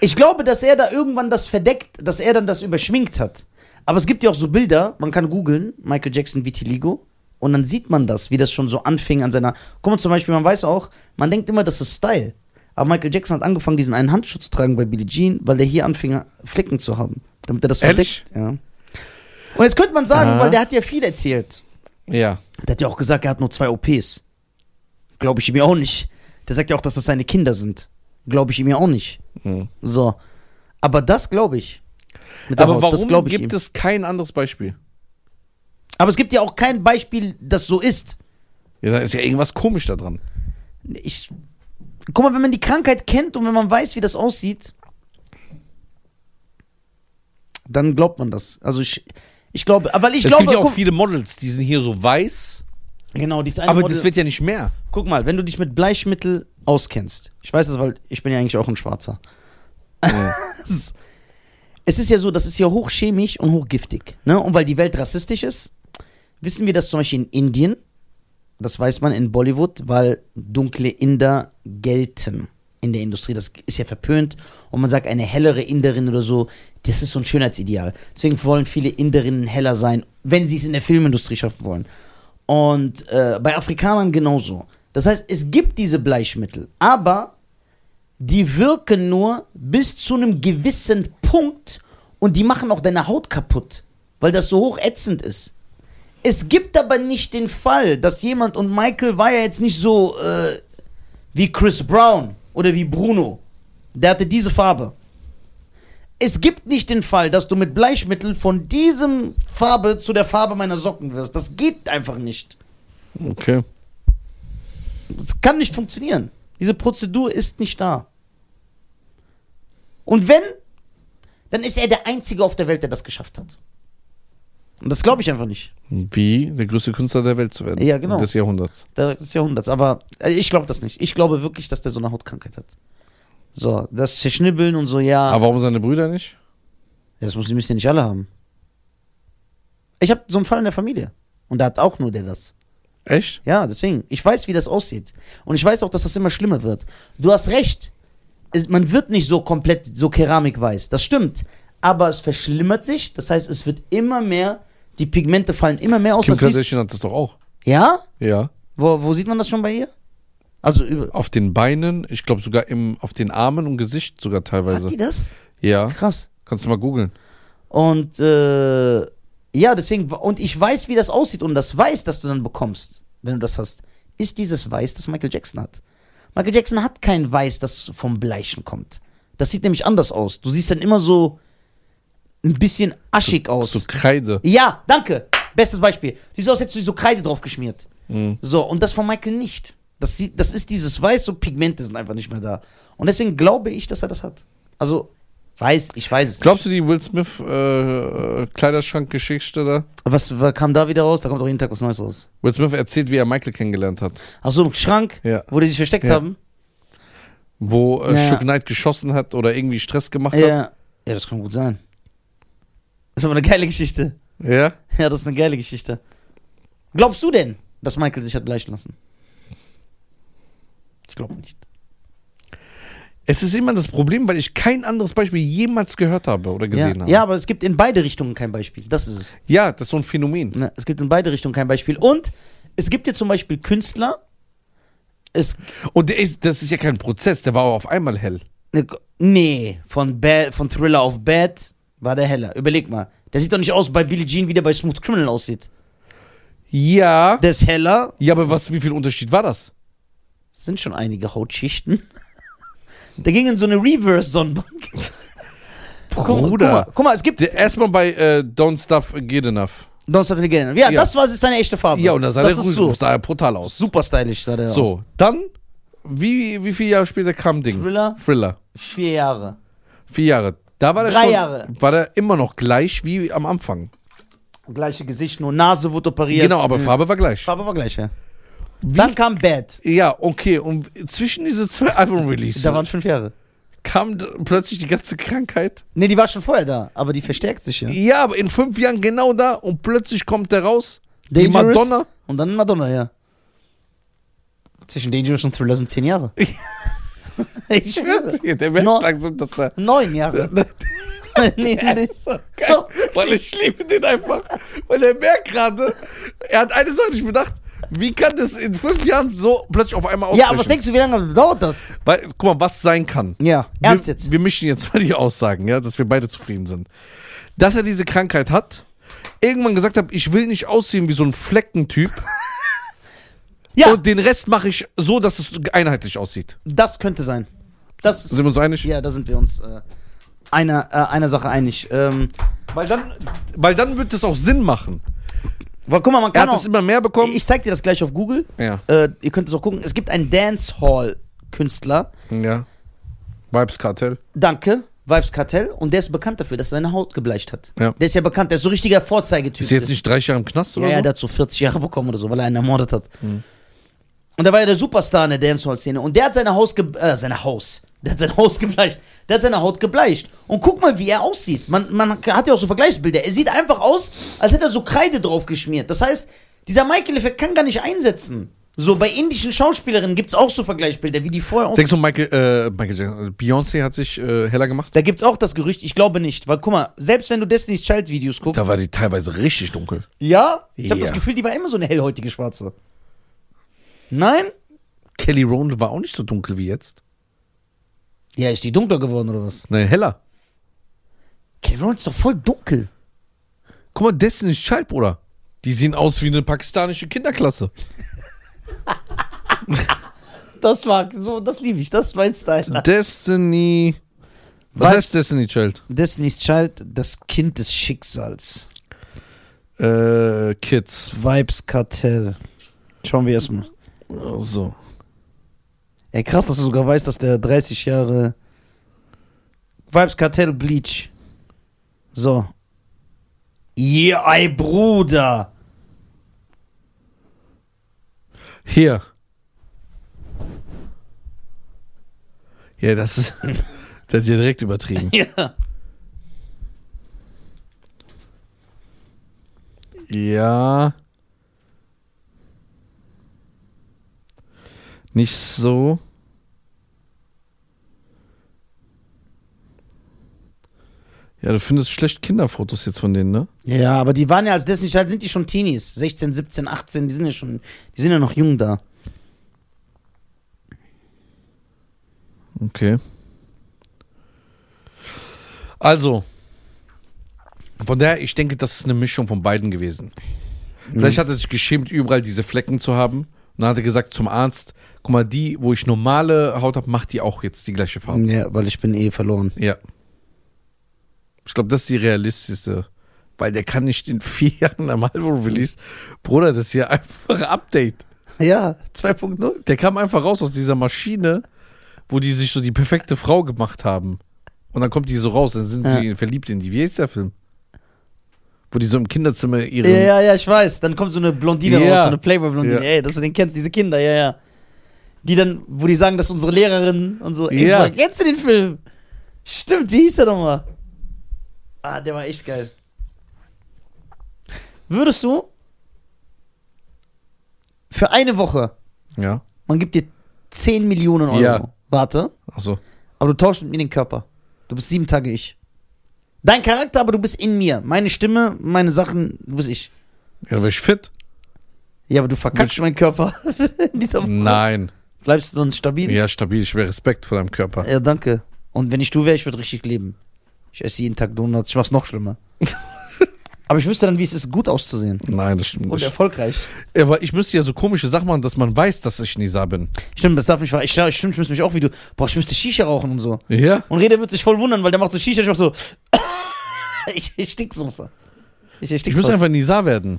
Speaker 1: Ich glaube, dass er da irgendwann das verdeckt, dass er dann das überschminkt hat. Aber es gibt ja auch so Bilder, man kann googeln, Michael Jackson Vitiligo, und dann sieht man das, wie das schon so anfing an seiner. Guck mal, zum Beispiel, man weiß auch, man denkt immer, das ist Style. Aber Michael Jackson hat angefangen, diesen einen Handschuh zu tragen bei Billie Jean, weil der hier anfing, Flecken zu haben, damit er das
Speaker 2: Ehrlich?
Speaker 1: verdeckt. Ja. Und jetzt könnte man sagen,
Speaker 2: Ah.
Speaker 1: weil der hat ja viel erzählt.
Speaker 2: Ja.
Speaker 1: Der hat ja auch gesagt, er hat nur zwei OPs. Glaube ich ihm ja auch nicht. Der sagt ja auch, dass das seine Kinder sind. Glaube ich ihm ja auch nicht.
Speaker 2: Mhm.
Speaker 1: So. Aber das glaube ich. Mit der
Speaker 2: Aber
Speaker 1: Haut, das
Speaker 2: warum
Speaker 1: glaub ich
Speaker 2: gibt
Speaker 1: ihm.
Speaker 2: es kein anderes Beispiel?
Speaker 1: Aber es gibt ja auch kein Beispiel, das so ist.
Speaker 2: Ja, da ist ja irgendwas komisch da dran.
Speaker 1: Ich. Guck mal, wenn man die Krankheit kennt und wenn man weiß, wie das aussieht, dann glaubt man das. Also ich, ich glaube, aber ich
Speaker 2: es
Speaker 1: glaube,
Speaker 2: gibt ja auch
Speaker 1: guck-
Speaker 2: viele Models, die sind hier so weiß,
Speaker 1: genau, dies eine
Speaker 2: aber
Speaker 1: Model-
Speaker 2: das wird ja nicht mehr.
Speaker 1: Guck mal, wenn du dich mit Bleichmittel auskennst, ich weiß das, weil ich bin ja eigentlich auch ein Schwarzer. es ist ja so, das ist ja hochchemisch und hochgiftig. Ne? Und weil die Welt rassistisch ist, wissen wir das zum Beispiel in Indien, das weiß man in Bollywood, weil dunkle Inder gelten in der Industrie. Das ist ja verpönt und man sagt, eine hellere Inderin oder so, das ist so ein Schönheitsideal. Deswegen wollen viele Inderinnen heller sein, wenn sie es in der Filmindustrie schaffen wollen. Und äh, bei Afrikanern genauso. Das heißt, es gibt diese Bleichmittel, aber die wirken nur bis zu einem gewissen Punkt und die machen auch deine Haut kaputt, weil das so hochätzend ist. Es gibt aber nicht den Fall, dass jemand, und Michael war ja jetzt nicht so äh, wie Chris Brown oder wie Bruno, der hatte diese Farbe. Es gibt nicht den Fall, dass du mit Bleichmittel von diesem Farbe zu der Farbe meiner Socken wirst. Das geht einfach nicht.
Speaker 2: Okay.
Speaker 1: Es kann nicht funktionieren. Diese Prozedur ist nicht da. Und wenn, dann ist er der Einzige auf der Welt, der das geschafft hat. Und das glaube ich einfach nicht.
Speaker 2: Wie der größte Künstler der Welt zu werden.
Speaker 1: Ja, genau.
Speaker 2: Des Jahrhunderts.
Speaker 1: Da- Des Jahrhunderts. Aber äh, ich glaube das nicht. Ich glaube wirklich, dass der so eine Hautkrankheit hat. So, das Zerschnibbeln und so, ja.
Speaker 2: Aber warum seine Brüder nicht?
Speaker 1: das müssen, müssen ja nicht alle haben. Ich habe so einen Fall in der Familie. Und da hat auch nur der das.
Speaker 2: Echt?
Speaker 1: Ja, deswegen. Ich weiß, wie das aussieht. Und ich weiß auch, dass das immer schlimmer wird. Du hast recht. Es, man wird nicht so komplett so keramikweiß. Das stimmt. Aber es verschlimmert sich. Das heißt, es wird immer mehr. Die Pigmente fallen immer mehr aus.
Speaker 2: Kim
Speaker 1: Das siehst,
Speaker 2: Kardashian hat das doch auch.
Speaker 1: ja?
Speaker 2: Ja.
Speaker 1: Wo, wo sieht man das schon bei ihr? Also über.
Speaker 2: Auf den Beinen, ich glaube sogar im, auf den Armen und Gesicht sogar
Speaker 1: Hat
Speaker 2: teilweise.
Speaker 1: die das?
Speaker 2: Ja.
Speaker 1: Krass.
Speaker 2: Kannst du mal googeln.
Speaker 1: Und äh, ja, deswegen, und ich weiß, wie das aussieht und das Weiß, das du dann bekommst, wenn du das hast, ist dieses Weiß, das Michael Jackson hat. Michael Jackson hat kein Weiß, das vom Bleichen kommt. Das sieht nämlich anders aus. Du siehst dann immer so ein bisschen aschig aus.
Speaker 2: So Kreide.
Speaker 1: Ja, danke. Bestes Beispiel. Siehst aus, hättest du so Kreide drauf geschmiert.
Speaker 2: Mhm.
Speaker 1: So, und das von Michael nicht. Das, sieht, das ist dieses Weiß, so Pigmente sind einfach nicht mehr da. Und deswegen glaube ich, dass er das hat. Also, weiß, ich weiß es
Speaker 2: Glaubst du die Will Smith äh, äh, Kleiderschrank-Geschichte da?
Speaker 1: nicht. Was wa- kam da wieder raus? Da kommt doch jeden Tag was Neues raus.
Speaker 2: Will Smith erzählt, wie er Michael kennengelernt hat.
Speaker 1: Ach so, im Schrank,
Speaker 2: Ja.
Speaker 1: wo die sich versteckt
Speaker 2: Ja.
Speaker 1: haben.
Speaker 2: Wo äh,
Speaker 1: Ja.
Speaker 2: Shook Knight geschossen hat oder irgendwie Stress gemacht
Speaker 1: Ja.
Speaker 2: hat.
Speaker 1: ja, das kann gut sein. Das ist aber eine geile Geschichte.
Speaker 2: Ja?
Speaker 1: Ja, das ist eine geile Geschichte. Glaubst du denn, dass Michael sich hat bleichen lassen? Ich glaube nicht.
Speaker 2: Es ist immer das Problem, weil ich kein anderes Beispiel jemals gehört habe oder gesehen
Speaker 1: ja.
Speaker 2: habe.
Speaker 1: ja, aber es gibt in beide Richtungen kein Beispiel. Das ist es.
Speaker 2: ja, das ist so ein Phänomen.
Speaker 1: Ne, Es gibt in beide Richtungen kein Beispiel. Und es gibt ja zum Beispiel Künstler. Es,
Speaker 2: Und der ist, das ist ja kein Prozess, der war auch auf einmal hell.
Speaker 1: ne, nee, von, Bad, von Thriller auf Bad war der heller. Überleg mal. Der sieht doch nicht aus bei Billie Jean, wie der bei Smooth Criminal aussieht.
Speaker 2: Ja.
Speaker 1: Der ist heller.
Speaker 2: Ja, aber was, wie viel Unterschied war das?
Speaker 1: Es sind schon einige Hautschichten. Der ging in so eine Reverse-Sonnenbank. Guck, guck, mal, guck mal, es gibt.
Speaker 2: Der, erstmal bei äh, Don't Stuff Get Enough.
Speaker 1: Don't Stop the Again. Ja,
Speaker 2: Ja.
Speaker 1: das war ist seine echte Farbe.
Speaker 2: Ja, und da sah,
Speaker 1: das
Speaker 2: der
Speaker 1: ist
Speaker 2: Rüsen-
Speaker 1: so.
Speaker 2: sah er brutal aus.
Speaker 1: Super stylisch sah der aus.
Speaker 2: So, dann, wie, wie viele Jahre später kam Ding?
Speaker 1: Thriller,
Speaker 2: Thriller.
Speaker 1: vier Jahre.
Speaker 2: Vier Jahre. Da war der
Speaker 1: Drei
Speaker 2: schon,
Speaker 1: Jahre.
Speaker 2: war der immer noch gleich wie am Anfang.
Speaker 1: Gleiche Gesicht, nur Nase wurde operiert. Mhm.
Speaker 2: Genau, aber Farbe war gleich.
Speaker 1: Farbe war gleich, ja. Dann kam Bad.
Speaker 2: Ja, okay. Und zwischen diese zwei Album-Releases
Speaker 1: Da waren fünf Jahre.
Speaker 2: kam d- plötzlich die ganze Krankheit.
Speaker 1: Nee, die war schon vorher da, aber die verstärkt sich ja.
Speaker 2: Ja, aber in fünf Jahren genau da und plötzlich kommt der raus. Die
Speaker 1: Dangerous
Speaker 2: Madonna.
Speaker 1: Und dann Madonna, ja. Zwischen Dangerous und Thriller sind zehn Jahre. ich schwöre.
Speaker 2: Der
Speaker 1: No.
Speaker 2: wird langsam, dass er.
Speaker 1: Neun Jahre. nee, nee.
Speaker 2: Geil, weil ich liebe den einfach. Weil er merkt gerade, er hat eine Sache nicht bedacht. Wie kann das in fünf Jahren so plötzlich auf einmal ausbrechen?
Speaker 1: Ja, aber was denkst du, wie lange dauert das?
Speaker 2: Weil, guck mal, was sein kann.
Speaker 1: Ja, ernst
Speaker 2: wir,
Speaker 1: jetzt.
Speaker 2: Wir mischen jetzt mal die Aussagen, ja, dass wir beide zufrieden sind. Dass er diese Krankheit hat, irgendwann gesagt hat, ich will nicht aussehen wie so ein Fleckentyp
Speaker 1: Ja,
Speaker 2: und den Rest mache ich so, dass es einheitlich aussieht.
Speaker 1: das könnte sein. Das ist
Speaker 2: Sind wir uns einig?
Speaker 1: Ja, da sind wir uns äh, einer, äh, einer Sache einig. Ähm,
Speaker 2: Weil dann, weil dann wird es auch Sinn machen.
Speaker 1: aber guck mal, man
Speaker 2: Er
Speaker 1: kann
Speaker 2: hat es
Speaker 1: auch,
Speaker 2: immer mehr bekommen.
Speaker 1: Genau. Ich zeig dir das gleich auf Google.
Speaker 2: ja.
Speaker 1: Äh, ihr könnt es auch gucken. Es gibt einen Dancehall-Künstler.
Speaker 2: Ja. Vibes Kartell.
Speaker 1: Danke, Vibes Kartell. Und der ist bekannt dafür, dass er seine Haut gebleicht hat.
Speaker 2: Ja.
Speaker 1: Der ist ja bekannt, der ist so richtiger Vorzeigetyp.
Speaker 2: Ist jetzt nicht 30 Jahre im Knast
Speaker 1: ja,
Speaker 2: oder
Speaker 1: ja,
Speaker 2: so? Mhm.
Speaker 1: der hat so 40 Jahre bekommen oder so, weil er einen ermordet hat. Und da war ja der Superstar in der Dancehall-Szene. Und der hat seine Haus, ge äh, seine Haus, der hat sein Haus gebleicht. Der hat seine Haut gebleicht. Und guck mal, wie er aussieht. Man, man hat ja auch so Vergleichsbilder. Er sieht einfach aus, als hätte er so Kreide drauf geschmiert. Das heißt, dieser Michael-Effekt kann gar nicht einsetzen. So, bei indischen Schauspielerinnen gibt es auch so Vergleichsbilder, wie die vorher aussehen.
Speaker 2: Denkst du, Michael, äh, Michael Jackson, Beyoncé hat sich äh, heller gemacht?
Speaker 1: Da gibt's auch das Gerücht, ich glaube nicht, weil guck mal, selbst wenn du Destiny's Child Videos guckst,
Speaker 2: Da war die teilweise richtig dunkel.
Speaker 1: ja, ich habe
Speaker 2: Ja.
Speaker 1: das Gefühl, die war immer so eine hellhäutige Schwarze. Nein?
Speaker 2: Kelly Rowland war auch nicht so dunkel wie jetzt.
Speaker 1: Ja, ist die dunkler geworden oder was?
Speaker 2: Nein, heller.
Speaker 1: Kelly Rowland ist doch voll dunkel.
Speaker 2: Guck mal, Destiny's Child, Bruder. Die sehen aus wie eine pakistanische Kinderklasse.
Speaker 1: Das mag, so, das liebe ich, das ist mein Style.
Speaker 2: Destiny. Was
Speaker 1: Was?
Speaker 2: heißt Destiny Child?
Speaker 1: Destiny's Child, das Kind des Schicksals.
Speaker 2: Äh, Kids.
Speaker 1: Vibes Kartell. Schauen wir erstmal.
Speaker 2: So.
Speaker 1: Ey, krass, dass du sogar weißt, dass der 30 Jahre Vibes Kartell Bleach. So. Yeah, ey, Bruder.
Speaker 2: Hier. Ja, das ist. Der hat ja direkt übertrieben.
Speaker 1: Ja.
Speaker 2: Ja. Nicht so. Ja, du findest schlecht Kinderfotos jetzt von denen, ne?
Speaker 1: Ja, aber die waren ja als Disney Child sind die schon Teenies. 16, 17, 18, die sind ja schon, die sind ja noch jung da.
Speaker 2: Okay. Also, von daher, ich denke, das ist eine Mischung von beiden gewesen. Vielleicht hat er sich geschämt, überall diese Flecken zu haben. Und dann hat er gesagt zum Arzt, guck mal, die, wo ich normale Haut habe, macht die auch jetzt die gleiche Farbe.
Speaker 1: Ja, weil ich bin eh verloren.
Speaker 2: Ja. Ich glaube, das ist die realistischste. Weil der kann nicht in vier Jahren am Album release. Bruder, das ist hier einfach ein Update.
Speaker 1: Ja, 2.0.
Speaker 2: Der kam einfach raus aus dieser Maschine, wo die sich so die perfekte Frau gemacht haben. Und dann kommt die so raus, dann sind
Speaker 1: Ja.
Speaker 2: sie verliebt in die. Wie heißt der Film? Wo die so im Kinderzimmer ihre.
Speaker 1: Ja, ja, ja, ich weiß. Dann kommt so eine Blondine
Speaker 2: Ja.
Speaker 1: raus, so eine Playboy-Blondine.
Speaker 2: Ja.
Speaker 1: Ey, dass du den kennst, diese Kinder, ja, ja. Die dann, wo die sagen, dass unsere Lehrerin und so. Ey,
Speaker 2: Ja.
Speaker 1: ja. Kennst du den Film? Stimmt, wie hieß der nochmal? Ah, der war echt geil. Würdest du für eine Woche,
Speaker 2: ja.
Speaker 1: man gibt dir 10 Millionen Euro,
Speaker 2: Ja.
Speaker 1: warte,
Speaker 2: Achso.
Speaker 1: aber du tauschst mit mir den Körper. Du bist sieben Tage ich. Dein Charakter, aber du bist in mir. Meine Stimme, meine Sachen, du bist ich.
Speaker 2: Ja, wäre ich fit?
Speaker 1: Ja, aber du verkackst meinen Körper in dieser Woche.
Speaker 2: Nein.
Speaker 1: Bleibst du sonst stabil?
Speaker 2: Ja, stabil. Ich wäre Respekt vor deinem Körper.
Speaker 1: Ja, danke. Und wenn ich du wäre, ich würde richtig leben. Ich esse jeden Tag Donuts, ich mach's noch schlimmer. aber ich wüsste dann, wie es ist, gut auszusehen.
Speaker 2: Nein, das stimmt
Speaker 1: Und
Speaker 2: nicht.
Speaker 1: erfolgreich.
Speaker 2: Aber ich müsste ja so komische Sachen machen, dass man weiß, dass ich Nisa bin.
Speaker 1: Stimmt, das darf nicht wahr. Ich, ja, stimmt, ich müsste mich auch wie du. Boah, ich müsste Shisha rauchen und so.
Speaker 2: Ja?
Speaker 1: Und Reda wird sich voll wundern, weil der macht so Shisha, ich mach so. ich erstick so. Ich erstick
Speaker 2: Ich müsste
Speaker 1: fast.
Speaker 2: einfach Nisa werden.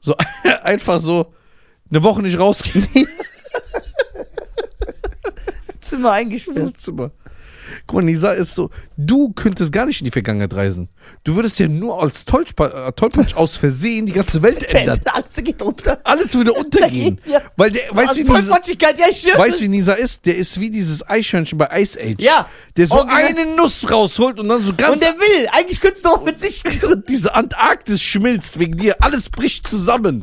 Speaker 2: So einfach so eine Woche nicht rausgehen
Speaker 1: Zimmer
Speaker 2: aus
Speaker 1: eingesperrt.
Speaker 2: dem Zimmer. Guck mal, Nisa ist so, du könntest gar nicht in die Vergangenheit reisen. Du würdest ja nur als Tollpa- äh, Tollpatsch aus Versehen die ganze Welt ändern.
Speaker 1: Alles geht runter. Also
Speaker 2: Alles würde untergehen.
Speaker 1: Ja.
Speaker 2: Weil der, weißt
Speaker 1: Aus
Speaker 2: du, wie Nisa,
Speaker 1: Vollquatschigkeit, ja, stimmt.
Speaker 2: weißt, du, wie Nisa ist? Der ist wie dieses Eichhörnchen bei Ice Age.
Speaker 1: Ja.
Speaker 2: Der so
Speaker 1: Original-
Speaker 2: eine Nuss rausholt und dann so ganz
Speaker 1: Und der will. Eigentlich könntest du auch verzichten.
Speaker 2: Und diese Antarktis schmilzt wegen dir, alles bricht zusammen.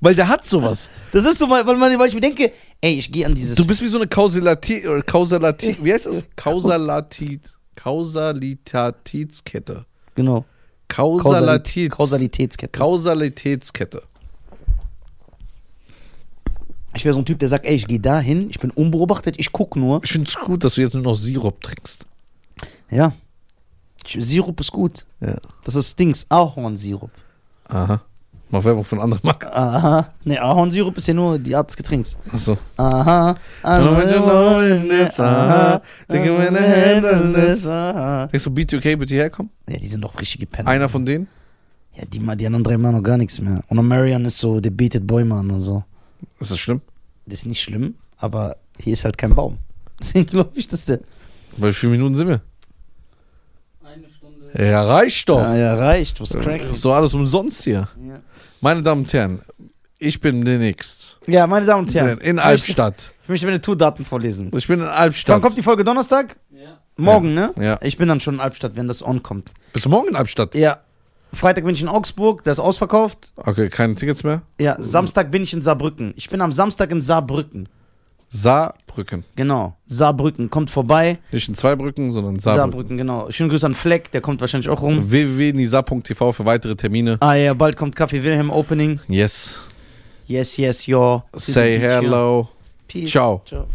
Speaker 2: Weil der hat sowas.
Speaker 1: Das ist so, weil, weil, man- weil ich mir denke, ey, ich gehe an dieses.
Speaker 2: Du bist wie so eine Kausalati, äh, Kausalati, wie heißt das? Kausalatit, Kausalitatätskette.
Speaker 1: genau.
Speaker 2: Kausalatit,
Speaker 1: Kausalitätskette.
Speaker 2: Kausalitätskette.
Speaker 1: ich wäre so ein Typ, der sagt, ey, ich gehe da hin, ich bin unbeobachtet, ich guck nur.
Speaker 2: Ich find's gut, dass du jetzt nur noch Sirup trinkst.
Speaker 1: Ja. Ich, Sirup ist gut.
Speaker 2: Ja.
Speaker 1: Das ist Dings, Ahornsirup.
Speaker 2: Aha. Mach Werbung von anderen Marken.
Speaker 1: Aha. Ne, Ahornsirup ist ja nur die Art des Getränks.
Speaker 2: Achso.
Speaker 1: Aha. Aha.
Speaker 2: Denkst
Speaker 1: Aha.
Speaker 2: du, B2K wird hierher kommen?
Speaker 1: Ja, die sind doch richtige Penner.
Speaker 2: Einer von denen?
Speaker 1: Ja, die, die anderen drei machen noch gar nichts mehr. Und Marion ist so, der betet Bäume an und so.
Speaker 2: Ist das schlimm?
Speaker 1: Das ist nicht schlimm, aber hier ist halt kein Baum. Deswegen glaube ich, dass der.
Speaker 2: Bei wie viele Minuten sind wir?
Speaker 3: Eine Stunde.
Speaker 2: Ja, reicht doch.
Speaker 1: Ah, ja, reicht. Was crack.
Speaker 2: Ist doch alles umsonst hier.
Speaker 3: Ja.
Speaker 2: Meine Damen und Herren, ich bin demnächst
Speaker 1: Ja, meine Damen und Herren.
Speaker 2: in
Speaker 1: ich
Speaker 2: Albstadt.
Speaker 1: möchte- Ich möchte meine Tourdaten vorlesen.
Speaker 2: Ich bin in
Speaker 1: Wann
Speaker 2: Albstadt.
Speaker 1: kommt die Folge Donnerstag?
Speaker 3: Ja.
Speaker 1: Morgen, ne?
Speaker 2: Ja.
Speaker 1: Ich bin dann schon in Albstadt, wenn das on kommt.
Speaker 2: Bis morgen in Albstadt.
Speaker 1: Ja. Freitag bin ich in Augsburg, das ist ausverkauft.
Speaker 2: Okay, keine Tickets mehr.
Speaker 1: Ja, Samstag bin ich in Saarbrücken. Ich bin am Samstag in Saarbrücken.
Speaker 2: Saarbrücken.
Speaker 1: Genau. Saarbrücken, kommt vorbei.
Speaker 2: Nicht in Zweibrücken, sondern Saarbrücken.
Speaker 1: Saarbrücken, genau. Schönen Grüße an Fleck, der kommt wahrscheinlich auch rum.
Speaker 2: www.nisa.tv für weitere Termine.
Speaker 1: Ah ja, bald kommt Café Wilhelm Opening.
Speaker 2: Yes.
Speaker 1: Yes, yes, yo.
Speaker 2: Say hello.
Speaker 1: Peace.
Speaker 2: Ciao.
Speaker 1: Ciao.